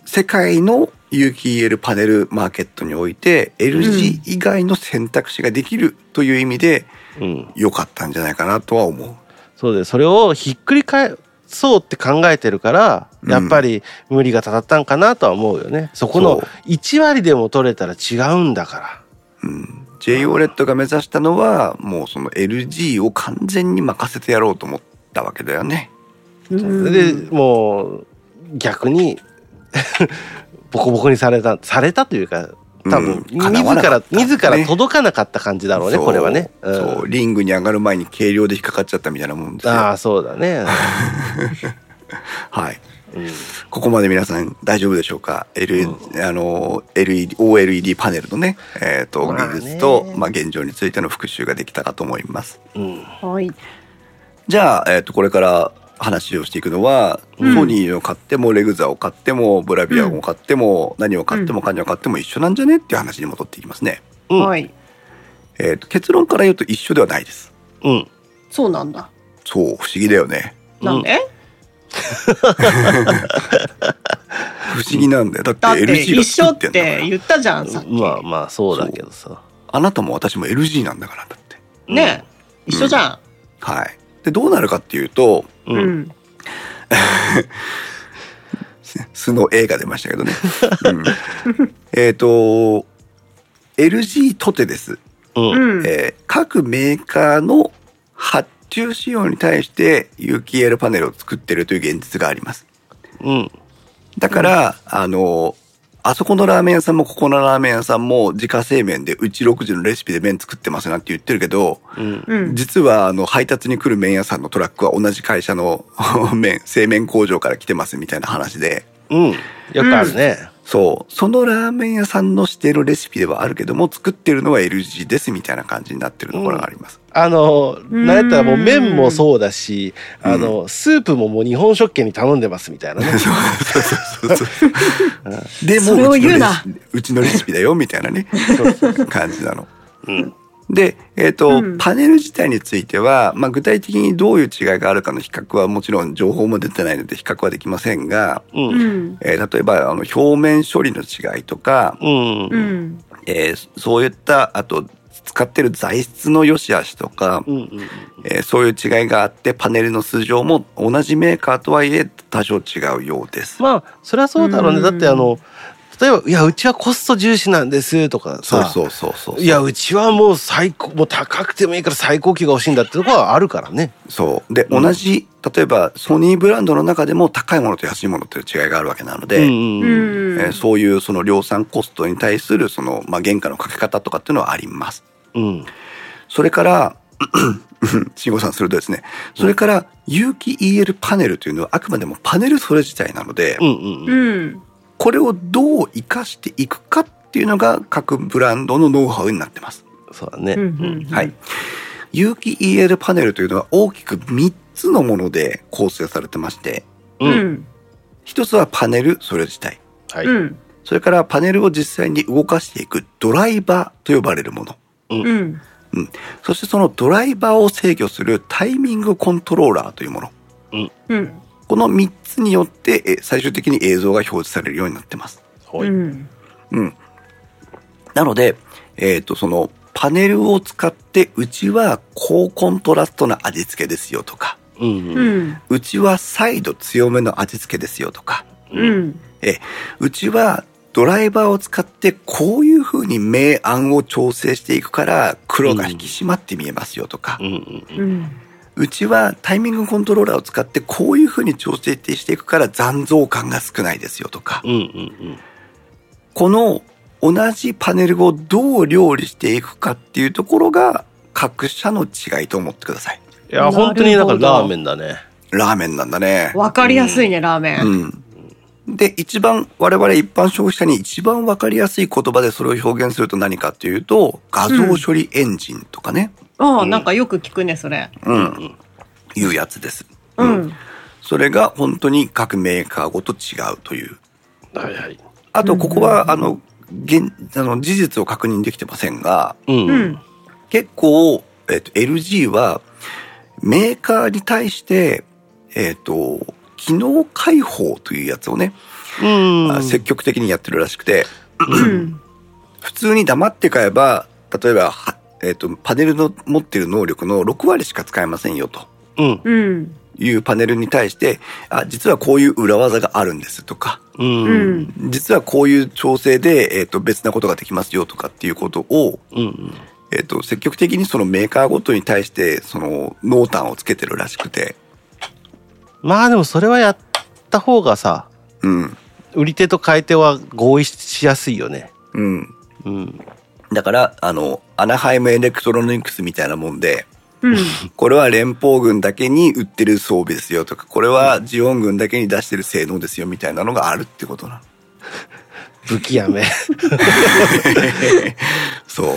[SPEAKER 1] 世界の有機 EL パネルマーケットにおいて、LG 以外の選択肢ができるという意味で、
[SPEAKER 2] うん。
[SPEAKER 1] 良かったんじゃないかなとは思う。
[SPEAKER 2] そうだよ。それをひっくり返そうって考えてるから、
[SPEAKER 1] うん
[SPEAKER 2] やっぱり無理がたたったんかなとは思うよね。そこの
[SPEAKER 1] そう
[SPEAKER 2] 1割でも取れたら違うんだから。
[SPEAKER 1] うん。JOLED が目指したのは、もうその LG を完全に任せてやろうと思ったわけだよね。
[SPEAKER 3] うん
[SPEAKER 2] で、もう逆に ボコボコにされたされたというか多
[SPEAKER 1] うん
[SPEAKER 2] 分自
[SPEAKER 1] 叶わなか
[SPEAKER 2] ら
[SPEAKER 1] ったね
[SPEAKER 2] 自ら届かなかった感じだろうね
[SPEAKER 1] そう
[SPEAKER 2] これはね。うん
[SPEAKER 1] そう。リングに上がる前に軽量で引っかかっちゃったみたいなもんですよ。
[SPEAKER 2] ああそうだね。
[SPEAKER 1] はい。
[SPEAKER 2] うん
[SPEAKER 1] ここまで皆さん大丈夫でしょうか、L あの LED OLED パネルのね、えー、と
[SPEAKER 2] まあね
[SPEAKER 1] 技術と、まあ、現状についての復習ができたかと思います
[SPEAKER 2] うん
[SPEAKER 3] はい。
[SPEAKER 1] じゃあ、えー、とこれから話をしていくのは、
[SPEAKER 3] うん
[SPEAKER 1] ソニーを買ってもレグザを買ってもブラビアを買っても、何を買ってもカニを買っても一緒なんじゃねっていう話に戻っていきますね、
[SPEAKER 2] うん
[SPEAKER 3] はい。
[SPEAKER 1] えー、と結論から言うと一緒ではないです
[SPEAKER 2] うん
[SPEAKER 3] そうなんだ。
[SPEAKER 1] そう不思議だよね
[SPEAKER 3] なんで
[SPEAKER 1] 不思議なんだよだっ
[SPEAKER 3] だって
[SPEAKER 1] て LG
[SPEAKER 3] 一
[SPEAKER 1] が
[SPEAKER 3] 緒っ
[SPEAKER 1] 作ってんだから
[SPEAKER 3] て言ったじゃん、さっき。
[SPEAKER 2] まあまあそうだけどさ。
[SPEAKER 1] あなたも私も LG なんだからだって
[SPEAKER 3] ね一緒じゃん。
[SPEAKER 1] はいでどうなるかっていうと
[SPEAKER 2] う
[SPEAKER 3] うんん。
[SPEAKER 1] 素の映画出ましたけどね。 うんえっと、LG とてです、
[SPEAKER 2] うんうん
[SPEAKER 3] うん。
[SPEAKER 1] えー各メーカーの発注仕様に対して有機 EL パネルを作ってるという現実があります。
[SPEAKER 2] うん
[SPEAKER 1] だから、あの、あそこのラーメン屋さんもここのラーメン屋さんも自家製麺でうち6時のレシピで麺作ってますなんて言ってるけど、
[SPEAKER 2] うん
[SPEAKER 3] うん。
[SPEAKER 1] 実はあの配達に来る麺屋さんのトラックは同じ会社の 麺、製麺工場から来てますみたいな話で、
[SPEAKER 2] うんよくあるね。
[SPEAKER 1] そう。そのラーメン屋さんの指定のレシピではあるけども、作ってるのは LG ですみたいな感じになってるところがあります。
[SPEAKER 2] あのなんやったらもう麺もそうだし
[SPEAKER 1] うん
[SPEAKER 2] あのスープももう日本食券に頼んでますみたいなね。
[SPEAKER 1] そうそうそう そう。で
[SPEAKER 3] それ
[SPEAKER 1] も
[SPEAKER 3] を
[SPEAKER 1] うちの
[SPEAKER 3] 言う
[SPEAKER 1] レ
[SPEAKER 3] な
[SPEAKER 1] シピ、うちのレシピだよみたいなね、
[SPEAKER 2] そうそう
[SPEAKER 1] 感じなの。
[SPEAKER 2] うん
[SPEAKER 1] で、えっ、と、
[SPEAKER 3] うん
[SPEAKER 1] パネル自体については、まあ、具体的にどういう違いがあるかの比較はもちろん情報も出てないので比較はできませんが、
[SPEAKER 2] うん。うん。
[SPEAKER 3] ん。
[SPEAKER 1] えー例えばあの表面処理の違いとか、
[SPEAKER 2] うん。
[SPEAKER 3] う
[SPEAKER 2] うん。
[SPEAKER 3] ん。
[SPEAKER 1] えーそういった、あと使ってる材質の良し悪しとか、
[SPEAKER 2] うん。
[SPEAKER 1] えーそういう違いがあって、パネルの数量も同じメーカーとはいえ多少違うようです。
[SPEAKER 2] まあ、それはそうだろう
[SPEAKER 3] う
[SPEAKER 2] ね。
[SPEAKER 3] ん
[SPEAKER 2] だって、あの、例えば、いや、うちはコスト重視なんですとか
[SPEAKER 1] そう
[SPEAKER 2] さ。
[SPEAKER 1] そうそうそう。
[SPEAKER 2] いや、うちはもう最高、もう高くてもいいから最高級が欲しいんだってとこはあるからね。
[SPEAKER 1] そう。で、
[SPEAKER 2] うん
[SPEAKER 1] 同じ、例えばソニーブランドの中でも高いものと安いものという違いがあるわけなので、
[SPEAKER 2] うんう
[SPEAKER 3] う
[SPEAKER 1] え
[SPEAKER 2] ん。
[SPEAKER 3] ん。
[SPEAKER 1] ーそういうその量産コストに対するその、まあ、原価のかけ方とかっていうのはあります。
[SPEAKER 2] うん。
[SPEAKER 1] それから、 慎吾さんするとですね、それから有機 EL パネルというのはあくまでもパネルそれ自体なので、
[SPEAKER 2] うんうんうん。
[SPEAKER 3] うん。
[SPEAKER 1] これをどう生かしていくかっていうのが各ブランドのノウハウになってます。
[SPEAKER 2] そうだね。
[SPEAKER 3] うんうん
[SPEAKER 1] はい。有機 EL パネルというのは大きく3つのもので構成されてまして、
[SPEAKER 2] う。
[SPEAKER 3] うんん。
[SPEAKER 1] 一つはパネルそれ自体。
[SPEAKER 2] はい。う。
[SPEAKER 3] うんん。
[SPEAKER 1] それからパネルを実際に動かしていくドライバーと呼ばれるもの。
[SPEAKER 3] うん。
[SPEAKER 1] そしてそのドライバーを制御するタイミングコントローラーというもの。
[SPEAKER 3] うん。
[SPEAKER 1] この3つによってえ最終的に映像が表示されるようになってます。
[SPEAKER 2] ほい。
[SPEAKER 3] うん。
[SPEAKER 1] うん。なので、えっ、と、そのパネルを使ってうちは高コントラストな味付けですよとか、
[SPEAKER 2] うん
[SPEAKER 3] う
[SPEAKER 2] うん。
[SPEAKER 3] ん。
[SPEAKER 1] うちは再度強めの味付けですよとか、
[SPEAKER 3] うん。
[SPEAKER 1] うちはドライバーを使ってこういう風に明暗を調整していくから黒が引き締まって見えますよとか
[SPEAKER 2] う、んうんうん。
[SPEAKER 3] うん。
[SPEAKER 1] うちはタイミングコントローラーを使ってこういう風に調整していくから残像感が少ないですよとか、
[SPEAKER 2] うんうん
[SPEAKER 1] この同じパネルをどう料理していくかっていうところが各社の違いと思ってください。
[SPEAKER 2] いや、本当にだからラーメンだね。
[SPEAKER 1] ラーメンなんだね。
[SPEAKER 3] わかりやすいね、ラーメン。
[SPEAKER 1] うん。で、一番、我々一般消費者に一番わかりやすい言葉でそれを表現すると何かっていうと、画像処理エンジンとかね、
[SPEAKER 3] あ
[SPEAKER 2] う
[SPEAKER 3] あ、
[SPEAKER 2] ん
[SPEAKER 3] なんかよく聞くね、それ。
[SPEAKER 1] うん、
[SPEAKER 2] ん
[SPEAKER 1] いうやつです。
[SPEAKER 3] う
[SPEAKER 1] うん
[SPEAKER 3] ん。
[SPEAKER 1] それが本当に各メーカーごと違うという。
[SPEAKER 2] はいはい。
[SPEAKER 1] あと、ここ
[SPEAKER 3] う
[SPEAKER 1] は、
[SPEAKER 3] ん
[SPEAKER 1] あの、現、あの、事実を確認できてませんが、
[SPEAKER 2] うん
[SPEAKER 3] う
[SPEAKER 2] うん
[SPEAKER 3] ん。
[SPEAKER 1] 結構、えっと、LG は、メーカーに対して、えっと、機能開放というやつをね、
[SPEAKER 2] うん。
[SPEAKER 1] あ積極的にやってるらしくて、
[SPEAKER 3] うん。
[SPEAKER 1] 普通に黙って買えば、例えば、はえっと、パネルの持ってる能力の6割しか使えませんよと
[SPEAKER 2] うん
[SPEAKER 3] うん。
[SPEAKER 1] いうパネルに対して、あ、実はこういう裏技があるんですとか、
[SPEAKER 2] うん
[SPEAKER 3] う
[SPEAKER 2] うん
[SPEAKER 3] ん。
[SPEAKER 1] 実はこういう調整で、えっと、別なことができますよとかっていうことを、
[SPEAKER 2] うん
[SPEAKER 1] えっと、積極的にそのメーカーごとに対して、その、濃淡をつけてるらしくて、
[SPEAKER 2] まあでもそれはやった方がさ、
[SPEAKER 1] うん、
[SPEAKER 2] 売り手と買い手は合意しやすいよね。
[SPEAKER 1] うん。
[SPEAKER 2] うん。
[SPEAKER 1] だから、あの、アナハイムエレクトロニクスみたいなもんで、
[SPEAKER 3] うん。
[SPEAKER 1] これは連邦軍だけに売ってる装備ですよとか、これはジオン軍だけに出してる性能ですよみたいなのがあるってことなの。
[SPEAKER 2] 武器やめ。
[SPEAKER 1] そう。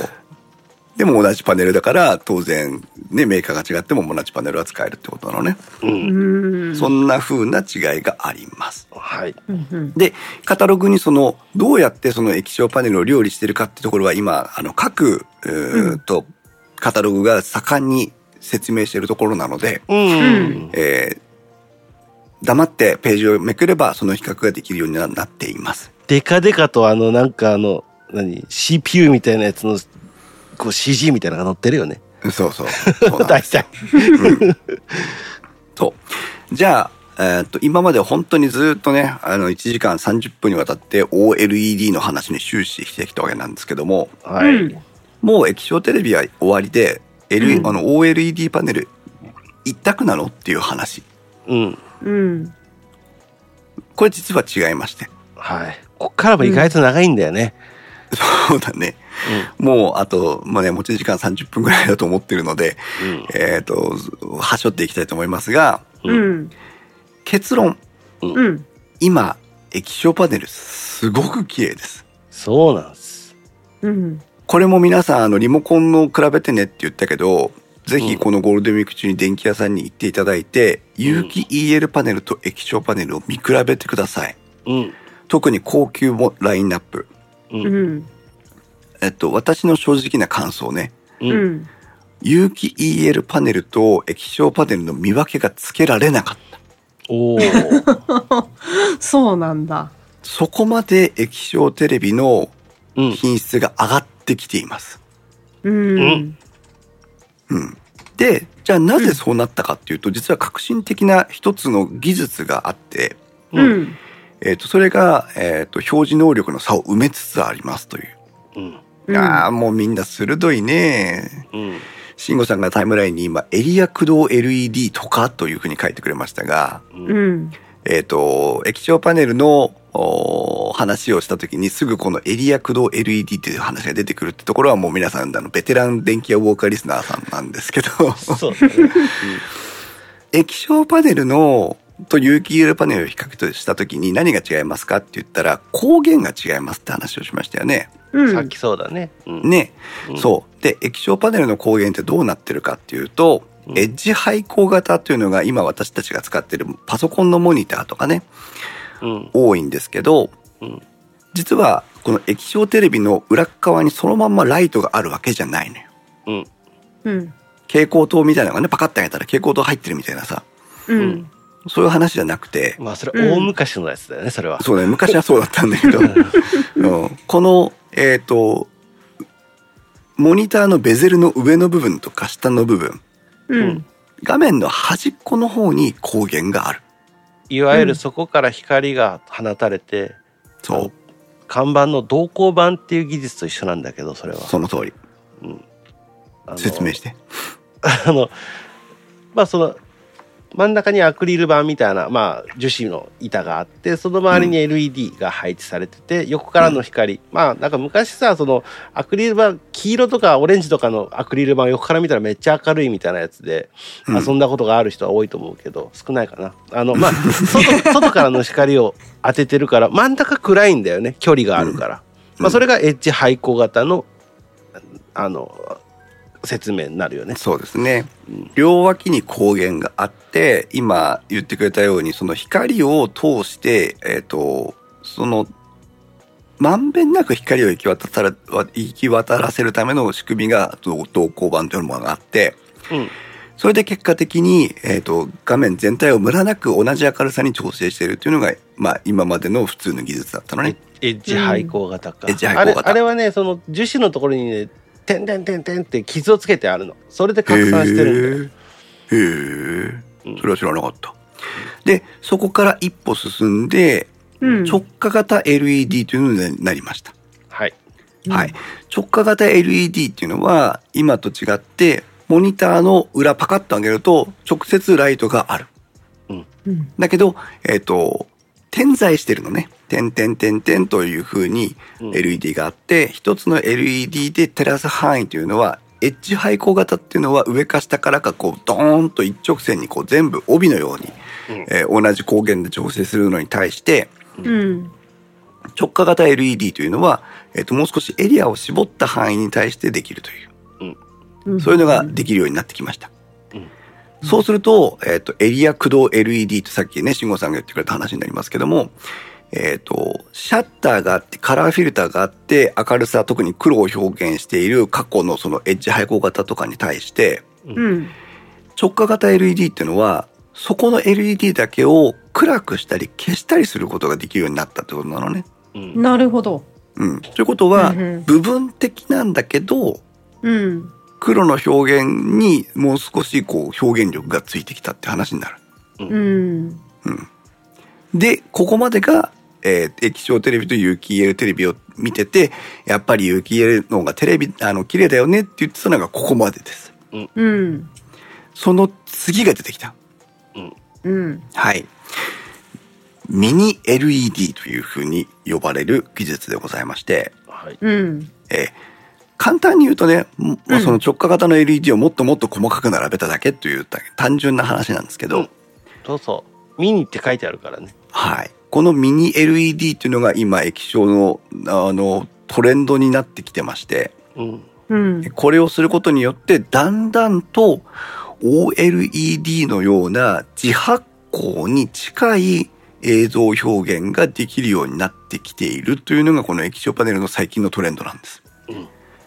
[SPEAKER 1] でも同じパネルだから、当然、ね、メーカーが違っても同じパネルは使えるってことなのね。
[SPEAKER 2] うん。
[SPEAKER 3] うん。
[SPEAKER 1] そんな風な違いがあります。
[SPEAKER 2] はい。
[SPEAKER 3] うん。
[SPEAKER 1] で、カタログにその、どうやってその液晶パネルを料理してるかってところは今、あの、各、うーんと、カタログが盛んに説明してるところなので、
[SPEAKER 2] うん。
[SPEAKER 3] ん
[SPEAKER 1] えー黙ってページをめくればその比較ができるようにななっています。
[SPEAKER 2] デカデカとあの、なんかあの、何 ?CPU みたいなやつの、こう CG みたいなのが載ってるよね。
[SPEAKER 1] そうそう。そうなん
[SPEAKER 2] 大
[SPEAKER 1] です
[SPEAKER 2] 体。
[SPEAKER 1] そう。じゃあ、えーっと、今まで本当にずっとね、あの、1時間30分にわたって OLED の話に終始してきたわけなんですけども、
[SPEAKER 2] は
[SPEAKER 3] う
[SPEAKER 2] い
[SPEAKER 3] ん。
[SPEAKER 1] もう液晶テレビは終わりで、L
[SPEAKER 3] うん
[SPEAKER 1] あの OLED パネル一択なのっていう話。
[SPEAKER 2] うん。
[SPEAKER 3] うん。
[SPEAKER 1] これ実は違いまして。
[SPEAKER 2] はい。こっからも意外と長いんだよね。
[SPEAKER 1] そうだね。もう、あと、まあね、持ち時間30分ぐらいだと思ってるので、
[SPEAKER 2] うん。
[SPEAKER 1] えーっと、はしょっていきたいと思いますが、
[SPEAKER 3] うん。
[SPEAKER 1] 結論、
[SPEAKER 3] うん。
[SPEAKER 1] 今、液晶パネルすごく綺麗です。
[SPEAKER 2] そうなんです。
[SPEAKER 3] うん。
[SPEAKER 1] これも皆さん、あの、リモコンの比べてねって言ったけど、ぜひこのゴールデンウィーク中に電気屋さんに行っていただいて、有機 EL パネルと液晶パネルを見比べてください。
[SPEAKER 2] うん。
[SPEAKER 1] 特に高級もラインナップ。
[SPEAKER 2] う。
[SPEAKER 3] うんん。
[SPEAKER 1] えっと、私の正直な感想ね。
[SPEAKER 2] う。
[SPEAKER 3] うんん。
[SPEAKER 1] 有機 EL パネルと液晶パネルの見分けがつけられなかった。
[SPEAKER 2] お ー
[SPEAKER 3] そうなんだ。
[SPEAKER 1] そこまで液晶テレビの
[SPEAKER 2] うん。
[SPEAKER 1] 品質が上がってきています。
[SPEAKER 3] うん。
[SPEAKER 2] うん
[SPEAKER 1] うん。で、じゃあなぜそうなったかっていうと、実は革新的な一つの技術があって、
[SPEAKER 3] う
[SPEAKER 2] うん。
[SPEAKER 3] ん。
[SPEAKER 1] えっ、と、それが、えっ、と、表示能力の差を埋めつつありますという。
[SPEAKER 2] うん。
[SPEAKER 3] うん
[SPEAKER 1] ああ、もうみんな鋭いね。
[SPEAKER 2] うん。
[SPEAKER 1] 慎吾さんがタイムラインに今、エリア駆動 LED とかというふうに書いてくれましたが、
[SPEAKER 2] う。
[SPEAKER 3] うんん。
[SPEAKER 1] えっ、と、液晶パネルのおー話をした時にすぐこのエリア駆動 LED という話が出てくるってところはもう皆さん、あの、ベテラン電気屋ウォーカーリスナーさんなんですけど、
[SPEAKER 2] そうだね。
[SPEAKER 1] 液晶パネルのと有機 EL パネルを比較とした時に何が違いますかって言ったら光源が違いますって話をしましたよね。
[SPEAKER 3] う
[SPEAKER 2] うん
[SPEAKER 3] ん。
[SPEAKER 2] さっきそうだね。うん。
[SPEAKER 1] ね、
[SPEAKER 2] うん。
[SPEAKER 1] そう。で、液晶パネルの光源ってどうなってるかっていうと、
[SPEAKER 2] うん
[SPEAKER 1] エッジ配光型というのが今私たちが使ってるパソコンのモニターとかね、
[SPEAKER 2] うん。
[SPEAKER 1] 多いんですけど、
[SPEAKER 2] うん。
[SPEAKER 1] 実はこの液晶テレビの裏っ側にそのまんまライトがあるわけじゃないのよ。
[SPEAKER 2] うん。
[SPEAKER 3] うん。
[SPEAKER 1] 蛍光灯みたいなのがね、パカッてあげたら蛍光灯入ってるみたいなさ、
[SPEAKER 3] うん。
[SPEAKER 1] そういう話じゃなくて、
[SPEAKER 2] まあ、それ、大昔のやつだよね、それは。
[SPEAKER 1] そうね、昔はそうだったんだ けど、うん、この、えっ、と、モニターのベゼルの上の部分とか下の部分、
[SPEAKER 3] うん。
[SPEAKER 1] 画面の端っこの方に光源がある。
[SPEAKER 2] いわゆるそこから光が放たれて、
[SPEAKER 1] そ
[SPEAKER 2] 看板の同光板っていう技術と一緒なんだけど、それは
[SPEAKER 1] う、。その通り。
[SPEAKER 2] あの
[SPEAKER 1] 説明して。
[SPEAKER 2] あの、まあその、真ん中にアクリル板みたいな、まあ、樹脂の板があってその周りに LED が配置されてて、横からの光、まあなんか昔さそのアクリル板黄色とかオレンジとかのアクリル板を横から見たらめっちゃ明るいみたいなやつで、
[SPEAKER 1] うん
[SPEAKER 2] 遊んだことがある人は多いと思うけど少ないかなあのまあ 外外からの光を当ててるから真ん中暗いんだよね距離があるから、
[SPEAKER 1] うん
[SPEAKER 2] まあ、それがエッジ配光型のあの説明になるよね。
[SPEAKER 1] そうですね
[SPEAKER 2] うん。
[SPEAKER 1] 両脇に光源があって、今言ってくれたように、その光を通して、えっ、と、その、まんべんなく光を行き渡さら、行き渡らせるための仕組みが、同同光板というものがあって、
[SPEAKER 2] うん
[SPEAKER 1] それで結果的に、えっ、と、画面全体をムラなく同じ明るさに調整しているというのが、まあ、今までの普通の技術だったのね。
[SPEAKER 2] エッジ配光型か、
[SPEAKER 1] うんエッジ配光型
[SPEAKER 2] あれあれはねその樹脂のところにね点々点々って傷をつけてあるのそ れで拡散してるんだよ
[SPEAKER 1] へーへ
[SPEAKER 2] うん
[SPEAKER 1] え、それは知らなかった。で、そこから一歩進んで、
[SPEAKER 3] うん。
[SPEAKER 1] 直下型 LED というのになりました。
[SPEAKER 2] はい
[SPEAKER 1] はい。直下型 LED っていうのは、今と違って、モニターの裏パカッと上げると、直接ライトがある。
[SPEAKER 3] うん。
[SPEAKER 1] だけど、えっ、と、点在してるのね。点点点点という風に
[SPEAKER 2] うん
[SPEAKER 1] LED があって、一つの LED で照らす範囲というのは、エッジ配光型っていうのは上か下からかこうドーンと一直線にこう全部帯のように、
[SPEAKER 2] うん
[SPEAKER 1] えー同じ光源で調整するのに対して、
[SPEAKER 3] うん。
[SPEAKER 1] 直下型 LED というのは、えっともう少しエリアを絞った範囲に対してできるという
[SPEAKER 3] うん。
[SPEAKER 1] そういうのができるようになってきました
[SPEAKER 2] うん。
[SPEAKER 1] そうすると、えっ、と、エリア駆動 LED とさっきね、慎吾さんが言ってくれた話になりますけども、えっ、と、シャッターがあって、カラーフィルターがあって、明るさ、特に黒を表現している過去のそのエッジ配光型とかに対して、
[SPEAKER 3] うん。
[SPEAKER 1] 直下型 LED っていうのは、そこの LED だけを暗くしたり消したりすることができるようになったってことなのね。
[SPEAKER 2] うん
[SPEAKER 3] なるほど。
[SPEAKER 1] うん。ということは
[SPEAKER 3] うんうん、
[SPEAKER 1] 部分的なんだけど、
[SPEAKER 3] うん。
[SPEAKER 1] 黒の表現にもう少しこう表現力がついてきたって話になる。
[SPEAKER 3] うん。
[SPEAKER 1] で、ここまでが、えー液晶テレビと有機 EL テレビを見てて、やっぱり有機 EL の方がテレビ、あの、綺麗だよねって言ってたのがここまでです。
[SPEAKER 3] うん。
[SPEAKER 1] その次が出てきた。
[SPEAKER 3] うん。
[SPEAKER 1] はい。ミニ LED というふうに呼ばれる技術でございまして、
[SPEAKER 2] はい
[SPEAKER 3] うん。
[SPEAKER 1] えー簡単に言うとね、もう
[SPEAKER 3] うん
[SPEAKER 1] その直下型の LED をもっともっと細かく並べただけという単純な話なんですけど、
[SPEAKER 2] うんそうそうミニって書いてあるからね
[SPEAKER 1] はい。このミニ LED というのが今液晶の、あの、トレンドになってきてまして、
[SPEAKER 2] うん
[SPEAKER 3] うん。
[SPEAKER 1] これをすることによって、だんだんと OLED のような自発光に近い映像表現ができるようになってきているというのが、この液晶パネルの最近のトレンドなんです。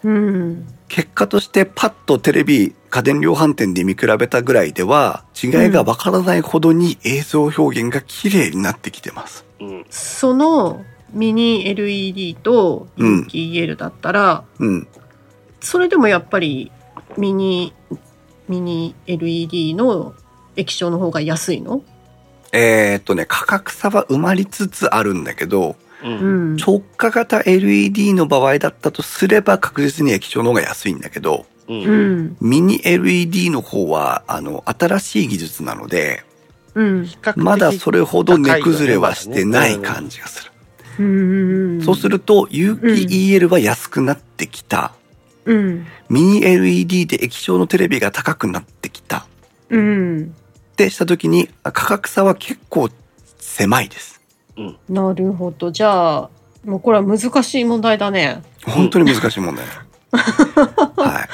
[SPEAKER 3] うん。
[SPEAKER 1] 結果としてパッとテレビ家電量販店で見比べたぐらいでは違いがわからないほどに映像表現が綺麗になってきてます。
[SPEAKER 2] うん。
[SPEAKER 3] そのミニ LED と
[SPEAKER 1] うん
[SPEAKER 3] 有機 EL だったら、
[SPEAKER 1] うん。
[SPEAKER 3] それでもやっぱりミニ、ミニ LED の液晶の方が安いの
[SPEAKER 1] えーっとね、価格差は埋まりつつあるんだけど、
[SPEAKER 2] う。
[SPEAKER 3] うんん。
[SPEAKER 1] 直下型 LED の場合だったとすれば確実に液晶の方が安いんだけど、
[SPEAKER 2] うん。
[SPEAKER 3] う
[SPEAKER 2] うん。
[SPEAKER 3] ん。
[SPEAKER 1] ミニ LED の方は、あの、新しい技術なので、
[SPEAKER 3] うん。
[SPEAKER 1] まだそれほど値崩れはしてない感じがする。
[SPEAKER 3] うん。
[SPEAKER 1] そうすると、有機 EL は安くなってきた。
[SPEAKER 3] うん。
[SPEAKER 1] ミニ LED で液晶のテレビが高くなってきた。
[SPEAKER 3] うん。
[SPEAKER 1] ってした時に、価格差は結構狭いです。
[SPEAKER 3] なるほど。じゃあ、もうこれは難しい問題だね。
[SPEAKER 1] 本当に難しい問題。はい。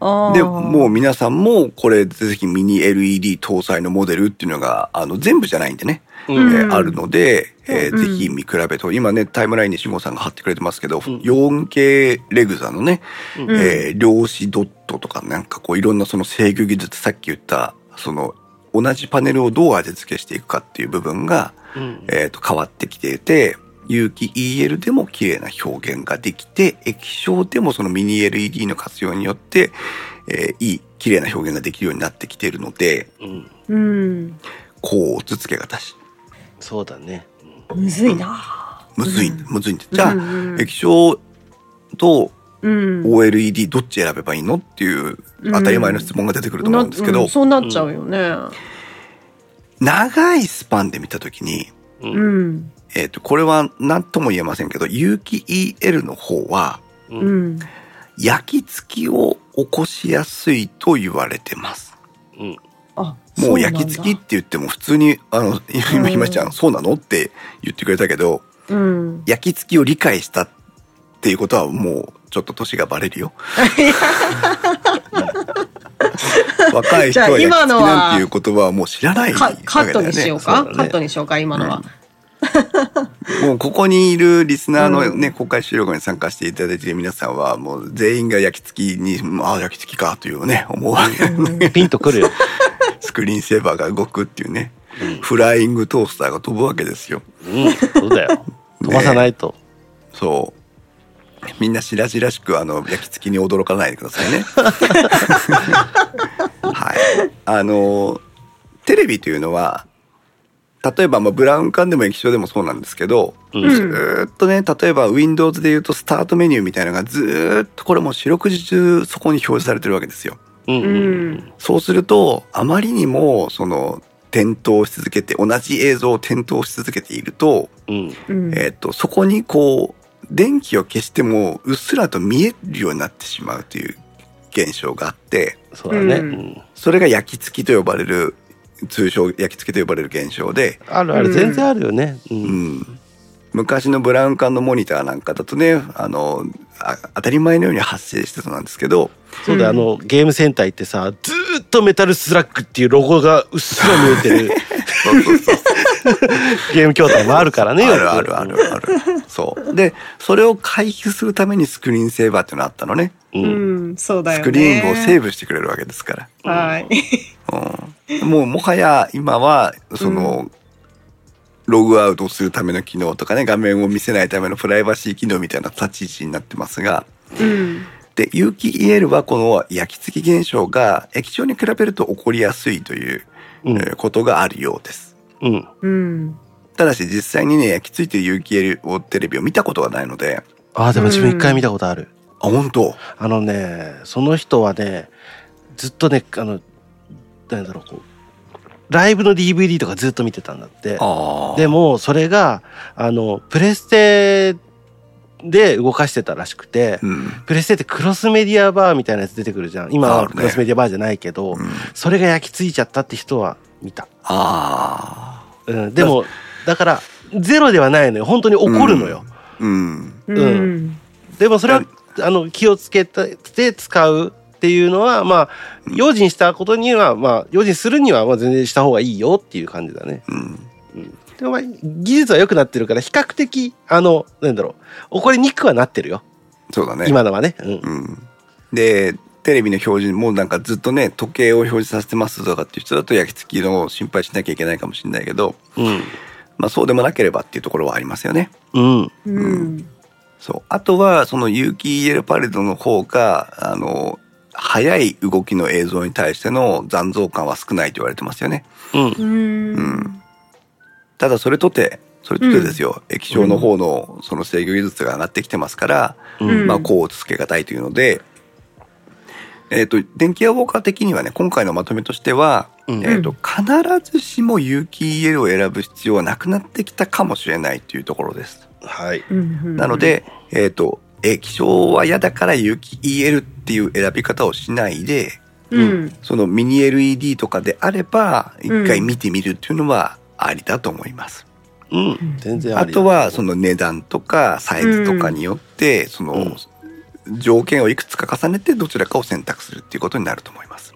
[SPEAKER 3] ああ。
[SPEAKER 1] で、もう皆さんも、これ、ぜひミニ LED 搭載のモデルっていうのが、あの、全部じゃないんでね、
[SPEAKER 2] うん。
[SPEAKER 1] え
[SPEAKER 2] う
[SPEAKER 1] ー
[SPEAKER 3] うん
[SPEAKER 1] あるので、えー
[SPEAKER 3] うん
[SPEAKER 1] ぜひ見比べと、今ね、タイムラインにしごさんが貼ってくれてますけど、
[SPEAKER 2] ん
[SPEAKER 1] 4K レグザのね、
[SPEAKER 2] うん
[SPEAKER 1] えー量子ドットとかなんかこう、いろんなその制御技術、さっき言った、その、同じパネルをどう味付けしていくかっていう部分が、
[SPEAKER 2] ん。
[SPEAKER 1] えーと、変わってきていて、有機 EL でも綺麗な表現ができて、液晶でもそのミニ LED の活用によって、えーいい、綺麗な表現ができるようになってきているので、
[SPEAKER 2] うん。
[SPEAKER 3] うん。
[SPEAKER 1] こう、つつけがたし。
[SPEAKER 2] そうだね。
[SPEAKER 3] むずいな。
[SPEAKER 1] むずい、
[SPEAKER 3] うん
[SPEAKER 1] むずいんで。じゃあ、
[SPEAKER 3] うん
[SPEAKER 1] 液晶と
[SPEAKER 3] うん。
[SPEAKER 1] OLED どっち選べばいいのっていう当たり前の質問が出てくると思うんですけど、
[SPEAKER 3] なうそうなっちゃうよね。
[SPEAKER 1] 長いスパンで見たときに、
[SPEAKER 2] う
[SPEAKER 3] う。ん。
[SPEAKER 1] えっ、と、これは何とも言えませんけど、有機 EL の方は、
[SPEAKER 2] う。
[SPEAKER 3] うんん。
[SPEAKER 1] 焼き付きを起こしやすいと言われてます。
[SPEAKER 2] うん。
[SPEAKER 3] あ、
[SPEAKER 1] もう焼き付きって言っても普通に、あの、今、ひまちゃ
[SPEAKER 3] うん
[SPEAKER 1] ん、そうなのって言ってくれたけど、
[SPEAKER 3] そうなんだ。
[SPEAKER 1] 焼き付きを理解したっていうことはもう、ちょっと年がバレる よ。若い人は焼き付きなんていう言葉はもう知らな
[SPEAKER 3] う
[SPEAKER 1] い
[SPEAKER 3] ん。カカットにしようか
[SPEAKER 1] わけだよねそうだね
[SPEAKER 3] カットにしようか、今のは。
[SPEAKER 1] もうここにいるリスナーのね、
[SPEAKER 3] うん
[SPEAKER 1] 公開収録に参加していただいている皆さんは、もう全員が焼き付きに、ああ、焼き付きかというね、思うわけ、
[SPEAKER 2] ピンとくるよ。
[SPEAKER 1] スクリーンセーバーが動くっていうね、フライングトースターが飛ぶわけですよ。
[SPEAKER 2] うん。そう だよ。飛ばさないと。
[SPEAKER 1] そう。みんな白々しく、あの、焼き付きに驚かないでください ね。はい。あの、テレビというのは、例えば、まあ、ブラウン管でも液晶でもそうなんですけど、
[SPEAKER 2] う
[SPEAKER 1] ずーっとね、例えば Windows で言うとスタートメニューみたいなのがずーっとこれもう四六時中そこに表示されてるわけですよ。
[SPEAKER 2] うん
[SPEAKER 3] う
[SPEAKER 2] うん。
[SPEAKER 3] ん。
[SPEAKER 1] そうすると、あまりにも、その、点灯し続けて、同じ映像を点灯し続けていると、
[SPEAKER 2] うん。
[SPEAKER 3] うん。
[SPEAKER 1] えっ、と、そこにこう、電気を消しても、うっすらと見えるようになってしまうという現象があって、
[SPEAKER 2] そうだね。
[SPEAKER 3] う
[SPEAKER 2] うんん。
[SPEAKER 1] それが焼き付きと呼ばれる、通称焼き付きと呼ばれる現象で、
[SPEAKER 2] あるあ
[SPEAKER 3] う
[SPEAKER 2] る。
[SPEAKER 3] ん
[SPEAKER 2] 全然あるよね。う。
[SPEAKER 1] うんん、昔のブラウン管のモニターなんかだとね、あの、あ当たり前のように発生してたんですけど、
[SPEAKER 2] そうだよ、あの、ゲームセンター行ってさ、ずーっとメタルスラックっていうロゴがうっすら見え てる
[SPEAKER 1] そうそうそう
[SPEAKER 2] ゲーム筐体もあるからね。
[SPEAKER 1] あるあるあるある。そう。で、それを回避するためにスクリーンセーバーっていうのあったのね。
[SPEAKER 2] う。
[SPEAKER 3] うんん、そうだよ
[SPEAKER 1] ス
[SPEAKER 3] ね。
[SPEAKER 1] クリーンをセー
[SPEAKER 3] ブ。
[SPEAKER 1] ブしてくれるわけですから。
[SPEAKER 3] はい。
[SPEAKER 1] うん、もうもはや今はその、ログアウトをするための機能とかね画面を見せないためのプライバシー機能みたいな立ち位置になってますが
[SPEAKER 3] うん。
[SPEAKER 1] で有機 EL はこの焼き付き現象が液晶に比べると起こりやすいという、
[SPEAKER 2] うん
[SPEAKER 1] えーことがあるようです。
[SPEAKER 2] うん。
[SPEAKER 3] うん。
[SPEAKER 1] ただし実際にね焼き付いてる有機 EL をテレビを見たことがないので
[SPEAKER 2] ああ、でも自分一回見たことある。
[SPEAKER 1] あ本当
[SPEAKER 2] あのね、その人はね、ずっとね、あの、なんだろう、こう、ライブの DVD とかずっと見てたんだって。
[SPEAKER 1] あ
[SPEAKER 2] でも、それが、あの、プレステで動かしてたらしくて、
[SPEAKER 1] うん
[SPEAKER 2] プレステってクロスメディアバーみたいなやつ出てくるじゃん。今
[SPEAKER 1] あ
[SPEAKER 2] は
[SPEAKER 1] るね
[SPEAKER 2] クロスメディアバーじゃないけど、
[SPEAKER 1] うん、
[SPEAKER 2] それが焼き付いちゃったって人は見た。
[SPEAKER 1] ああ
[SPEAKER 2] うん、でも、だから、ゼロではないのよ。本当に怒るのよ。
[SPEAKER 1] うん
[SPEAKER 3] うん。
[SPEAKER 2] でもそれ
[SPEAKER 1] う
[SPEAKER 2] は
[SPEAKER 1] ん、
[SPEAKER 2] あの、気をつけて使うっていうのは、まあ、用心したことには、まあ、用心するには、まあ、全然した方がいいよっていう感じだね。
[SPEAKER 1] うん
[SPEAKER 2] でも、まあ、技術は良くなってるから、比較的、あの、なんだろう、怒りにくくはなってるよ。
[SPEAKER 1] そうだね。
[SPEAKER 2] 今のはね。うん
[SPEAKER 1] うん。で、テレビの表示もなんかずっとね、時計を表示させてますとかっていう人だと焼き付きのを心配しなきゃいけないかもしれないけど、
[SPEAKER 2] うん。
[SPEAKER 1] まあそうでもなければっていうところはありますよね。
[SPEAKER 2] うん。
[SPEAKER 3] うん。
[SPEAKER 1] そう。あとは、その有機 EL パレードの方が、あの、早い動きの映像に対しての残像感は少ないと言われてますよね。
[SPEAKER 2] うん。
[SPEAKER 3] うん。
[SPEAKER 1] ただそれとて、それとてですよ、液晶の方のその制御技術が上がってきてますから、
[SPEAKER 3] うん
[SPEAKER 1] まあ、こうつけがたいというので、えっ、と、電気屋ウォーカー的にはね、今回のまとめとしては、
[SPEAKER 2] うん
[SPEAKER 1] えっ、と、必ずしも有機 EL を選ぶ必要はなくなってきたかもしれないというところです。
[SPEAKER 2] はい。
[SPEAKER 3] うん
[SPEAKER 1] なの、で、えっ、と、液晶は嫌だから有機 EL っていう選び方をしないで、
[SPEAKER 3] うん。
[SPEAKER 1] そのミニ LED とかであれば、一回
[SPEAKER 3] うん
[SPEAKER 1] 見てみるっていうのはありだと思います。
[SPEAKER 2] うん。全然あ
[SPEAKER 1] あ
[SPEAKER 2] り。
[SPEAKER 1] とはその値段とかサイズとかによってその条件をいくつか重ねてどちらかを選択するっていうことになると思います。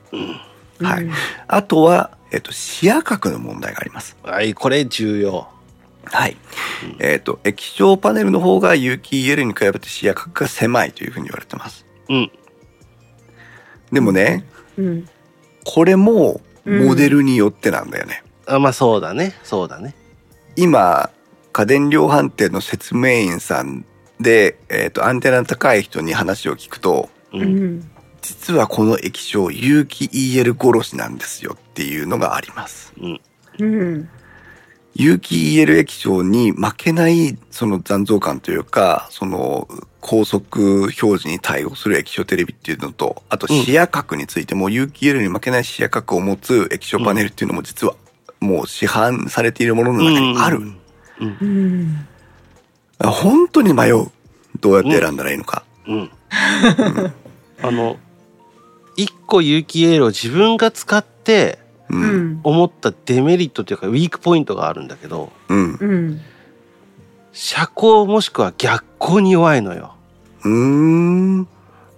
[SPEAKER 1] はい
[SPEAKER 3] うん。
[SPEAKER 1] あとは、えっと、視野角の問題があります。
[SPEAKER 2] はい、これ重要。
[SPEAKER 1] はい。えっと、液晶パネルの方が有機 EL に比べて視野角が狭いというふうに言われてます。
[SPEAKER 2] うん。
[SPEAKER 1] でもね、
[SPEAKER 3] うん。
[SPEAKER 1] これもモデルによってなんだよね。
[SPEAKER 2] あ、まあそうだね。そうだね。
[SPEAKER 1] 今、家電量販店の説明員さんで、えっと、アンテナ高い人に話を聞くと、
[SPEAKER 2] う。
[SPEAKER 3] うんん。
[SPEAKER 1] 実はこの液晶有機 EL 殺しなんですよっていうのがあります。
[SPEAKER 2] うん。
[SPEAKER 3] うん。
[SPEAKER 1] 有機 EL 液晶に負けないその残像感というか、その高速表示に対応する液晶テレビっていうのと、あと
[SPEAKER 2] うん
[SPEAKER 1] 視野角についても有機 EL に負けない視野角を持つ液晶パネルっていうのも実はもう市販されているものの中にある。
[SPEAKER 2] うん。
[SPEAKER 3] うん。
[SPEAKER 1] 本当に迷う。どうやって選んだらいいのか。
[SPEAKER 2] うん。あの、一個有機エールを自分が使って
[SPEAKER 1] う。
[SPEAKER 3] うんん。
[SPEAKER 2] 思ったデメリットというかウィークポイントがあるんだけど、
[SPEAKER 1] うん。
[SPEAKER 3] うん。
[SPEAKER 2] 遮光もしくは逆光に弱いのよ。
[SPEAKER 1] うん。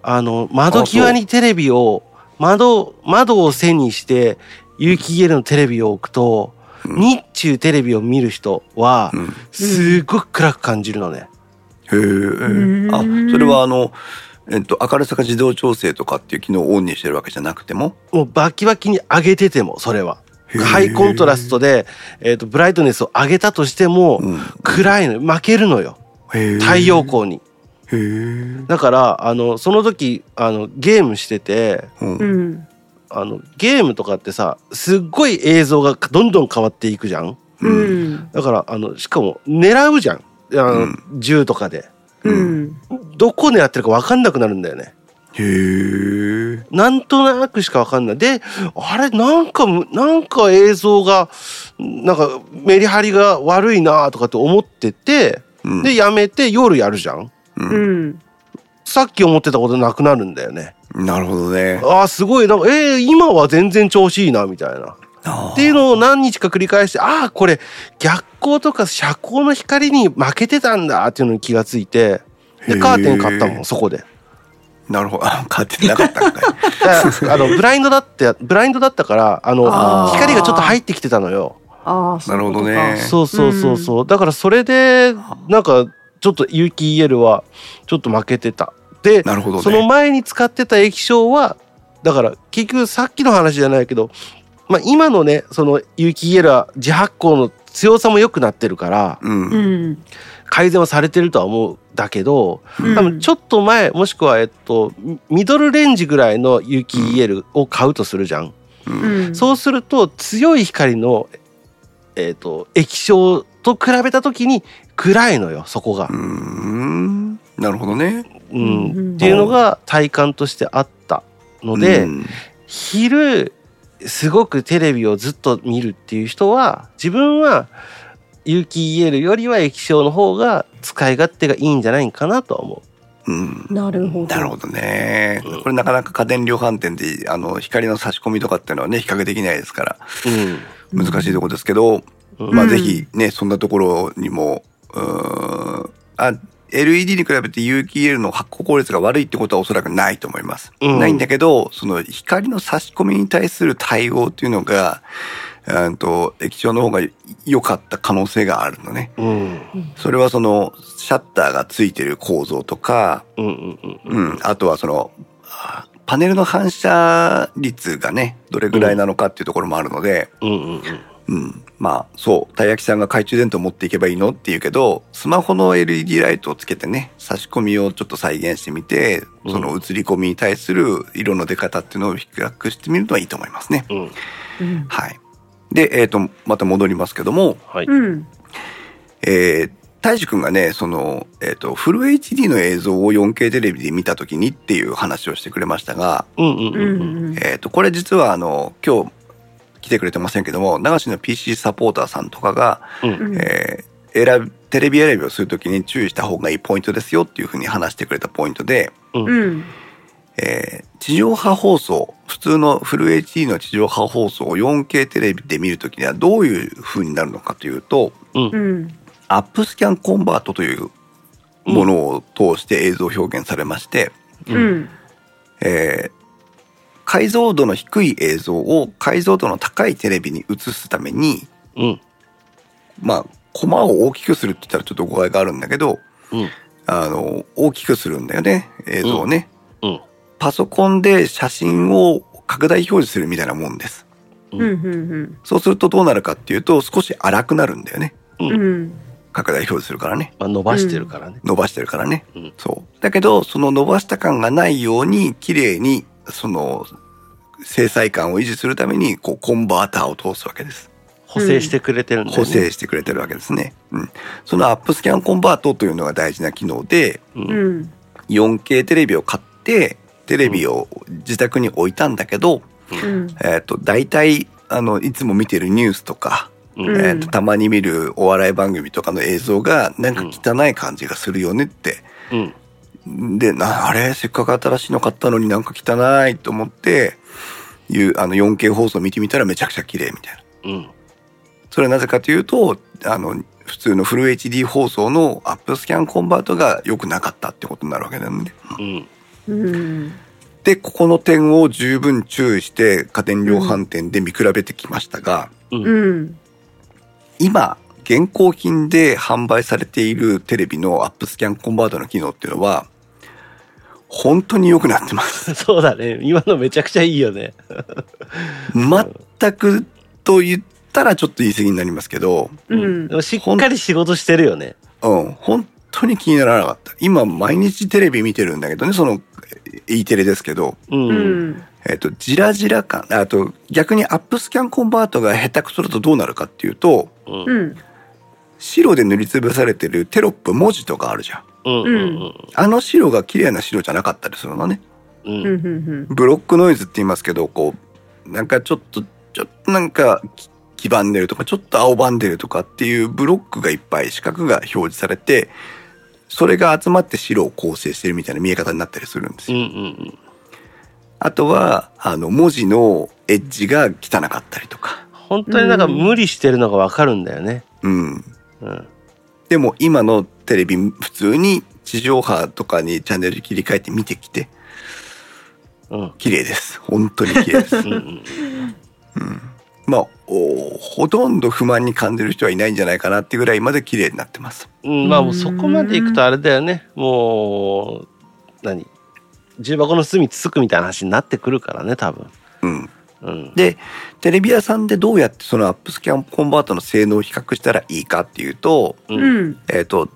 [SPEAKER 2] あの、窓際にテレビを、窓、窓を背にして、有機 EL のテレビを置くと、
[SPEAKER 1] うん
[SPEAKER 2] 日中テレビを見る人は
[SPEAKER 1] う、ん
[SPEAKER 2] すっごく暗く感じるのね。
[SPEAKER 1] へえ。あ、
[SPEAKER 3] うん
[SPEAKER 1] それはあの、えっと、明るさが自動調整とかっていう機能をオンにしてるわけじゃなくても。
[SPEAKER 2] もうバキバキに上げてても、それは。
[SPEAKER 1] へー
[SPEAKER 2] ハイコントラストで、えっ、と、ブライトネスを上げたとしても、
[SPEAKER 1] うん。
[SPEAKER 2] 暗いの、負けるのよ。
[SPEAKER 1] へえ
[SPEAKER 2] 太陽。光に。
[SPEAKER 1] へえ。
[SPEAKER 2] だから、あの、その時、あの、ゲームしてて、
[SPEAKER 1] うん
[SPEAKER 3] う。ん。
[SPEAKER 2] あの、ゲームとかってさ、すっごい映像がどんどん変わっていくじゃん
[SPEAKER 3] うん。
[SPEAKER 2] だからあのしかも狙うじゃんあの、
[SPEAKER 1] うん
[SPEAKER 2] 銃とかで
[SPEAKER 3] うん。
[SPEAKER 2] どこ狙ってるか分かんなくなるんだよね
[SPEAKER 1] へえ。
[SPEAKER 2] なんとなくしか分かんないであれなんかなんか映像がなんかメリハリが悪いなとかって思ってて
[SPEAKER 1] うん
[SPEAKER 2] でやめて夜やるじゃん
[SPEAKER 1] うん
[SPEAKER 3] うん。
[SPEAKER 2] さっき思ってたことなくなるんだよね
[SPEAKER 1] なるほどね。
[SPEAKER 2] あーすごいなんかえー今は全然調子いいなみたいな
[SPEAKER 1] あー
[SPEAKER 2] っていうのを何日か繰り返してああこれ逆光とか遮光の光に負けてたんだっていうのに気がついて
[SPEAKER 1] へ
[SPEAKER 2] で
[SPEAKER 1] ー
[SPEAKER 2] カーテン買ったもんそこで
[SPEAKER 1] なるほど。あ、買ってなかったんかい。
[SPEAKER 2] だからあのブラインドだってブラインドだったからあの
[SPEAKER 1] あー
[SPEAKER 2] 光がちょっと入ってきてたのよ
[SPEAKER 3] ああ、そういうことか
[SPEAKER 1] なるほどね
[SPEAKER 2] そうそうそうそうだからそれでなんかちょっと有機 EL はちょっと負けてたで
[SPEAKER 1] なるほどね。
[SPEAKER 2] その前に使ってた液晶はだから結局さっきの話じゃないけど、まあ、今のねその有機 EL は自発光の強さも良くなってるから、
[SPEAKER 1] うん。
[SPEAKER 3] う
[SPEAKER 1] うん。
[SPEAKER 3] ん。
[SPEAKER 2] 改善はされてるとは思うだけど
[SPEAKER 3] うん
[SPEAKER 2] 多分ちょっと前もしくはえっとミミドルレンジぐらいの有機 EL を買うとするじゃん、
[SPEAKER 3] うん。
[SPEAKER 2] そうすると強い光のえっと液晶と比べた時に暗いのよそこが
[SPEAKER 1] う、ん。なるほどね。
[SPEAKER 2] う
[SPEAKER 3] う
[SPEAKER 2] ん
[SPEAKER 3] んうん
[SPEAKER 2] っていうのが体感としてあったので、
[SPEAKER 1] うん
[SPEAKER 2] 昼すごくテレビをずっと見るっていう人は自分は有機 EL よりは液晶の方が使い勝手がいいんじゃないかなとは思う。
[SPEAKER 1] うん。
[SPEAKER 3] なるほど。
[SPEAKER 1] なるほどね。これなかなか家電量販店で、あの、光の差し込みとかっていうのはね、比較できないですから、難しいとこですけど、
[SPEAKER 2] うん
[SPEAKER 1] まあ
[SPEAKER 3] うん
[SPEAKER 1] ぜひね、そんなところにも、うーん、あ、LED に比べて有機 EL の発光効率が悪いってことはおそらくないと思います。
[SPEAKER 2] うん
[SPEAKER 1] ないんだけど、その光の差し込みに対する対応っていうのが、うんと液晶の方が良かった可能性があるのね。
[SPEAKER 2] うん。
[SPEAKER 1] それはそのシャッターがついてる構造とか、
[SPEAKER 2] うんうんうん。
[SPEAKER 1] うん、あとはそのあパネルの反射率がねどれぐらいなのかっていうところもあるので、
[SPEAKER 2] うんうん
[SPEAKER 1] うんまあそうたい焼きさんが懐中電灯持っていけばいいのって言うけどスマホの LED ライトをつけてね差し込みをちょっと再現してみてその映り込みに対する色の出方っていうのを比較してみるのはいいと思いますね。
[SPEAKER 2] うん。うん。
[SPEAKER 3] うん
[SPEAKER 1] はい、で、えー、とまた戻りますけども、
[SPEAKER 2] はい。
[SPEAKER 3] うん
[SPEAKER 1] えー、大樹くんがね、その、えっ、と、フル HD の映像を 4K テレビで見たときにっていう話をしてくれましたが、
[SPEAKER 2] うんうん
[SPEAKER 3] う
[SPEAKER 2] うんうん。
[SPEAKER 3] ん
[SPEAKER 1] えっ、と、これ実はあの、今日来てくれてませんけども、流しの PC サポーターさんとかが、
[SPEAKER 3] うん
[SPEAKER 1] えー選びテレビ選びをするときに注意した方がいいポイントですよっていうふうに話してくれたポイントで、
[SPEAKER 3] うん
[SPEAKER 1] えー地上波放送、普通のフル HD の地上波放送を 4K テレビで見るときにはどういう風になるのかというと、
[SPEAKER 3] うん
[SPEAKER 1] アップスキャンコンバートというものを通して映像表現されまして、
[SPEAKER 3] うん
[SPEAKER 1] えー解像度の低い映像を解像度の高いテレビに映すために、
[SPEAKER 2] うん
[SPEAKER 1] まあ、コマを大きくするって言ったらちょっと誤解があるんだけど、
[SPEAKER 2] うん
[SPEAKER 1] あの、大きくするんだよね、映像をね。
[SPEAKER 2] うん
[SPEAKER 1] パソコンで写真を拡大表示するみたいなもんです。
[SPEAKER 3] うんうん
[SPEAKER 1] そうするとどうなるかっていうと、少し荒くなるんだよね。
[SPEAKER 3] うんうん
[SPEAKER 1] 拡大表示するからね。
[SPEAKER 2] まあ伸ばしてるからね。
[SPEAKER 1] 伸ばしてるからね、
[SPEAKER 2] うん
[SPEAKER 1] そうだけどその伸ばした感がないように綺麗にその精細感を維持するためにこうコンバーターを通すわけです
[SPEAKER 2] 補正してくれてるんだよね。
[SPEAKER 1] 補。正してくれてるわけですね、うん、そのアップスキャンコンバートというのが大事な機能で
[SPEAKER 2] う。
[SPEAKER 3] うんん
[SPEAKER 1] 4K テレビを買ってテレビを自宅に置いたんだけど、
[SPEAKER 3] うん
[SPEAKER 1] えっと大体あのいつも見てるニュースとか、
[SPEAKER 2] うん
[SPEAKER 1] えっとたまに見るお笑い番組とかの映像がなんか汚い感じがするよねって、
[SPEAKER 2] うん。
[SPEAKER 1] で、な、あれせっかく新しいの買ったのになんか汚いと思って、いう、あの 4K 放送見てみたらめちゃくちゃ綺麗みたいな。
[SPEAKER 2] うん。
[SPEAKER 1] それはなぜかというと、あの、普通のフル HD 放送のアップスキャンコンバートが良くなかったってことになるわけなんで。
[SPEAKER 2] うん。
[SPEAKER 3] うん
[SPEAKER 1] で、ここの点を十分注意して家電量販店で見比べてきましたが、
[SPEAKER 3] うん
[SPEAKER 1] 今、現行品で販売されているテレビのアップスキャンコンバートの機能っていうのは、本当に良くなってます。
[SPEAKER 2] そうだね。今のめちゃくちゃいいよね。
[SPEAKER 1] 全くと言ったらちょっと言い過ぎになりますけど、
[SPEAKER 3] うん
[SPEAKER 2] でもしっかり仕事してるよね。
[SPEAKER 1] うん、本当に気にならなかった。今、毎日テレビ見てるんだけどね、その、え E テレですけど、
[SPEAKER 2] うん。
[SPEAKER 3] う
[SPEAKER 2] うん。
[SPEAKER 3] ん
[SPEAKER 1] えっ、と、ジラジラ感、あと、逆にアップスキャンコンバートが下手くそだとどうなるかっていうと、
[SPEAKER 2] うん。
[SPEAKER 3] うん
[SPEAKER 1] 白で塗りつぶされてるテロップ文字とかあるじゃん。
[SPEAKER 2] うん。うん。
[SPEAKER 1] あの白が綺麗な白じゃなかったりするのね。
[SPEAKER 2] うん。
[SPEAKER 3] う
[SPEAKER 2] うん。
[SPEAKER 3] んうん
[SPEAKER 1] ブロックノイズって言いますけど、こう、なんかちょっと、ちょっとなんか、き黄ばんでるとか、ちょっと青ばんでるとかっていうブロックがいっぱい、四角が表示されて、それが集まって白を構成してるみたいな見え方になったりするんです
[SPEAKER 2] う
[SPEAKER 1] よ。
[SPEAKER 2] ん。
[SPEAKER 1] あとは、あの、文字のエッジが汚かったりとか。
[SPEAKER 2] 本当になんか無理してるのがわかるんだよね。
[SPEAKER 1] うん。
[SPEAKER 2] うん。
[SPEAKER 1] でも今のテレビ、普通に地上波とかにチャンネル切り替えて見てきて、
[SPEAKER 2] うん。
[SPEAKER 1] 綺麗です。本当に綺麗 です。
[SPEAKER 2] うん。
[SPEAKER 1] まあ、おほとんど不満に感じる人はいないんじゃないかなってぐらいまで綺麗になってます。
[SPEAKER 2] うん、まあもうそこまでいくとあれだよねもう何重箱の隅つつくみたいな話になってくるからね多分
[SPEAKER 1] うん。
[SPEAKER 2] うん
[SPEAKER 1] で、テレビ屋さんでどうやってそのアップスキャンコンバートの性能を比較したらいいかっていうと、
[SPEAKER 2] う
[SPEAKER 3] うんうん
[SPEAKER 1] えっ、と、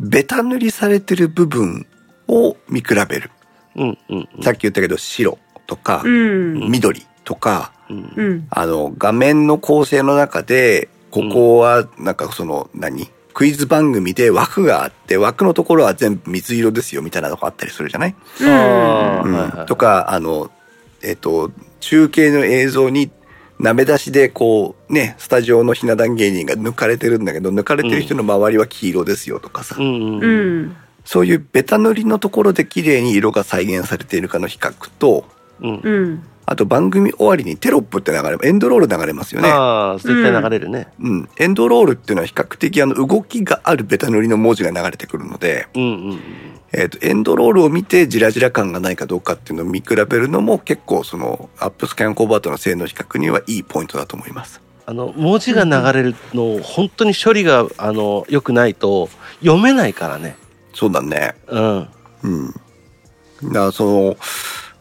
[SPEAKER 1] ベタ塗りされてる部分を見比べる。
[SPEAKER 2] うんうん
[SPEAKER 1] さっき言ったけど、白とか
[SPEAKER 3] う、ん
[SPEAKER 1] 緑とか、
[SPEAKER 2] うん
[SPEAKER 3] うん
[SPEAKER 1] あの、画面の構成の中で、ここは、なんかその、何クイズ番組で枠があって、枠のところは全部水色ですよみたいなのがあったりするじゃない
[SPEAKER 2] あー
[SPEAKER 1] うん
[SPEAKER 2] はいはい
[SPEAKER 1] とか、あの、えっ、と、中継の映像に、なめ出しで、こう、ね、スタジオのひな壇芸人が抜かれてるんだけど、抜かれてる人の周りは黄色ですよとかさ、
[SPEAKER 2] うん
[SPEAKER 3] う
[SPEAKER 2] うん
[SPEAKER 3] ん
[SPEAKER 1] そういうベタ塗りのところで綺麗に色が再現されているかの比較と、
[SPEAKER 2] うん
[SPEAKER 3] うん
[SPEAKER 1] あと番組終わりにテロップって流れ、エンドロール流れますよね。
[SPEAKER 2] ああ、絶対流れるね。
[SPEAKER 1] うん。エンドロールっていうのは比較的あの動きがあるベタ塗りの文字が流れてくるので、
[SPEAKER 2] うんうん
[SPEAKER 1] えっ、と、エンドロールを見てジラジラ感がないかどうかっていうのを見比べるのも結構そのアップスキャンコバートの性能比較にはいいポイントだと思います。
[SPEAKER 2] あの文字が流れるの本当に処理があの良くないと読めないからね。
[SPEAKER 1] そうだね。
[SPEAKER 2] うん。
[SPEAKER 1] うん。だからその、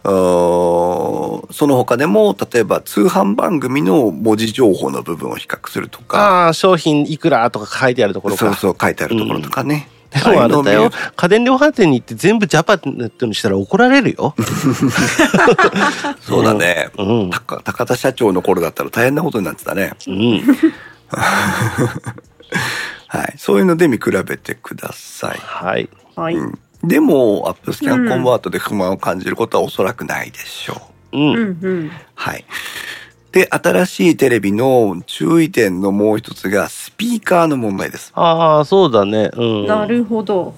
[SPEAKER 1] うーんその他でも、例えば通販番組の文字情報の部分を比較するとか、
[SPEAKER 2] ああ、商品いくらとか書いてあるところか。
[SPEAKER 1] そうそう書いてあるところとかね。
[SPEAKER 2] でもあれだ
[SPEAKER 1] ああいうのを見
[SPEAKER 2] よ
[SPEAKER 1] る。
[SPEAKER 2] 家電量販店に行って全部ジャパネットにしたら怒られるよ。
[SPEAKER 1] そうだね。
[SPEAKER 2] うん。
[SPEAKER 1] たか高田社長の頃だったら大変なことになってたね。
[SPEAKER 2] うん。
[SPEAKER 1] はい。そういうので見比べてください。
[SPEAKER 2] はい。
[SPEAKER 3] はい。うん。
[SPEAKER 1] でも、アップスキャンコンバートで不満を感じることはおそらくないでしょう。
[SPEAKER 2] うん。
[SPEAKER 3] うん。
[SPEAKER 1] はい。で、新しいテレビの注意点のもう一つが、スピーカーの問題です。
[SPEAKER 2] ああ、そうだね。うん。
[SPEAKER 3] なるほど。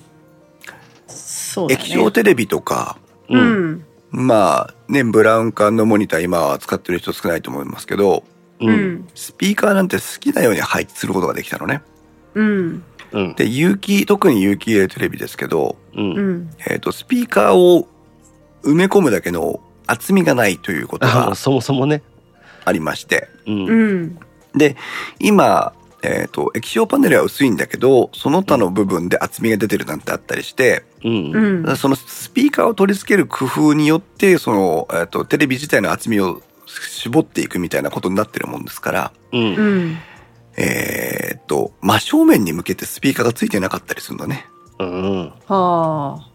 [SPEAKER 3] そうだね。
[SPEAKER 1] 液晶テレビとか、
[SPEAKER 2] う。
[SPEAKER 3] うんん。
[SPEAKER 1] まあ、ね、ブラウン管のモニター今は使ってる人少ないと思いますけど、
[SPEAKER 2] う。
[SPEAKER 3] うんん。
[SPEAKER 1] スピーカーなんて好きなように配置することができたのね。
[SPEAKER 3] うん。
[SPEAKER 2] うん。
[SPEAKER 1] で、有機、特に有機 A テレビですけど、
[SPEAKER 2] うん。
[SPEAKER 3] うん。
[SPEAKER 1] えっ、と、スピーカーを埋め込むだけの厚みがないということ
[SPEAKER 2] あ
[SPEAKER 1] が
[SPEAKER 2] あ、そもそもね。
[SPEAKER 1] ありまして、
[SPEAKER 2] うん。
[SPEAKER 3] う
[SPEAKER 2] うん。
[SPEAKER 3] ん。
[SPEAKER 1] で、今、えっ、と、液晶パネルは薄いんだけど、その他の部分で厚みが出てるなんてあったりして、
[SPEAKER 2] うん。
[SPEAKER 3] う
[SPEAKER 2] うん。
[SPEAKER 3] ん。
[SPEAKER 1] そのスピーカーを取り付ける工夫によって、その、えっ、と、テレビ自体の厚みを絞っていくみたいなことになってるもんですから、
[SPEAKER 3] うん。
[SPEAKER 1] えっ、と、真正面に向けてスピーカーがついてなかったりするのね。
[SPEAKER 2] うん。
[SPEAKER 3] は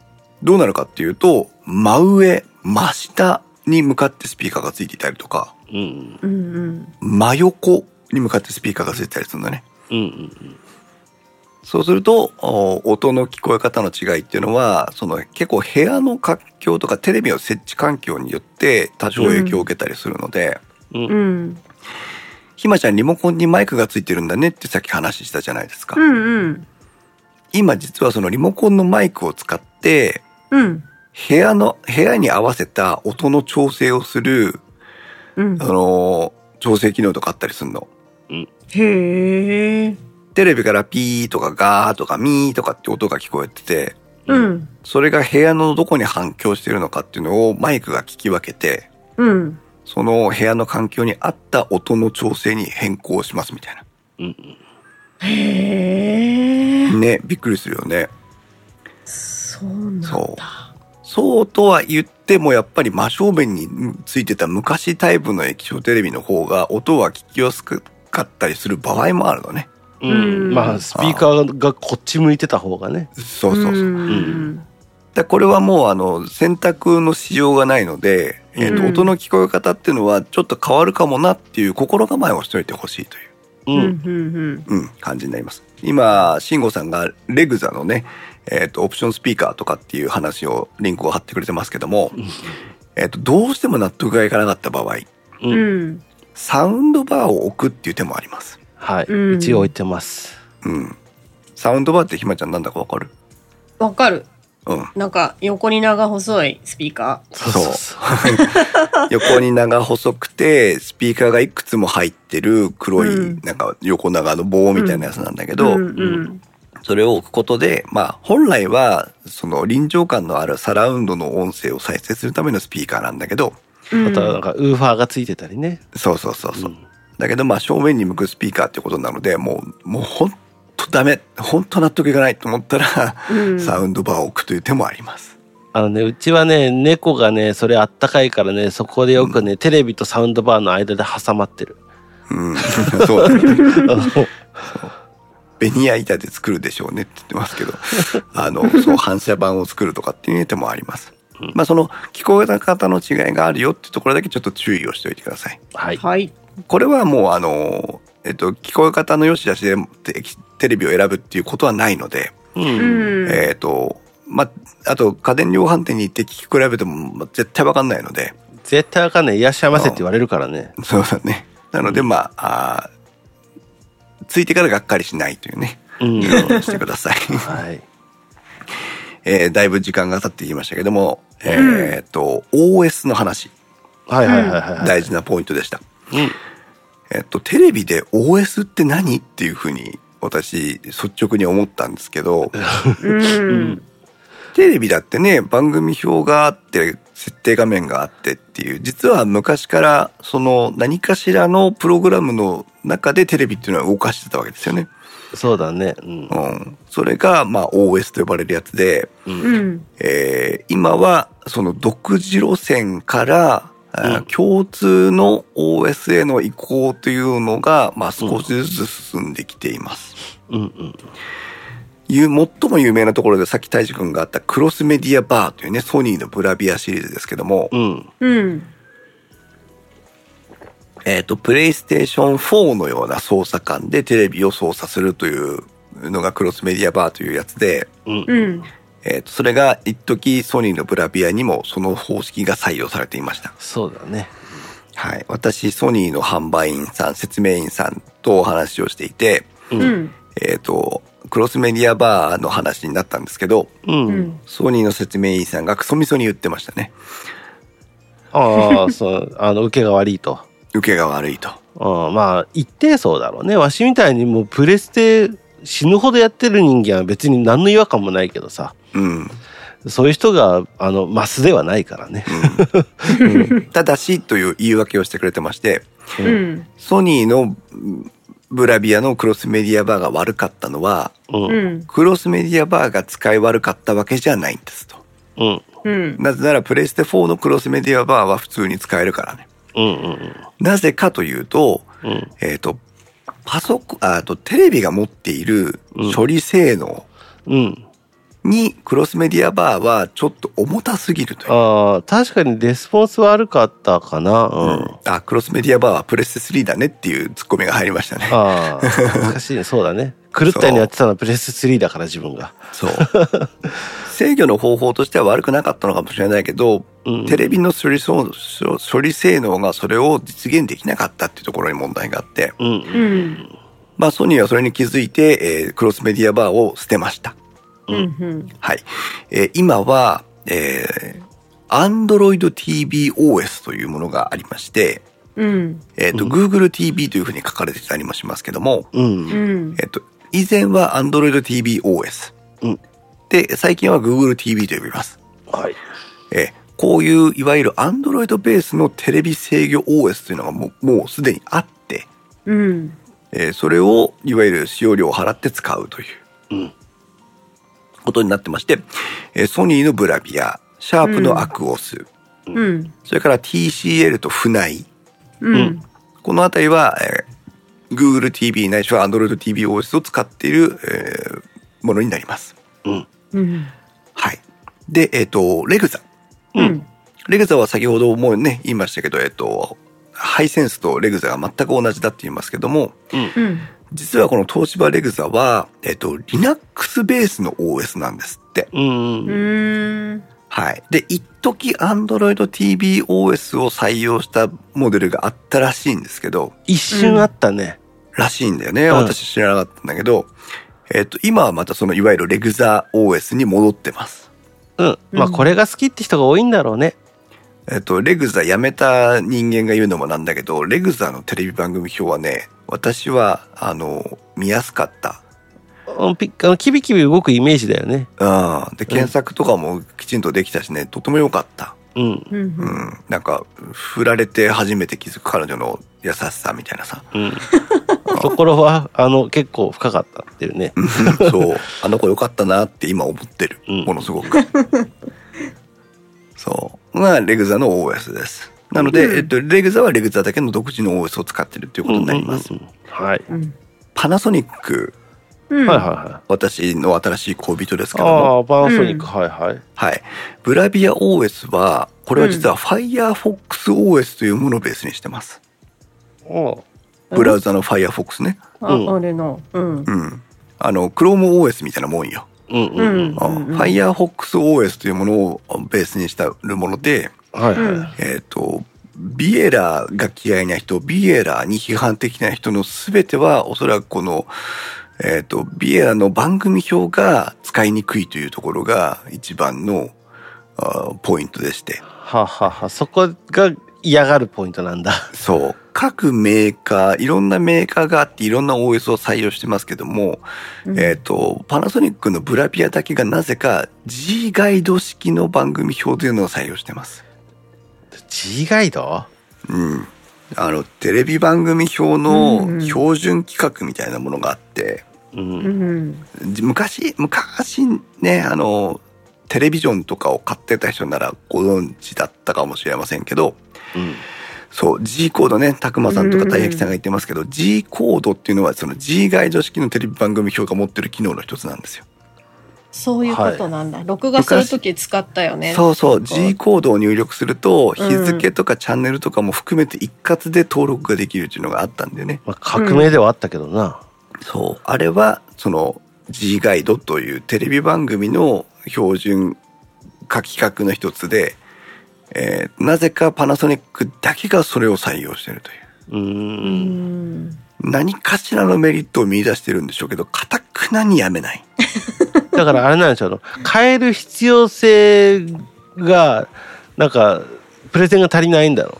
[SPEAKER 1] どうなるかっていうと、真上、真下に向かってスピーカーがついていたりとか、
[SPEAKER 2] うん。
[SPEAKER 3] あ。うんうん。
[SPEAKER 1] 真横に向かってスピーカーがついてたりするんだね。
[SPEAKER 2] うん。
[SPEAKER 1] そうすると、お音の聞こえ方の違いっていうのは、その結構部屋の環境とかテレビの設置環境によって多少影響を受けたりするので、
[SPEAKER 2] うん
[SPEAKER 3] う。ん。
[SPEAKER 1] ひまちゃんリモコンにマイクがついてるんだねってさっき話したじゃないですか。
[SPEAKER 3] うんうん。
[SPEAKER 1] 今実はそのリモコンのマイクを使って、
[SPEAKER 3] うん。
[SPEAKER 1] 部屋の、部屋に合わせた音の調整をする、
[SPEAKER 3] うん
[SPEAKER 1] あ。のー調整機能とかあったりするの。
[SPEAKER 3] へえ。
[SPEAKER 1] テレビからピーとかガーとかミーとかって音が聞こえてて、
[SPEAKER 3] うん。
[SPEAKER 1] それが部屋のどこに反響しているのかっていうのをマイクが聞き分けて、
[SPEAKER 3] うん。
[SPEAKER 1] その部屋の環境に合った音の調整に変更しますみたい
[SPEAKER 2] うん。
[SPEAKER 3] へえ
[SPEAKER 1] な。。ね、びっくりするよね。
[SPEAKER 3] そうなんだ。
[SPEAKER 1] そうそうとは言ってもやっぱり真正面についてた昔タイプの液晶テレビの方が音は聞きやすかったりする場合もあるのね。
[SPEAKER 2] うん。まあ、スピーカーがこっち向いてた方がね。
[SPEAKER 1] そうそうそう。
[SPEAKER 3] ん
[SPEAKER 1] だこれはもうあの選択のしようがないので、えーと
[SPEAKER 3] うん
[SPEAKER 1] 音の聞こえ方っていうのはちょっと変わるかもなっていう心構えをしておいてほしいという。
[SPEAKER 2] う。
[SPEAKER 3] うんうんん
[SPEAKER 1] うん、感じになります。今、慎吾さんがレグザのね、えっ、と、オプションスピーカーとかっていう話を、リンクを貼ってくれてますけども、えっ、と、どうしても納得がいかなかった場合、
[SPEAKER 3] うんうん
[SPEAKER 1] サウンドバーを置くっていう手もあります。
[SPEAKER 2] は
[SPEAKER 3] う
[SPEAKER 2] い。
[SPEAKER 3] ん
[SPEAKER 2] 一応置いてます。
[SPEAKER 1] うん。サウンドバーってひまちゃんなんだかわかる
[SPEAKER 3] わかる
[SPEAKER 1] うん。
[SPEAKER 3] なんか横に長細いスピーカ
[SPEAKER 1] そう横に長細くて、スピーカーがいくつも入ってる黒い、
[SPEAKER 3] うん
[SPEAKER 1] なんか横長の棒みたいなやつなんだけ
[SPEAKER 3] ー
[SPEAKER 1] ど、
[SPEAKER 3] うんうん
[SPEAKER 1] それを置くことで、まあ、本来は、その臨場感のあるサラウンドの音声を再生するためのスピーカーなんだけど、
[SPEAKER 3] うん
[SPEAKER 2] あとはなんかウーファーがついてたりね。
[SPEAKER 1] そうそうそうそう。
[SPEAKER 2] ん
[SPEAKER 1] だけど、まあ、正面に向くスピーカーってことなので、もう、もうほんとダメ、ほんと納得いかないと思ったら、
[SPEAKER 3] うん
[SPEAKER 1] サウンドバーを置くという手もあります。
[SPEAKER 2] あのね、うちはね、猫がね、それあったかいからね、そこでよくね、テレビとサウンドバーの間で挟まってる。
[SPEAKER 1] うん。そうだね。
[SPEAKER 2] あの
[SPEAKER 1] ベニヤ板で作るでしょうねって言ってますけど、あの、そう、反射板を作るとかっていう手もあります。まあ、その、聞こえ方の違いがあるよってところだけちょっと注意をしておいてください。
[SPEAKER 2] はい。
[SPEAKER 3] はい
[SPEAKER 1] これはもうあの、えっと、聞こえ方の良し悪しでテテレビを選ぶっていうことはないので、
[SPEAKER 2] う。
[SPEAKER 3] うんん
[SPEAKER 1] えっと、まあ、あと家電量販店に行って聞き比べてもま絶対わかんないので、
[SPEAKER 2] 絶対あかんない。いらっしゃいませって言われるからね。
[SPEAKER 1] そうだね。なので、まあ、あーついてからがっかりしないというね、
[SPEAKER 2] うん。
[SPEAKER 1] してください。
[SPEAKER 2] はい。
[SPEAKER 1] えーだいぶ時間が経ってきましたけども、えっと、OS の話。
[SPEAKER 2] はいはいはいはい。
[SPEAKER 1] 大事なポイントでした。
[SPEAKER 2] うん。
[SPEAKER 1] えっと、テレビで OS って何っていうふうに私率直に思ったんですけど、
[SPEAKER 3] うん。
[SPEAKER 1] テレビだってね、番組表があって、設定画面があってっていう、実は昔からその何かしらのプログラムの中でテレビっていうのは動かしてたわけですよね。
[SPEAKER 2] そうだね。うん
[SPEAKER 1] う。ん。それが、まあ OS と呼ばれるやつで、
[SPEAKER 3] うん。
[SPEAKER 1] えー今はその独自路線から、あ
[SPEAKER 2] うん
[SPEAKER 1] 共通の OS への移行というのが、まあ、少しずつ進んできています。
[SPEAKER 2] うんうん。
[SPEAKER 1] いう最も有名なところでさっき大志くんがあったクロスメディアバーというね、ソニーのブラビアシリーズですけども、
[SPEAKER 2] うん。
[SPEAKER 3] うん。
[SPEAKER 1] えっ、と、プレイステーション4のような操作感でテレビを操作するというのがクロスメディアバーというやつで、
[SPEAKER 2] うん。
[SPEAKER 3] うん。
[SPEAKER 1] えっ、と、それが一時ソニーのブラビアにもその方式が採用されていました。
[SPEAKER 2] そうだね。
[SPEAKER 1] はい。私、ソニーの販売員さん、説明員さんとお話をしていて、
[SPEAKER 2] うん
[SPEAKER 3] うん。
[SPEAKER 1] えっ、と、クロスメディアバーの話になったんですけど、
[SPEAKER 2] うん。
[SPEAKER 3] うん。
[SPEAKER 1] ソニーの説明員さんがクソみそに言ってましたね。
[SPEAKER 2] ああ、そう、あの、受けが悪いと。
[SPEAKER 1] 受けが悪いと。
[SPEAKER 2] うん、まあ、一定層だろうね。わしみたいにもうプレステ死ぬほどやってる人間は別に何の違和感もないけどさ。
[SPEAKER 1] うん。
[SPEAKER 2] そういう人が、あの、マスではないからね。
[SPEAKER 1] ただし、という言い訳をしてくれてまして、
[SPEAKER 3] うん。
[SPEAKER 1] ソニーのうんブラビアのクロスメディアバーが悪かったのは、
[SPEAKER 2] うん。う。
[SPEAKER 3] うんん。
[SPEAKER 1] クロスメディアバーが使い悪かったわけじゃないんですと。
[SPEAKER 2] うん。
[SPEAKER 3] うん。
[SPEAKER 1] なぜならプレイステ4のクロスメディアバーは普通に使えるからね。
[SPEAKER 2] うん。うん。
[SPEAKER 1] なぜかというと、
[SPEAKER 2] うん。
[SPEAKER 1] えっ、と、パソコン、ああとテレビが持っている処理性能
[SPEAKER 2] うん。
[SPEAKER 1] にクロスメディアバーはちょっと重たすぎるという。
[SPEAKER 2] ああ、確かにレスポンス悪かったかな。うん。
[SPEAKER 1] うんあ、クロスメディアバーはプレステ3だねっていうツッコミが入りましたね。
[SPEAKER 2] ああ、懐かしいね。そうだね。狂ったようにやってたのはプレス3だから自分が。
[SPEAKER 1] そう。 制御の方法としては悪くなかったのかもしれないけど、
[SPEAKER 2] うん
[SPEAKER 1] テレビの処理そう処理性能がそれを実現できなかったっていうところに問題があって、
[SPEAKER 2] うん。
[SPEAKER 3] うん。
[SPEAKER 1] まあソニーはそれに気づいて、えークロスメディアバーを捨てました。
[SPEAKER 3] うん。
[SPEAKER 1] はい。えー今は、えー Android TVOS というものがありまして、
[SPEAKER 3] うん。
[SPEAKER 1] えっ、と、Google TV というふうに書かれてたりもしますけども、
[SPEAKER 2] う。
[SPEAKER 3] うんん。
[SPEAKER 1] えっ、と、以前は Android TVOS。
[SPEAKER 2] うん
[SPEAKER 1] で、最近は Google TV と呼びます。
[SPEAKER 2] はい。
[SPEAKER 1] えーこういういわゆる Android ベースのテレビ制御 OS というのがもうもうすでにあって、
[SPEAKER 3] うん。
[SPEAKER 1] えーそれをいわゆる使用料を払って使うという、
[SPEAKER 2] うん
[SPEAKER 1] ことになってまして、えーソニーのブラビア、シャープのアクオス、
[SPEAKER 3] うん。
[SPEAKER 1] それから TCL とフナイ、
[SPEAKER 3] うん。
[SPEAKER 1] このあたりは、えー Google TV ないしは Android TVOS を使っている、えーものになります。
[SPEAKER 2] うん。
[SPEAKER 3] うん。
[SPEAKER 1] はい。で、えっ、と、レグザ。
[SPEAKER 3] うん。
[SPEAKER 1] レグザは先ほどもね、言いましたけど、えっと、ハイセンスとレグザが全く同じだって言いますけども、
[SPEAKER 3] うん。
[SPEAKER 1] 実はこの東芝レグザは、えっと、Linux ベースの OS なんですって。
[SPEAKER 2] うん。うん。
[SPEAKER 3] うん。
[SPEAKER 1] はい。で、一時 Android TVOS を採用したモデルがあったらしいんですけど、
[SPEAKER 2] 一瞬あったね。
[SPEAKER 1] らしいんだよね。
[SPEAKER 2] うん
[SPEAKER 1] 私知らなかったんだけど、えっと、今はまたそのいわゆるレグザ OS に戻ってます。
[SPEAKER 2] うん。まあ、これが好きって人が多いんだろうね。
[SPEAKER 1] えっと、レグザ辞めた人間が言うのもなんだけど、レグザのテレビ番組表はね、私は、あの、見やすかった。
[SPEAKER 2] うん。ピあのキビキビ動くイメージだよね。
[SPEAKER 1] うん。で、検索とかもきちんとできたしね、とても良かった。
[SPEAKER 2] うん。
[SPEAKER 3] う。
[SPEAKER 1] うんん。なんか、振られて初めて気づく彼女の優しさみたいなさ。
[SPEAKER 2] うん。ところは、あの、結構深かったっていうね。
[SPEAKER 1] うんそう。あの子良かったなって今思ってる。
[SPEAKER 2] うん
[SPEAKER 1] ものすごく。 そう。が、レグザの OS です。なの
[SPEAKER 3] うん
[SPEAKER 1] で、えっと、レグザはレグザだけの独自の OS を使ってるっていうことになります。
[SPEAKER 2] うんうんうんはい。
[SPEAKER 3] うん。
[SPEAKER 1] パナソニック
[SPEAKER 3] うん。
[SPEAKER 2] はいはいはい。
[SPEAKER 1] 私の新しい恋人ですけども、
[SPEAKER 2] ああ、パナソニック、はいはい。
[SPEAKER 1] はい。ブラビア OS は、これは実は Firefox OS というものをベースにしてます。
[SPEAKER 2] お
[SPEAKER 1] ブラウザの Firefox ね。
[SPEAKER 3] あ、あれの。うん。
[SPEAKER 1] うん。あの、Chrome OS みたいなもんよ。
[SPEAKER 2] うんうんうん。
[SPEAKER 1] あ
[SPEAKER 3] うんうん
[SPEAKER 1] Firefox OS というものをベースにしたるもので、
[SPEAKER 2] はいはい。
[SPEAKER 3] うん
[SPEAKER 1] えっ、と、ビエラーが嫌いな人、ビエラーに批判的な人の全ては、おそらくこの、えっ、と、ビエラーの番組表が使いにくいというところが一番のあーポイントでして。
[SPEAKER 2] はあはあはあそこが嫌がるポイントなんだ。
[SPEAKER 1] そう。各メーカー、いろんなメーカーがあって、いろんな OS を採用してますけども、
[SPEAKER 3] うん
[SPEAKER 1] えっ、と、パナソニックのブラピアだけがなぜか G ガイド式の番組表というのを採用してます。
[SPEAKER 2] G ガイド
[SPEAKER 1] うん。あの、テレビ番組表
[SPEAKER 3] うんう
[SPEAKER 1] の
[SPEAKER 3] ん
[SPEAKER 1] 標準規格みたいなものがあって、
[SPEAKER 2] う。
[SPEAKER 3] うんん
[SPEAKER 1] 昔、昔ね、あの、テレビジョンとかを買ってた人ならご存知だったかもしれませんけど、
[SPEAKER 2] うん。
[SPEAKER 1] そう、G コードね、たくまさんとかたいやきさんが言ってますけど、G コードっていうのはその G ガイド式のテレビ番組表が持ってる機能の一つなんですよ。
[SPEAKER 3] そういうことなんだ、録画するとき使ったよね
[SPEAKER 1] そうそう、
[SPEAKER 2] なんか
[SPEAKER 1] G コードを入力すると、
[SPEAKER 3] うん
[SPEAKER 1] 日付とかチャンネルとかも含めて一括で登録ができるっていうのがあったんでね。
[SPEAKER 2] まあ、革命ではあったけどな。
[SPEAKER 1] そう、あれはその G ガイドというテレビ番組の標準書き格の一つで、えーなぜかパナソニックだけがそれを採用してるという。
[SPEAKER 2] うー。
[SPEAKER 3] うんん
[SPEAKER 1] 何かしらのメリットを見出してるんでしょうけど、かたくなにやめない。
[SPEAKER 2] だからあれなんでしょう。あの変える必要性が、なんか、プレゼンが足りないんだろ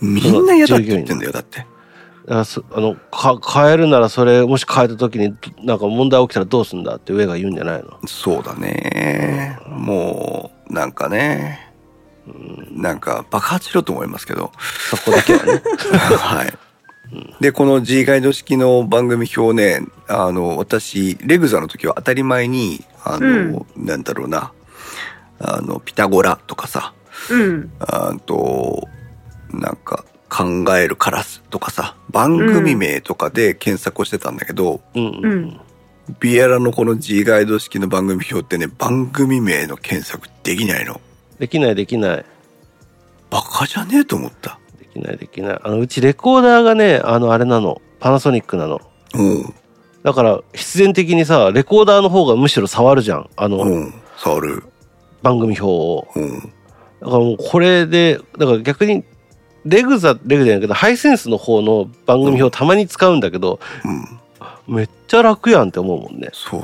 [SPEAKER 1] みんな嫌だって言ってんだよ、だって。
[SPEAKER 2] う。だからそあのか変えるならそれもし変えた時になんか問題起きたらどうすんだって上が言うんじゃないの
[SPEAKER 1] そうだね。もう、なんかね。なんか爆発しろと思いますけど。
[SPEAKER 2] そこだけはね
[SPEAKER 1] はい。で、この G ガイド式の番組表ね、あの、私、レグザの時は当たり前に、あの、なんだろうな、あの、ピタゴラとかさ、
[SPEAKER 3] うん
[SPEAKER 1] あーと、なんか、考えるカラスとかさ、番組名とかで検索をしてたんだけど、
[SPEAKER 2] うん
[SPEAKER 3] う
[SPEAKER 2] うんん
[SPEAKER 1] ビエラのこの G ガイド式の番組表ってね、番組名の検索できないの。
[SPEAKER 2] できないできない
[SPEAKER 1] バカじゃねえと思った。
[SPEAKER 2] できないできないあのうちレコーダーがねあのあれなのパナソニックなの
[SPEAKER 1] うん。
[SPEAKER 2] だから必然的にさレコーダーの方がむしろ触るじゃんあの、
[SPEAKER 1] うん。触る。
[SPEAKER 2] 番組表を
[SPEAKER 1] うん。
[SPEAKER 2] だからもうこれでだから逆にレグザレグじゃないけどハイセンスの方の番組表をたまに使うんだけど、
[SPEAKER 1] うん。
[SPEAKER 2] めっちゃ楽やんって思うもんね、
[SPEAKER 1] そう。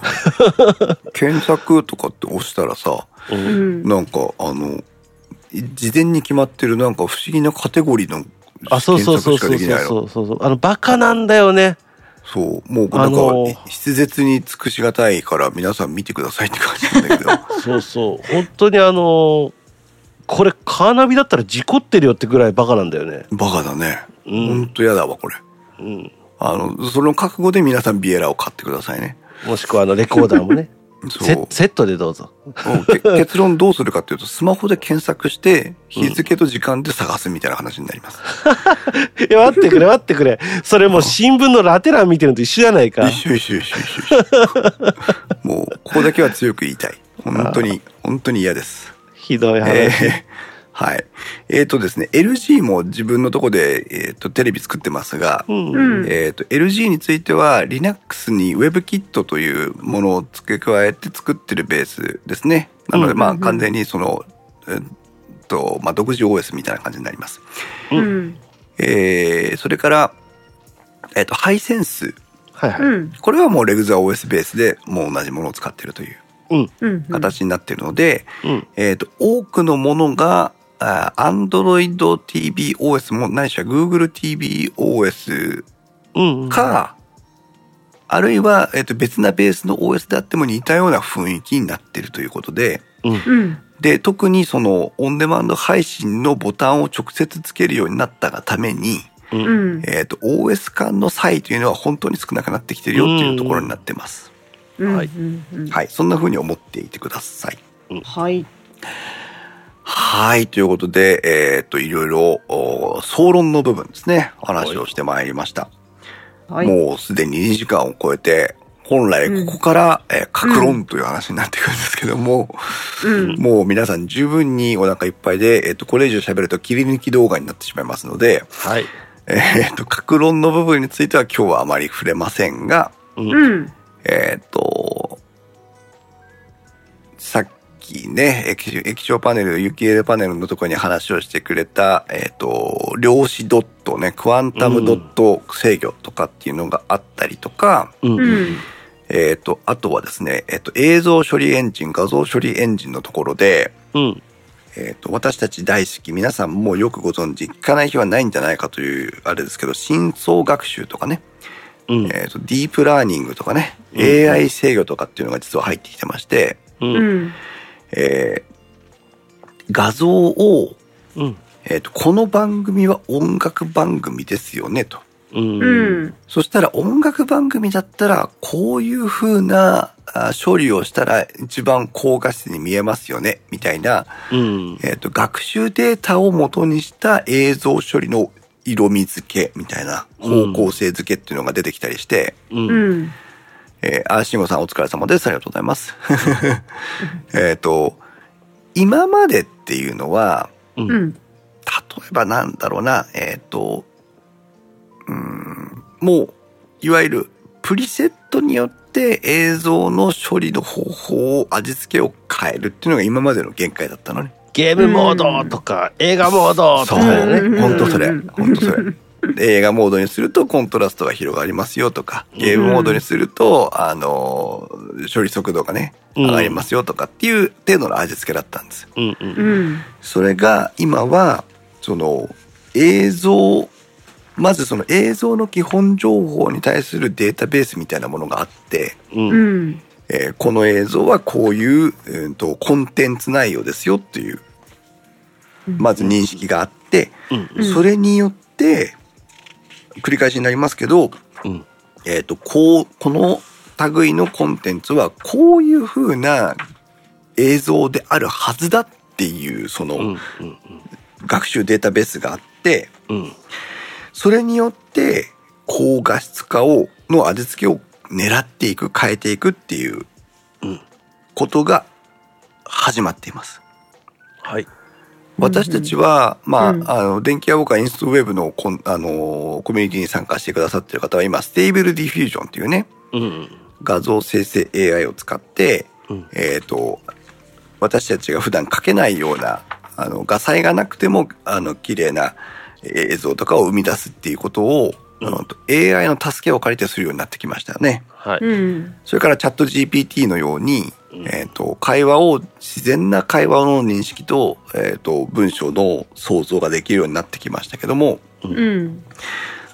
[SPEAKER 1] 検索とかって押したらさ、
[SPEAKER 2] う
[SPEAKER 3] うんん
[SPEAKER 1] なんかあの、事前に決まってるなんか不思議なカテゴリーの
[SPEAKER 2] あそうそうそうそう
[SPEAKER 1] 検索しかでき
[SPEAKER 2] そう
[SPEAKER 1] ないの。
[SPEAKER 2] そうそうあのバカなんだよね
[SPEAKER 1] そう。もうなんか、
[SPEAKER 2] あのー
[SPEAKER 1] 筆舌に尽くしがたいから皆さん見てくださいって感じなんだけど。
[SPEAKER 2] そうそう本当にあのこれカーナビだったら事故ってるよってぐらいバカなんだよね
[SPEAKER 1] バカだね。
[SPEAKER 2] う
[SPEAKER 1] ほん
[SPEAKER 2] ん、
[SPEAKER 1] とやだわ、これ。
[SPEAKER 2] うん、
[SPEAKER 1] あの、その覚悟で皆さんビエラを買ってくださいね。
[SPEAKER 2] もしくはあのレコーダーもね
[SPEAKER 1] そ
[SPEAKER 2] セ
[SPEAKER 1] う。
[SPEAKER 2] セットでどうぞ
[SPEAKER 1] うん け結論どうするかっていうと、スマホで検索して、日付と時間で探すみたいな話になります。
[SPEAKER 2] いや待っ てくれ待ってくれそれもう新聞のラテ欄見てるのと一緒じゃないか
[SPEAKER 1] 一緒一緒一緒一緒一緒。 もう、ここだけは強く言いたい。本当に、本当に嫌です。
[SPEAKER 2] ひどい
[SPEAKER 1] え
[SPEAKER 2] 話、
[SPEAKER 1] ーはい。えっ、とですね、LG も自分のとこで、えっ、と、テレビ作ってますが、
[SPEAKER 2] うん
[SPEAKER 3] うん
[SPEAKER 1] えっ、と、LG については、Linux に WebKit というものを付け加えて作ってるベースですね。なので、
[SPEAKER 2] うん
[SPEAKER 1] ま
[SPEAKER 3] う
[SPEAKER 1] あ、
[SPEAKER 3] ん
[SPEAKER 1] 完全にその、えっと、まあ、独自 OS みたいな感じになります。
[SPEAKER 3] う
[SPEAKER 2] うん
[SPEAKER 1] えーそれから、えっ、と、ハイセンス。
[SPEAKER 2] はいはい、
[SPEAKER 3] うん
[SPEAKER 1] これはもうレグザ OS ベースでもう同じものを使ってるという
[SPEAKER 3] うん
[SPEAKER 1] 形になっているので、
[SPEAKER 2] うん
[SPEAKER 1] えっ、と、多くのものが、あ Android TVOS もないしは Google TVOS
[SPEAKER 2] うんうん、
[SPEAKER 1] か、あるいは、えっと別なベースの OS であっても似たような雰囲気になってるということで、
[SPEAKER 3] うん
[SPEAKER 1] で、特にそのオンデマンド配信のボタンを直接つけるようになったがために、
[SPEAKER 2] うん
[SPEAKER 3] う
[SPEAKER 2] うん
[SPEAKER 3] ん
[SPEAKER 1] えっと OS 間の差異というのは本当に少なくなってきてるよっていうところになってます。
[SPEAKER 3] うん
[SPEAKER 2] はい
[SPEAKER 3] うんうん
[SPEAKER 1] はい。そんな風に思っていてください。
[SPEAKER 3] はい
[SPEAKER 1] はい。ということで、えっ、と、いろいろ、お総論の部分ですね。お話をしてまいりました。
[SPEAKER 3] はい
[SPEAKER 1] もうすでに2時間を超えて、本来ここから、えー、格論という話になってくるんですけども、
[SPEAKER 3] うん
[SPEAKER 1] もう皆さん十分にお腹いっぱいで、えっ、と、これ以上喋ると切り抜き動画になってしまいますので、
[SPEAKER 2] はい、
[SPEAKER 1] えっ、と、格論の部分については今日はあまり触れませんが、
[SPEAKER 2] うん
[SPEAKER 3] うん
[SPEAKER 1] えっ、と、さっきね、液晶液晶パネル、雪エレパネルのところに話をしてくれた、えっ、と、量子ドットね、クワンタムドット制御とかっていうのがあったりとか、
[SPEAKER 2] うん
[SPEAKER 3] う
[SPEAKER 2] うん
[SPEAKER 3] ん
[SPEAKER 1] えっ、と、あとはですね、えっ、と、映像処理エンジン、画像処理エンジンのところで、
[SPEAKER 2] うん
[SPEAKER 1] えー、と私たち大好き皆さんもよくご存知聞かない日はないんじゃないかというあれですけど深層学習とかね、
[SPEAKER 2] うん
[SPEAKER 1] えー、とディープラーニングとかね、
[SPEAKER 2] うん
[SPEAKER 1] AI 制御とかっていうのが実は入ってきてまして、
[SPEAKER 2] うん
[SPEAKER 3] うん。
[SPEAKER 1] えー画像を、
[SPEAKER 2] うん
[SPEAKER 1] えー、とこの番組は音楽番組ですよねと。
[SPEAKER 2] うん
[SPEAKER 3] うん。
[SPEAKER 1] そしたら音楽番組だったら、こういう風なあ処理をしたら一番高画質に見えますよね、みたいな、
[SPEAKER 2] うん
[SPEAKER 1] えっ、と、学習データを元にした映像処理の色味付けみたいな方向性付けっていうのが出てきたりして、
[SPEAKER 2] うん
[SPEAKER 3] うん。
[SPEAKER 1] えー、あー、慎吾さんお疲れ様です。ありがとうございます。 えっと、今までっていうのは、
[SPEAKER 3] うん。
[SPEAKER 1] 例えばなんだろうな、えっ、と、うーん、もう、いわゆるプリセットによって映像の処理の方法を味付けを変えるっていうのが今までの限界だったのね。
[SPEAKER 2] ゲームモードとか、映画モードと
[SPEAKER 1] そう
[SPEAKER 2] かだよね。
[SPEAKER 3] うん
[SPEAKER 1] ほんとそれ。
[SPEAKER 3] うん
[SPEAKER 1] ほんとそれ。 映画モードにするとコントラストが広がりますよとか、ゲームモードにすると、あの、処理速度がね、
[SPEAKER 2] うん
[SPEAKER 1] 上がりますよとかっていう程度の味付けだったんです。
[SPEAKER 2] うんうん
[SPEAKER 3] うん。
[SPEAKER 1] それが今はその映像まずその映像の基本情報に対するデータベースみたいなものがあって、
[SPEAKER 2] う
[SPEAKER 3] うんん。
[SPEAKER 1] えーこの映像はこういう、うんとコンテンツ内容ですよっていう
[SPEAKER 3] うん
[SPEAKER 1] まず認識があって、
[SPEAKER 2] うん
[SPEAKER 3] うん
[SPEAKER 1] それによって繰り返しになりますけど、
[SPEAKER 2] うん
[SPEAKER 1] えっとこうこの類のコンテンツはこういう風な映像であるはずだっていうその、
[SPEAKER 2] うんうん
[SPEAKER 1] 学習データベースがあって、
[SPEAKER 2] うん
[SPEAKER 1] それによって高画質化を、の味付けを狙っていく、変えていくっていう
[SPEAKER 2] うん
[SPEAKER 1] ことが始まっています。
[SPEAKER 2] はい。
[SPEAKER 1] 私たちは、まあ、
[SPEAKER 3] うん
[SPEAKER 1] あの、電気屋ウォーカーインストウェブのこん、あのー、コミュニティに参加してくださっている方は今、ステーブルディフュージョンっていうね、
[SPEAKER 2] うん
[SPEAKER 1] 画像生成 AI を使って、
[SPEAKER 2] うん
[SPEAKER 1] えっ、と、私たちが普段描けないような、あの、画才がなくても、あの、綺麗な映像とかを生み出すっていうことを、
[SPEAKER 2] うん
[SPEAKER 1] あの AI の助けを借りてするようになってきましたよね。
[SPEAKER 2] はい。
[SPEAKER 3] うん。
[SPEAKER 1] それからチャット GPT のように、
[SPEAKER 2] うん
[SPEAKER 1] えっ、と、会話を、自然な会話の認識と、えっ、と、文章の想像ができるようになってきましたけども、
[SPEAKER 3] うん。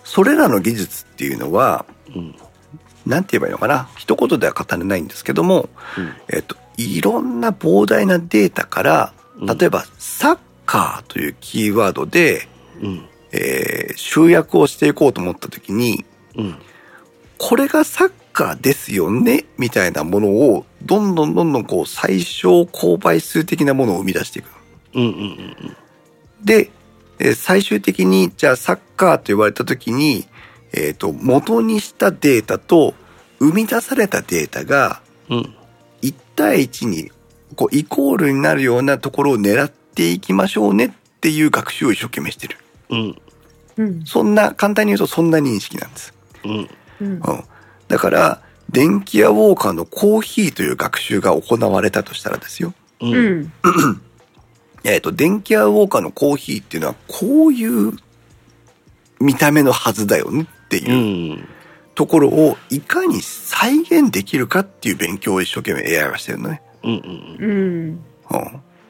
[SPEAKER 1] それらの技術っていうのは、
[SPEAKER 2] うん
[SPEAKER 1] なんて言えばいいのかな一言では語れないんですけども、
[SPEAKER 2] うん
[SPEAKER 1] えっと、いろんな膨大なデータから、
[SPEAKER 2] うん
[SPEAKER 1] 例えばサッカーというキーワードで、
[SPEAKER 2] うん
[SPEAKER 1] えー集約をしていこうと思った時に、
[SPEAKER 2] うん
[SPEAKER 1] これがサッカーですよねみたいなものを、どんどんどんどんこう最小公倍数的なものを生み出していく。
[SPEAKER 2] うんうん
[SPEAKER 1] で、えー最終的に、じゃあサッカーと言われた時に、えっ、と、元にしたデータと、生み出されたデータが、
[SPEAKER 2] うん
[SPEAKER 1] 1対1に、こう、イコールになるようなところを狙っていきましょうねっていう学習を一生懸命してる。
[SPEAKER 2] うん
[SPEAKER 3] うん。
[SPEAKER 1] そんな、簡単に言うとそんな認識なんです。
[SPEAKER 2] うん
[SPEAKER 3] うん。
[SPEAKER 1] うん。だから、電気屋ウォーカーのコーヒーという学習が行われたとしたらですよ。
[SPEAKER 2] うん
[SPEAKER 3] う
[SPEAKER 2] うん
[SPEAKER 3] ん。
[SPEAKER 1] えっ、と、電気屋ウォーカーのコーヒーっていうのは、こういう見た目のはずだよねって
[SPEAKER 2] う
[SPEAKER 1] いうんところを、いかに再現できるかっていう勉強を一生懸命 AI はしてるのね。
[SPEAKER 2] うん
[SPEAKER 3] うん。
[SPEAKER 1] うん。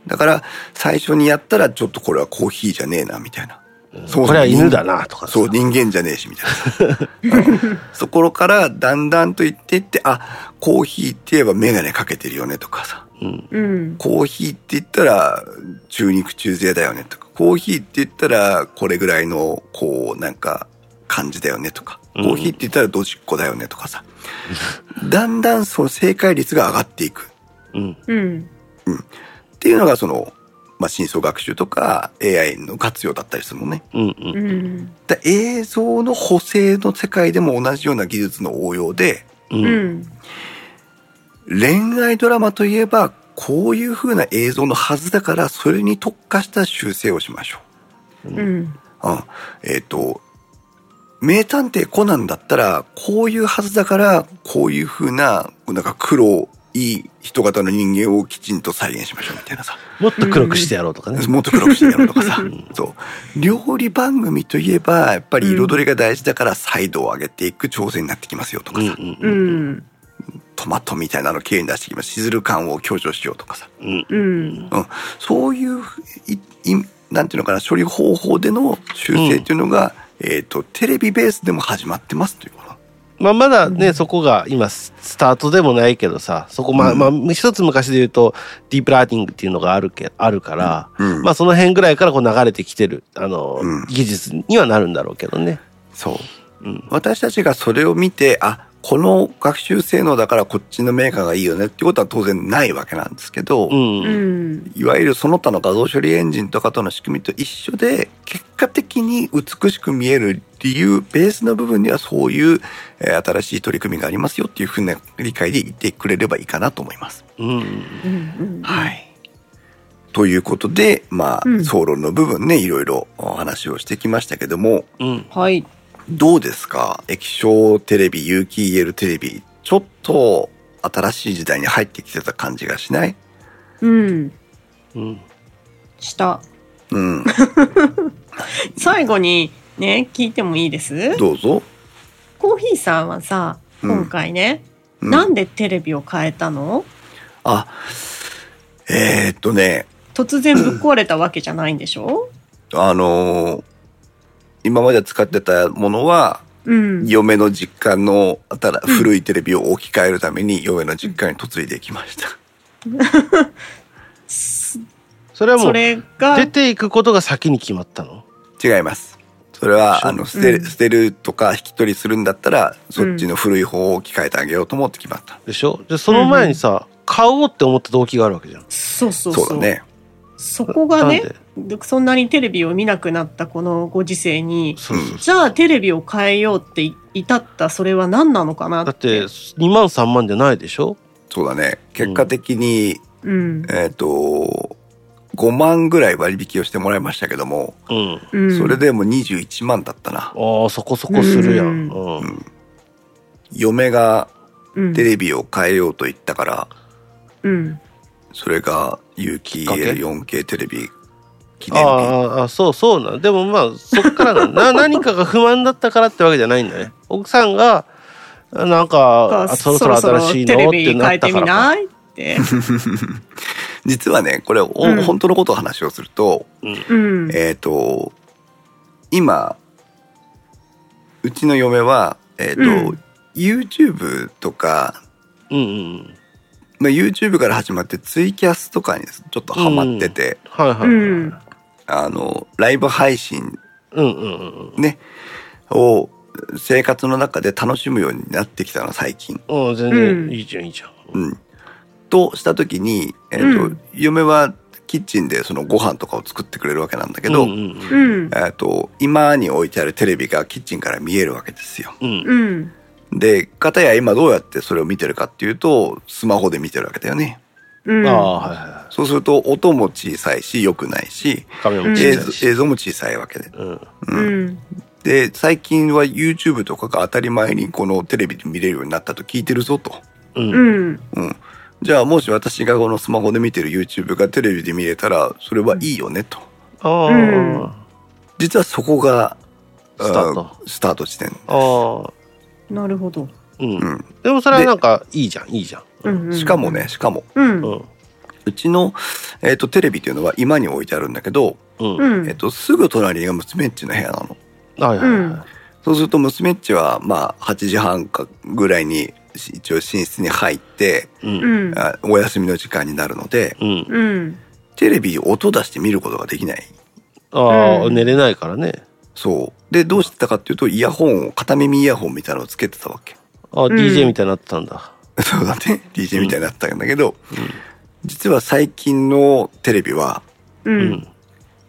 [SPEAKER 1] だから、最初にやったら、ちょっとこれはコーヒーじゃねえな、みたいな。そう
[SPEAKER 2] これは犬だなとかさ
[SPEAKER 1] そう、人間じゃねえし、みたいなさ。うん そこから、だんだんと言っていって、あ、コーヒーって言えばメガネかけてるよね、とかさ。
[SPEAKER 2] うん
[SPEAKER 3] うん。
[SPEAKER 1] コーヒーって言ったら、中肉中背だよね、とか。コーヒーって言ったら、これぐらいの、こう、なんか、感じだよね、とか。コ
[SPEAKER 2] うん
[SPEAKER 1] ーヒーって言ったら、ドジっ子だよね、とかさ。だんだん、その正解率が上がっていく。
[SPEAKER 2] うん
[SPEAKER 3] うん。
[SPEAKER 1] っていうのがその、まあ、真相学習とか AI の活用だったりするもんね。
[SPEAKER 2] うん
[SPEAKER 3] う
[SPEAKER 2] うん
[SPEAKER 3] ん。
[SPEAKER 1] だ映像の補正の世界でも同じような技術の応用で、
[SPEAKER 2] うんうん
[SPEAKER 3] うん。
[SPEAKER 1] 恋愛ドラマといえば、こういう風な映像のはずだから、それに特化した修正をしましょ
[SPEAKER 3] うん。
[SPEAKER 1] う。うん。えっ、と、名探偵コナンだったら、こういうはずだから、こういう風な、なんか黒い人型の人間をきちんと再現しましょうみたいなさ。
[SPEAKER 2] もっと黒くしてやろうとかね
[SPEAKER 1] もっと黒くしてやろうとかさ
[SPEAKER 2] ん。
[SPEAKER 1] そう。料理番組といえば、やっぱり彩りが大事だから、サイドを上げていく調整になってきますよと
[SPEAKER 2] う
[SPEAKER 1] か
[SPEAKER 2] ん
[SPEAKER 1] さ。
[SPEAKER 2] うん
[SPEAKER 3] うん。
[SPEAKER 1] トマトみたいなの綺麗に出してきますしずる感を強調しようとかさ
[SPEAKER 2] うん。
[SPEAKER 3] うん。
[SPEAKER 1] そういういいなんていうのかな処理方法での修正というのが、えっ、とテレビベースでも始まってますというかな。
[SPEAKER 2] まあ、まだね、そこが今、ススタートでもないけどさ、そこ、まあ、
[SPEAKER 1] うん
[SPEAKER 2] まあ、一つ昔で言うと、ディープラーティングっていうのがあるけ、あるから、
[SPEAKER 1] うん
[SPEAKER 2] まあ、その辺ぐらいからこう流れてきてる、あの、
[SPEAKER 1] うん
[SPEAKER 2] 技術にはなるんだろうけどね。
[SPEAKER 1] そう
[SPEAKER 2] うん。
[SPEAKER 1] 私たちがそれを見てあこの学習性能だからこっちのメーカーがいいよねっていうことは当然ないわけなんですけど、
[SPEAKER 2] うん。
[SPEAKER 3] うん。
[SPEAKER 1] いわゆるその他の画像処理エンジンとかとの仕組みと一緒で結果的に美しく見える理由ベースの部分にはそういう、えー新しい取り組みがありますよっていうふうな理解で言ってくれればいいかなと思います。
[SPEAKER 2] うん。
[SPEAKER 3] うん。い。
[SPEAKER 1] いということで、まあ、
[SPEAKER 3] うん
[SPEAKER 1] 総論の部分ね、いろいろお話をしてきましたけども、
[SPEAKER 2] うん。
[SPEAKER 3] はい。
[SPEAKER 1] どうですか液晶テレビ、有機 EL テレビ、ちょっと新しい時代に入ってきてた感じがしない
[SPEAKER 3] うん。
[SPEAKER 2] うん。
[SPEAKER 3] した。
[SPEAKER 1] うん。
[SPEAKER 3] 最後に、ね、聞いてもいいです
[SPEAKER 1] どうぞ。
[SPEAKER 3] コーヒーさんはさ、
[SPEAKER 1] うん
[SPEAKER 3] 今回ね、
[SPEAKER 1] うん
[SPEAKER 3] なんでテレビを変えたの
[SPEAKER 1] あ、えー、っとね、
[SPEAKER 3] 突然ぶっ壊れたわけじゃないんでしょ
[SPEAKER 1] あのー今まで使ってたものは、
[SPEAKER 3] うん。
[SPEAKER 1] 嫁の実家のあたら
[SPEAKER 3] うん
[SPEAKER 1] 古いテレビを置き換えるために、嫁の実家に嫁いできました。
[SPEAKER 3] そ
[SPEAKER 2] それはもう、
[SPEAKER 3] れが
[SPEAKER 2] 出、ていくことが先に決まったの
[SPEAKER 1] 違います。それは、
[SPEAKER 2] そう
[SPEAKER 1] あの、捨て
[SPEAKER 3] う
[SPEAKER 1] る、
[SPEAKER 3] ん
[SPEAKER 1] 捨てるとか引き取りするんだったら、そっちの古い方を置き換えてあげようと思って決まった。
[SPEAKER 2] でしょじゃあその前にさ、買おうって思った動機があるわけじゃん。
[SPEAKER 3] そうそう
[SPEAKER 1] そ
[SPEAKER 3] そうう。
[SPEAKER 1] だね。
[SPEAKER 3] そこがね
[SPEAKER 2] なんで、
[SPEAKER 3] そんなにテレビを見なくなったこのご時世に、
[SPEAKER 2] そうそう
[SPEAKER 3] じゃあテレビを変えようって至ったそれは何なのかな
[SPEAKER 2] だ
[SPEAKER 3] っ。
[SPEAKER 2] ってて、2万3万じゃないでしょ
[SPEAKER 1] そうだね。結果的に、
[SPEAKER 3] うん。
[SPEAKER 1] えーっ、と、5万ぐらい割引をしてもらいましたけども、
[SPEAKER 2] うん。
[SPEAKER 3] うん
[SPEAKER 1] それでも21万だったな。
[SPEAKER 2] ああ、そこそこするやん。
[SPEAKER 3] う
[SPEAKER 2] うん。
[SPEAKER 1] 嫁が
[SPEAKER 3] うん
[SPEAKER 1] テレビを変えようと言ったから、
[SPEAKER 3] うん。
[SPEAKER 1] それが有機
[SPEAKER 2] きっかけ
[SPEAKER 1] 4K テレビ記念
[SPEAKER 2] あ
[SPEAKER 1] 日。
[SPEAKER 2] あああ、そうそうなん。でもまあ、そっから なんだな、何かが不満だったからってわけじゃないんだね。奥さんが、なんか、あそろそろ新しいの
[SPEAKER 3] テレ
[SPEAKER 2] って
[SPEAKER 3] ビ
[SPEAKER 2] な
[SPEAKER 3] 変
[SPEAKER 2] っ
[SPEAKER 3] え
[SPEAKER 2] た
[SPEAKER 3] て
[SPEAKER 2] か
[SPEAKER 3] み
[SPEAKER 2] らか。
[SPEAKER 3] ないって。
[SPEAKER 1] 実はね、これ、お
[SPEAKER 3] うん
[SPEAKER 1] 本当のことを話をすると、
[SPEAKER 3] うん。
[SPEAKER 1] えっ、と、今、うちの嫁は、えっ、と、
[SPEAKER 3] うん
[SPEAKER 1] YouTube とか、
[SPEAKER 2] うんうん。
[SPEAKER 1] まあ、YouTube から始まってツイキャスとかにちょっとハマってて、
[SPEAKER 2] はいはいはい。う
[SPEAKER 3] うんん
[SPEAKER 1] あの、ライブ配信
[SPEAKER 2] うんうん
[SPEAKER 1] ね、を生活の中で楽しむようになってきたの、最近。
[SPEAKER 2] うん。うん、全
[SPEAKER 3] うん
[SPEAKER 2] 然いいじゃんいいじゃん。
[SPEAKER 1] うん。とした時に、えっ、と、
[SPEAKER 3] うん
[SPEAKER 1] 嫁はキッチンでそのご飯とかを作ってくれるわけなんだけど、
[SPEAKER 2] うんうん
[SPEAKER 3] う
[SPEAKER 2] うん
[SPEAKER 3] ん。
[SPEAKER 1] えっと、今に置いてあるテレビがキッチンから見えるわけですよ。
[SPEAKER 2] うん。
[SPEAKER 3] うん。
[SPEAKER 1] で、片や今どうやってそれを見てるかっていうと、スマホで見てるわけだよね。
[SPEAKER 3] うん。
[SPEAKER 2] ああ、はいはいは
[SPEAKER 1] そうすると、音も小さいし、良くないし、
[SPEAKER 2] い。画面も
[SPEAKER 1] 映
[SPEAKER 2] 小さい
[SPEAKER 1] 像
[SPEAKER 2] し。
[SPEAKER 1] 映像も小さいわけで。
[SPEAKER 2] うん。
[SPEAKER 3] うん。
[SPEAKER 1] で、最近は YouTube とかが当たり前にこのテレビで見れるようになったと聞いてるぞと。
[SPEAKER 2] うん。
[SPEAKER 3] うん。
[SPEAKER 1] うん。じゃあ、もし私がこのスマホで見てる YouTube がテレビで見れたら、それはいいよねと。
[SPEAKER 2] ああ、
[SPEAKER 3] うん
[SPEAKER 1] 実はそこが、あ
[SPEAKER 2] スタート。
[SPEAKER 1] スタート地点。
[SPEAKER 2] ああ。
[SPEAKER 3] なるほど。
[SPEAKER 2] う。
[SPEAKER 1] うんん。
[SPEAKER 2] でもそれはなんか、いいじゃん、いいじゃん。
[SPEAKER 3] うんうん
[SPEAKER 1] しかもね、。しかも、
[SPEAKER 3] うん
[SPEAKER 2] う。ん。
[SPEAKER 1] うちの、えっ、と、テレビっていうのは今に置いてあるんだけど、
[SPEAKER 2] うん。
[SPEAKER 3] う
[SPEAKER 2] はい
[SPEAKER 1] えっ、
[SPEAKER 3] ん。
[SPEAKER 1] と、すぐ隣が娘っちの部屋なの。
[SPEAKER 2] はいはい。
[SPEAKER 1] そうすると娘っちは、まあ、8時半かぐらいに、し一応寝室に入って、
[SPEAKER 2] うん
[SPEAKER 3] う。ん。
[SPEAKER 1] あお休みの時間になるので、
[SPEAKER 2] うん。
[SPEAKER 3] うん。
[SPEAKER 1] テレビ音出して見ることができない。
[SPEAKER 2] ああ、
[SPEAKER 3] うん
[SPEAKER 2] 寝れないからね。
[SPEAKER 1] そう。で、どうしてたかっていうと、イヤホンを、片耳イヤホンみたいなのをつけてたわけ。
[SPEAKER 2] あ、
[SPEAKER 3] ん
[SPEAKER 2] DJ みたいになってたんだ。
[SPEAKER 1] そうだね。DJ みたいになったんだけど、実は最近のテレビは、
[SPEAKER 3] う
[SPEAKER 2] うんん。。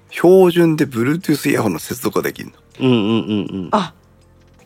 [SPEAKER 1] 標準で Bluetooth イヤホンの接続ができるの。
[SPEAKER 2] うんうんうんうん。
[SPEAKER 3] あ、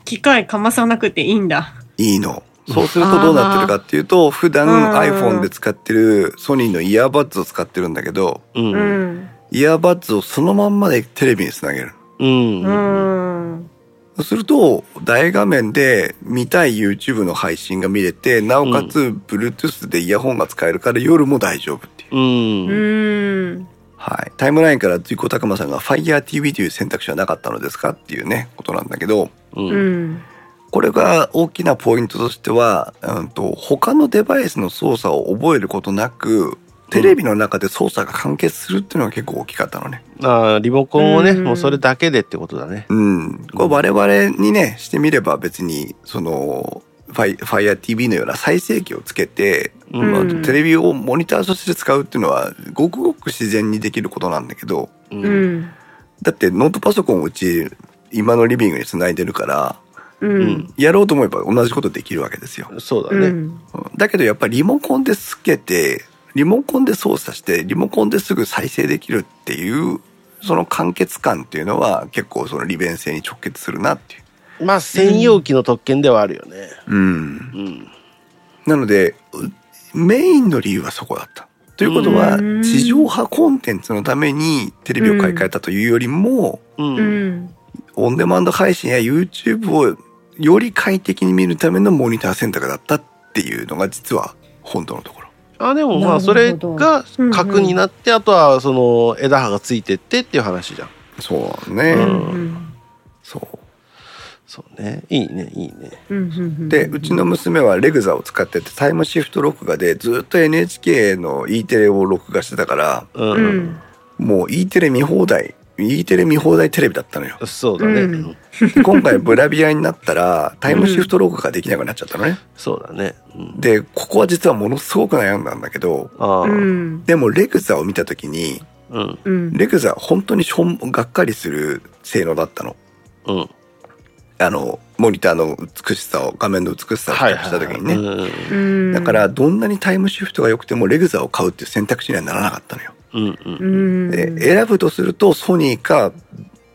[SPEAKER 3] 機械かまさなくていいんだ。
[SPEAKER 1] いいの。そうするとどうなってるかっていうと、普段
[SPEAKER 3] あー
[SPEAKER 1] iPhone で使ってるソニーのイヤーバッズを使ってるんだけど、
[SPEAKER 2] うん
[SPEAKER 3] う
[SPEAKER 2] うん
[SPEAKER 3] ん。
[SPEAKER 1] イヤーバッズをそのまんまでテレビにつなげる。
[SPEAKER 2] うん
[SPEAKER 3] う
[SPEAKER 2] うん。
[SPEAKER 3] ん。
[SPEAKER 1] そうすると、大画面で見たい YouTube の配信が見れて、なおかつ Bluetooth でイヤホンが使えるから夜も大丈夫っていう。
[SPEAKER 2] うん
[SPEAKER 3] うん。
[SPEAKER 1] はい。タイムラインから随行拓馬さんが FireTV という選択肢はなかったのですかっていうね、ことなんだけど、
[SPEAKER 2] う。
[SPEAKER 3] うんん。
[SPEAKER 1] これが大きなポイントとしては、うん、と他のデバイスの操作を覚えることなくテレビの中で操作が完結するっていうのが結構大きかったのね。
[SPEAKER 2] あーリモコンをね、
[SPEAKER 3] うん
[SPEAKER 2] もうそれだけでってことだね。
[SPEAKER 1] うん、これ我々にねしてみれば別にそのファイ FireTV のような再生機をつけて、
[SPEAKER 2] う
[SPEAKER 1] まあ
[SPEAKER 3] うん
[SPEAKER 1] テレビをモニターとして使うっていうのはごくごく自然にできることなんだけど
[SPEAKER 2] う
[SPEAKER 3] うんん。
[SPEAKER 1] だってノートパソコンをうち今のリビングにつないでるから
[SPEAKER 3] う。
[SPEAKER 2] うんん
[SPEAKER 1] やろうと思えば同じことできるわけですよ。
[SPEAKER 2] そうだ
[SPEAKER 3] う
[SPEAKER 2] ね。
[SPEAKER 3] ん。
[SPEAKER 1] だけどやっぱりリモコンでつけてリモコンで操作してリモコンですぐ再生できるっていうその完結感っていうのは結構その利便性に直結するなっていう。
[SPEAKER 2] まあ専用機の特権ではあるよね。
[SPEAKER 1] うん、
[SPEAKER 2] うん。
[SPEAKER 1] なのでうメインの理由はそこだった。ということは
[SPEAKER 3] うん
[SPEAKER 1] 地上波コンテンツのためにテレビを買い替えたというよりも、
[SPEAKER 2] うん。
[SPEAKER 3] うん。
[SPEAKER 1] オンデマンド配信や YouTube をより快適に見るためのモニター選択だったっていうのが実は本当のところ。
[SPEAKER 2] あでもまあ
[SPEAKER 3] なるほど
[SPEAKER 2] それが核になって、あとはその枝葉がついてってっていう話じゃん。
[SPEAKER 1] そうね、
[SPEAKER 2] うん
[SPEAKER 1] そう
[SPEAKER 2] そうね。いいねいいね。
[SPEAKER 3] うん。
[SPEAKER 1] でうちの娘はレグザを使っててタイムシフト録画でずっと NHK の E テレを録画してたから
[SPEAKER 2] うん、
[SPEAKER 3] う
[SPEAKER 2] うん
[SPEAKER 3] ん。
[SPEAKER 1] もう E テレ見放題 E テレ見放題テレビだったの よ
[SPEAKER 2] そうだね、
[SPEAKER 3] うん
[SPEAKER 2] うん
[SPEAKER 1] で今回ブラビアになったらタイムシフト録画ができなくなっちゃったのね
[SPEAKER 2] そうだね。うん、
[SPEAKER 1] でここは実はものすごく悩んだんだけど
[SPEAKER 2] ああ、
[SPEAKER 3] う
[SPEAKER 2] うん、
[SPEAKER 3] ん。
[SPEAKER 1] でもレグザを見た時に
[SPEAKER 2] うん、
[SPEAKER 3] うん。
[SPEAKER 1] レグザ本当にしょんがっかりする性能だったの
[SPEAKER 2] うん。
[SPEAKER 1] あのモニターの美しさを画面の美しさを比較した時にね、
[SPEAKER 2] うん
[SPEAKER 3] うん。
[SPEAKER 1] だか、らどんなにタイムシフトが良くてもレグザを買うっていう選択肢にはならなかったのよ。
[SPEAKER 2] うん、うん、
[SPEAKER 3] うん。
[SPEAKER 1] で選ぶとするとソニーか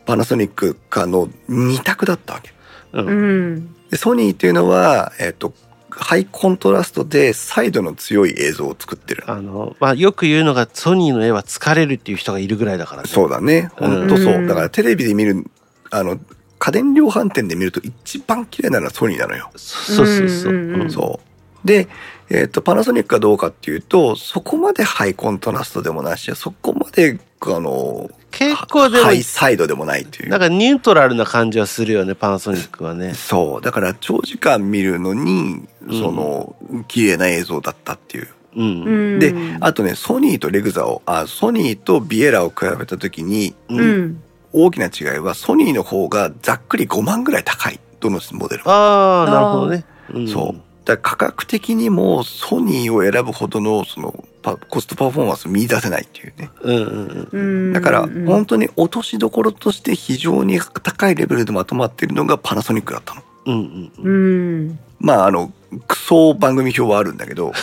[SPEAKER 1] パナソニックかの2択だったわけ。
[SPEAKER 2] う、
[SPEAKER 3] うんん。
[SPEAKER 1] でソニーっていうのは、えっとハイコントラストでサイドの強い映像を作ってる。
[SPEAKER 2] あの、まあ、よく言うのが、ソニーの絵は疲れるっていう人がいるぐらいだからね。
[SPEAKER 1] そうだね。本当そうう。
[SPEAKER 3] ん
[SPEAKER 1] だからテレビで見るあの家電量販店で見ると一番綺麗なのはソニーなのよ。
[SPEAKER 2] そうそうそう。
[SPEAKER 3] うんうんうん
[SPEAKER 1] そう。で、えっ、と、パナソニックはどうかっていうと、そこまでハイコントラストでもないし、そこまで、あの、
[SPEAKER 2] 結構でも
[SPEAKER 1] ハイサイドでもないという。
[SPEAKER 2] なんかニュートラルな感じはするよね、パナソニックはね。
[SPEAKER 1] そう。だから、長時間見るのに、その、綺麗な映像だったっていう。
[SPEAKER 2] う。
[SPEAKER 3] うんん。
[SPEAKER 1] で、あとね、ソニーとレグザを、あ、ソニーとビエラを比べたときに、
[SPEAKER 3] う。ん。
[SPEAKER 1] 大きな違いは、ソニーの方がざっくり5万ぐらい高い。どのモデルも
[SPEAKER 2] ああ、なるほどね。うん
[SPEAKER 1] そう。。だから価格的にもソニーを選ぶほどのそのパコストパフォーマンス見出せないっていうね。
[SPEAKER 2] うん、うん、うん。
[SPEAKER 3] うん。
[SPEAKER 1] だから
[SPEAKER 3] うん
[SPEAKER 1] 本当に落としどころとして非常に高いレベルでまとまっているのがパナソニックだったの。
[SPEAKER 2] うんうんうん、
[SPEAKER 3] うん。
[SPEAKER 1] まああの、クソ番組表はあるんだけ ど。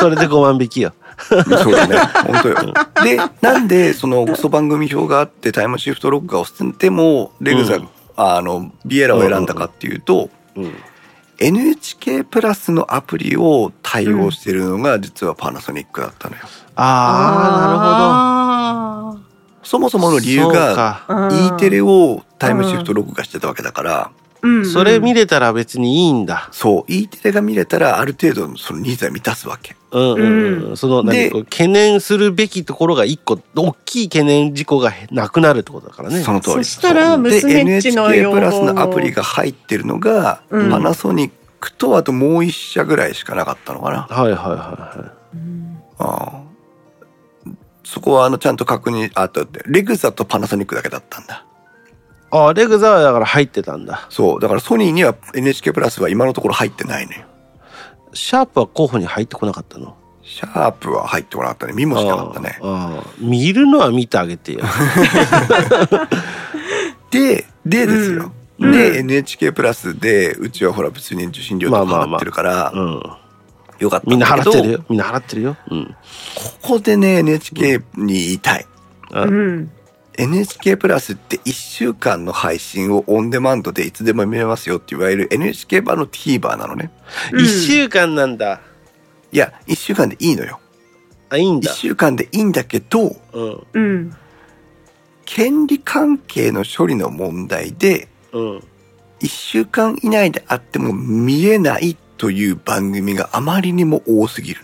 [SPEAKER 2] それで5万引きよ。
[SPEAKER 1] そうだね。本当よ。で、なんでそのクソ番組表があってタイムシフト録画を捨ててもレグザ、
[SPEAKER 2] うん
[SPEAKER 1] あの、ビエラを選んだかっていうと、
[SPEAKER 2] うん、
[SPEAKER 1] NHK プラスのアプリを対応しているのが実はパナソニックだったのよ。
[SPEAKER 2] ああ、
[SPEAKER 3] あー、
[SPEAKER 1] そもそ
[SPEAKER 2] なる
[SPEAKER 1] も
[SPEAKER 2] ほど。
[SPEAKER 1] の理由が
[SPEAKER 2] そうか
[SPEAKER 3] な
[SPEAKER 1] E テレをタイムシフト録画してたわけだから、
[SPEAKER 3] うん
[SPEAKER 2] それ見れたら別にいいんだ。
[SPEAKER 1] そう E テレが見れたらある程度のそのニーズは満たすわけ。
[SPEAKER 2] うんうんう。
[SPEAKER 3] うん
[SPEAKER 2] その、何
[SPEAKER 1] で
[SPEAKER 2] こう懸念するべきところが一個、大きい懸念事項がなくなるってことだからね。
[SPEAKER 1] その通り。
[SPEAKER 3] そしたら
[SPEAKER 1] そう
[SPEAKER 3] 娘
[SPEAKER 1] で
[SPEAKER 3] っちの
[SPEAKER 1] NHK
[SPEAKER 3] 要
[SPEAKER 1] プ
[SPEAKER 3] 望も
[SPEAKER 1] ラスのアプリが入ってるのが、
[SPEAKER 3] うん
[SPEAKER 1] パナソニックとあともう一社ぐらいしかなかったのかな。
[SPEAKER 2] はいはいはいは
[SPEAKER 3] うん
[SPEAKER 1] あーそこはあのちゃんと確認あとレグザとパナソニックだけだったんだ。
[SPEAKER 2] い。ああ、レグザはだから入ってたんだ。
[SPEAKER 1] そうだからソニーには NHK プラスは今のところ入ってないのよ。
[SPEAKER 2] シャープは候補に入ってこなかったの。
[SPEAKER 1] シャープは入ってこなかったね。見もしなかったね。
[SPEAKER 2] ああああ見るのは見てあげ てよ。
[SPEAKER 1] で、でですよ。
[SPEAKER 3] うんうん
[SPEAKER 1] で、NHK プラスで、うちはほら別に受信料とか
[SPEAKER 2] まあまあ
[SPEAKER 1] 払
[SPEAKER 2] まあ
[SPEAKER 1] ってるから、
[SPEAKER 2] うん。
[SPEAKER 1] よかった
[SPEAKER 2] みん
[SPEAKER 1] ん
[SPEAKER 2] な
[SPEAKER 1] だけ
[SPEAKER 2] 払
[SPEAKER 1] ど、
[SPEAKER 2] ってるよ。みんな払ってるよ。うん。
[SPEAKER 1] ここでね、NHK に言いたい。
[SPEAKER 2] あ
[SPEAKER 3] うん。
[SPEAKER 1] NHK プラスって1週間の配信をオンデマンドでいつでも見れますよっていわゆる NHK 版の TVer なのね。
[SPEAKER 2] 一週間なんだ。
[SPEAKER 1] いや、1週間でいいのよ。
[SPEAKER 2] あ、いいん
[SPEAKER 1] 1
[SPEAKER 2] だ。
[SPEAKER 1] 週間でいいんだけど、
[SPEAKER 2] うん。
[SPEAKER 3] うん。
[SPEAKER 1] 権利関係の処理の問題で、
[SPEAKER 2] うん。
[SPEAKER 1] 1週間以内であっても見えないという番組があまりにも多すぎる。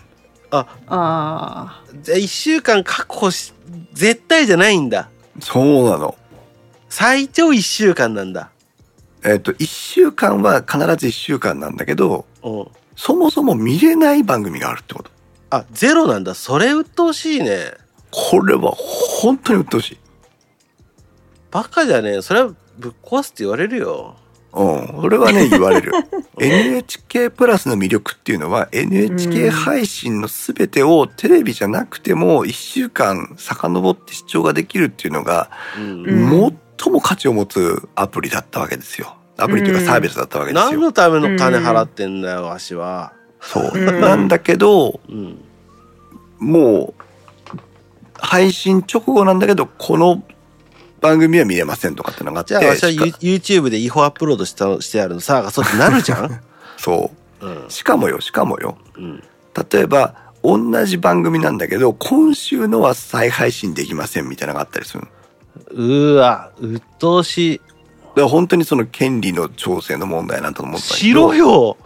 [SPEAKER 2] あ、
[SPEAKER 3] ああ。
[SPEAKER 2] じゃあ一週間確保し、絶対じゃないんだ。
[SPEAKER 1] そうなの。
[SPEAKER 2] 最長一週間なんだ。
[SPEAKER 1] えっと、1週間は必ず1週間なんだけど、
[SPEAKER 2] うん。
[SPEAKER 1] そもそも見れない番組があるってこと。
[SPEAKER 2] あ、ゼロなんだ。それ鬱陶しいね。
[SPEAKER 1] これは本当に鬱陶しい。
[SPEAKER 2] バカじゃねえ。それはぶっ壊すって言われるよ。
[SPEAKER 1] うん。それは ね、言われる。NHK プラスの魅力っていうのは、NHK 配信のすべてをテレビじゃなくても1週間遡って視聴ができるっていうのが、
[SPEAKER 2] うん。
[SPEAKER 3] うん
[SPEAKER 1] 最も価値を持つアプリだったわけですよ。アプリというか
[SPEAKER 3] うん
[SPEAKER 1] サービスだったわけです
[SPEAKER 2] 何
[SPEAKER 1] よ。
[SPEAKER 2] のための金払ってんだよ、わしは。
[SPEAKER 1] そう。
[SPEAKER 3] うん
[SPEAKER 1] なんだけど、
[SPEAKER 2] うん。
[SPEAKER 1] もう、配信直後なんだけど、この番組は見れませんとかってのがあって、
[SPEAKER 2] じゃあわしは
[SPEAKER 1] しか
[SPEAKER 2] You- YouTube で違法アップロードしたのしてあるのさ、がそうってなるじゃ ん
[SPEAKER 1] そ
[SPEAKER 2] うん
[SPEAKER 1] う。。しかもよ、しかもよ。
[SPEAKER 2] うん。
[SPEAKER 1] 例えば、同じ番組なんだけど、今週のは再配信できませんみたいなのがあったりするの。だ
[SPEAKER 2] うわ、鬱陶しい。
[SPEAKER 1] から本当にその権利の調整の問題なんだと思ったんだけ
[SPEAKER 2] し
[SPEAKER 1] ど
[SPEAKER 2] ろよ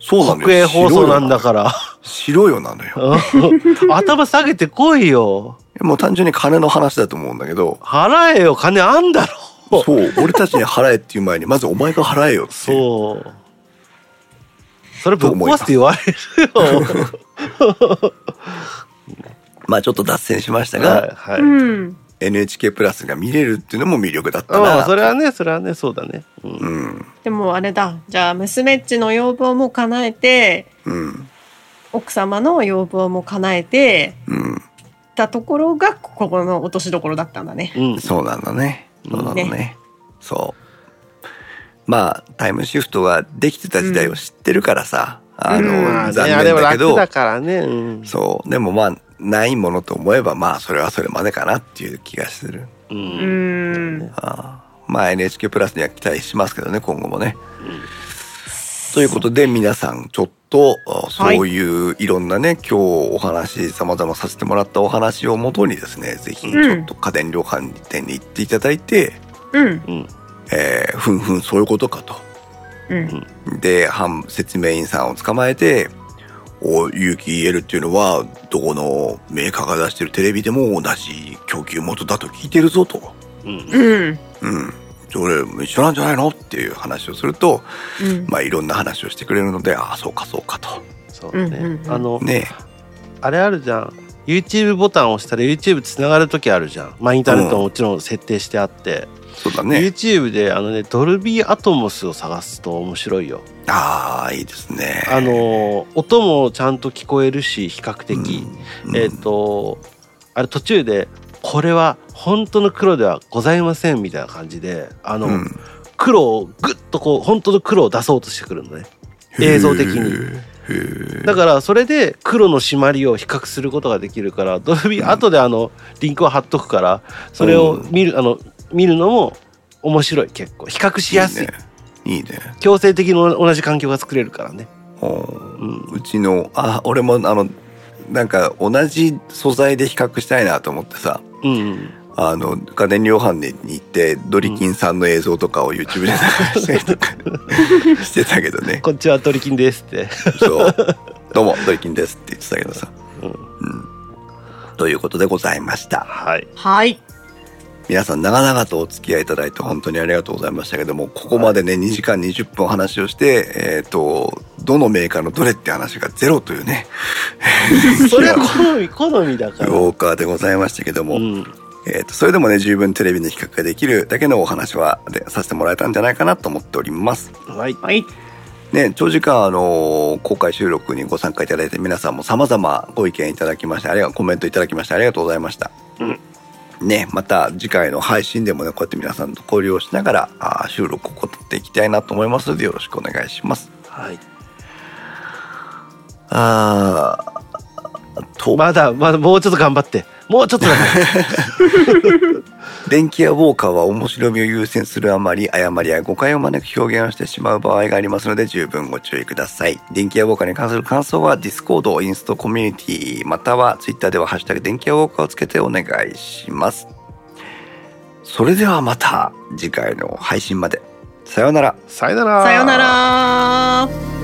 [SPEAKER 1] そうなのよ
[SPEAKER 2] 国営放送なんだから。
[SPEAKER 1] しろよなのよ。
[SPEAKER 2] うん 頭下げてこいよ。
[SPEAKER 1] もう単純に金の話だと思うんだけど、
[SPEAKER 2] 払えよ、金あんだろ。
[SPEAKER 1] そう、俺たちに払えっていう前に、まずお前が払えよっていう。
[SPEAKER 2] そう。それぶっ壊すって言われるよ。
[SPEAKER 1] まあちょっと脱線しましたが、
[SPEAKER 2] はい、はい。
[SPEAKER 3] うん。
[SPEAKER 1] NHK プラスが見れるっていうのも魅力だった
[SPEAKER 2] まあ、
[SPEAKER 1] な。
[SPEAKER 2] それはね、それはね、そうだね。うん
[SPEAKER 1] うん。
[SPEAKER 3] でもあれだ。じゃあ、娘っちの要望も叶えて、
[SPEAKER 1] うん。
[SPEAKER 3] 奥様の要望も叶えて、
[SPEAKER 1] うん。
[SPEAKER 3] たところが、ここの落としどころだったんだね。
[SPEAKER 2] うん。
[SPEAKER 1] そうなんだね。そうなんだね。
[SPEAKER 3] うん
[SPEAKER 1] そう。まあ、タイムシフトができてた時代を知ってるからさ、あの、
[SPEAKER 3] うん
[SPEAKER 1] 残
[SPEAKER 2] あ
[SPEAKER 1] 念
[SPEAKER 2] れは
[SPEAKER 1] だけ
[SPEAKER 2] 楽
[SPEAKER 1] ど、
[SPEAKER 2] だからね。うん。
[SPEAKER 1] そう。でもまあ、ないものと思えば、まあ、それはそれまでかなっていう気がする。
[SPEAKER 2] う。
[SPEAKER 3] うんん。
[SPEAKER 1] ああまあ NHK プラスには期待しますけどね今後もね。ということで皆さんちょっとあ
[SPEAKER 3] はい
[SPEAKER 1] そういういろんなね、今日お話さまざまさせてもらったお話をもとにですねぜひち
[SPEAKER 3] うん
[SPEAKER 1] ょっと家電量販店に行っていただいて、
[SPEAKER 3] うん。
[SPEAKER 2] うん。
[SPEAKER 1] えーふんふんそういうことかと。
[SPEAKER 3] うん。
[SPEAKER 1] で販説明員さんを捕まえて「お有機 EL っていうのはどこのメーカーが出してるテレビでも同じ供給元だと聞いてるぞ」と。
[SPEAKER 2] うん。
[SPEAKER 3] うん。
[SPEAKER 1] うん、それ一緒なんじゃないのっていう話をすると、
[SPEAKER 3] うん。
[SPEAKER 1] まあ、いろんな話をしてくれるのでああそうかそうかと
[SPEAKER 2] そうね
[SPEAKER 3] うんうんう。ん
[SPEAKER 2] あの、
[SPEAKER 1] ね
[SPEAKER 2] あれあるじゃん。YouTube ボタンを押したら YouTube つながるときあるじゃん。まあインターネットももちろん設定してあって、
[SPEAKER 1] そうだね
[SPEAKER 2] YouTube であのね、ドルビーアトモスを探すと面白いよ。
[SPEAKER 1] ああいいですね
[SPEAKER 2] あのー音もちゃんと聞こえるし比較的、
[SPEAKER 1] うん
[SPEAKER 2] えっ、とあれ途中でこれは本当の黒ではございませんみたいな感じであの、
[SPEAKER 1] うん
[SPEAKER 2] 黒をグッとこう本当の黒を出そうとしてくるのね映像的に
[SPEAKER 1] へえへえ
[SPEAKER 2] だからそれで黒の締まりを比較することができるからドルビ
[SPEAKER 1] うん
[SPEAKER 2] ー後であのリンクを貼っとくからそれを見る、あの見るのも面白い結構比較しやすい
[SPEAKER 1] いいねいいね
[SPEAKER 2] 強制的に同じ環境が作れるからね
[SPEAKER 1] お
[SPEAKER 2] うん
[SPEAKER 1] うちのあ俺もあのなんか同じ素材で比較したいなと思ってさ
[SPEAKER 2] うん
[SPEAKER 1] あの家電量販店に行ってドリキンさんの映像とかを YouTube で流したりとか してたけどね
[SPEAKER 2] こっちは鳥金ですって、
[SPEAKER 1] そう。どうも、ドリキンですって言ってたけどさ。
[SPEAKER 2] うん、
[SPEAKER 1] うん。ということでございました。
[SPEAKER 2] はい
[SPEAKER 3] はい。
[SPEAKER 1] 皆さん、長々とお付き合いいただいて本当にありがとうございましたけども、ここまでね、2時間20分お話をして、えっ、と、どのメーカーのどれって話がゼロというね、
[SPEAKER 2] それは好み好みだ
[SPEAKER 1] ウ
[SPEAKER 2] から。
[SPEAKER 1] ォーカーでございましたけども、
[SPEAKER 2] うん、
[SPEAKER 1] えっ、と、それでもね、十分テレビの比較ができるだけのお話はでさせてもらえたんじゃないかなと思っております。
[SPEAKER 2] はい。
[SPEAKER 3] はい。
[SPEAKER 1] ね、長時間、あのー公開収録にご参加いただいて皆さんも様々ご意見いただきましてあるいはコメントいただきましてありがとうございました、ね、また次回の配信でもねこうやって皆さんと交流をしながらあー収録を行っていきたいなと思いますのでよろしくお願いします
[SPEAKER 2] はい。
[SPEAKER 1] あーと、
[SPEAKER 2] まだ、まだ、もうちょっと頑張って。もうちょっと頑張って。
[SPEAKER 1] 電気やウォーカーは面白みを優先するあまり誤りや誤解を招く表現をしてしまう場合がありますので十分ご注意ください。電気やウォーカーに関する感想は Discord、インストコミュニティ、または Twitter ではハッシュタグ電気やウォーカーをつけてお願いします。それではまた次回の配信まで。さようなら。
[SPEAKER 2] さよなら。
[SPEAKER 3] さよなら。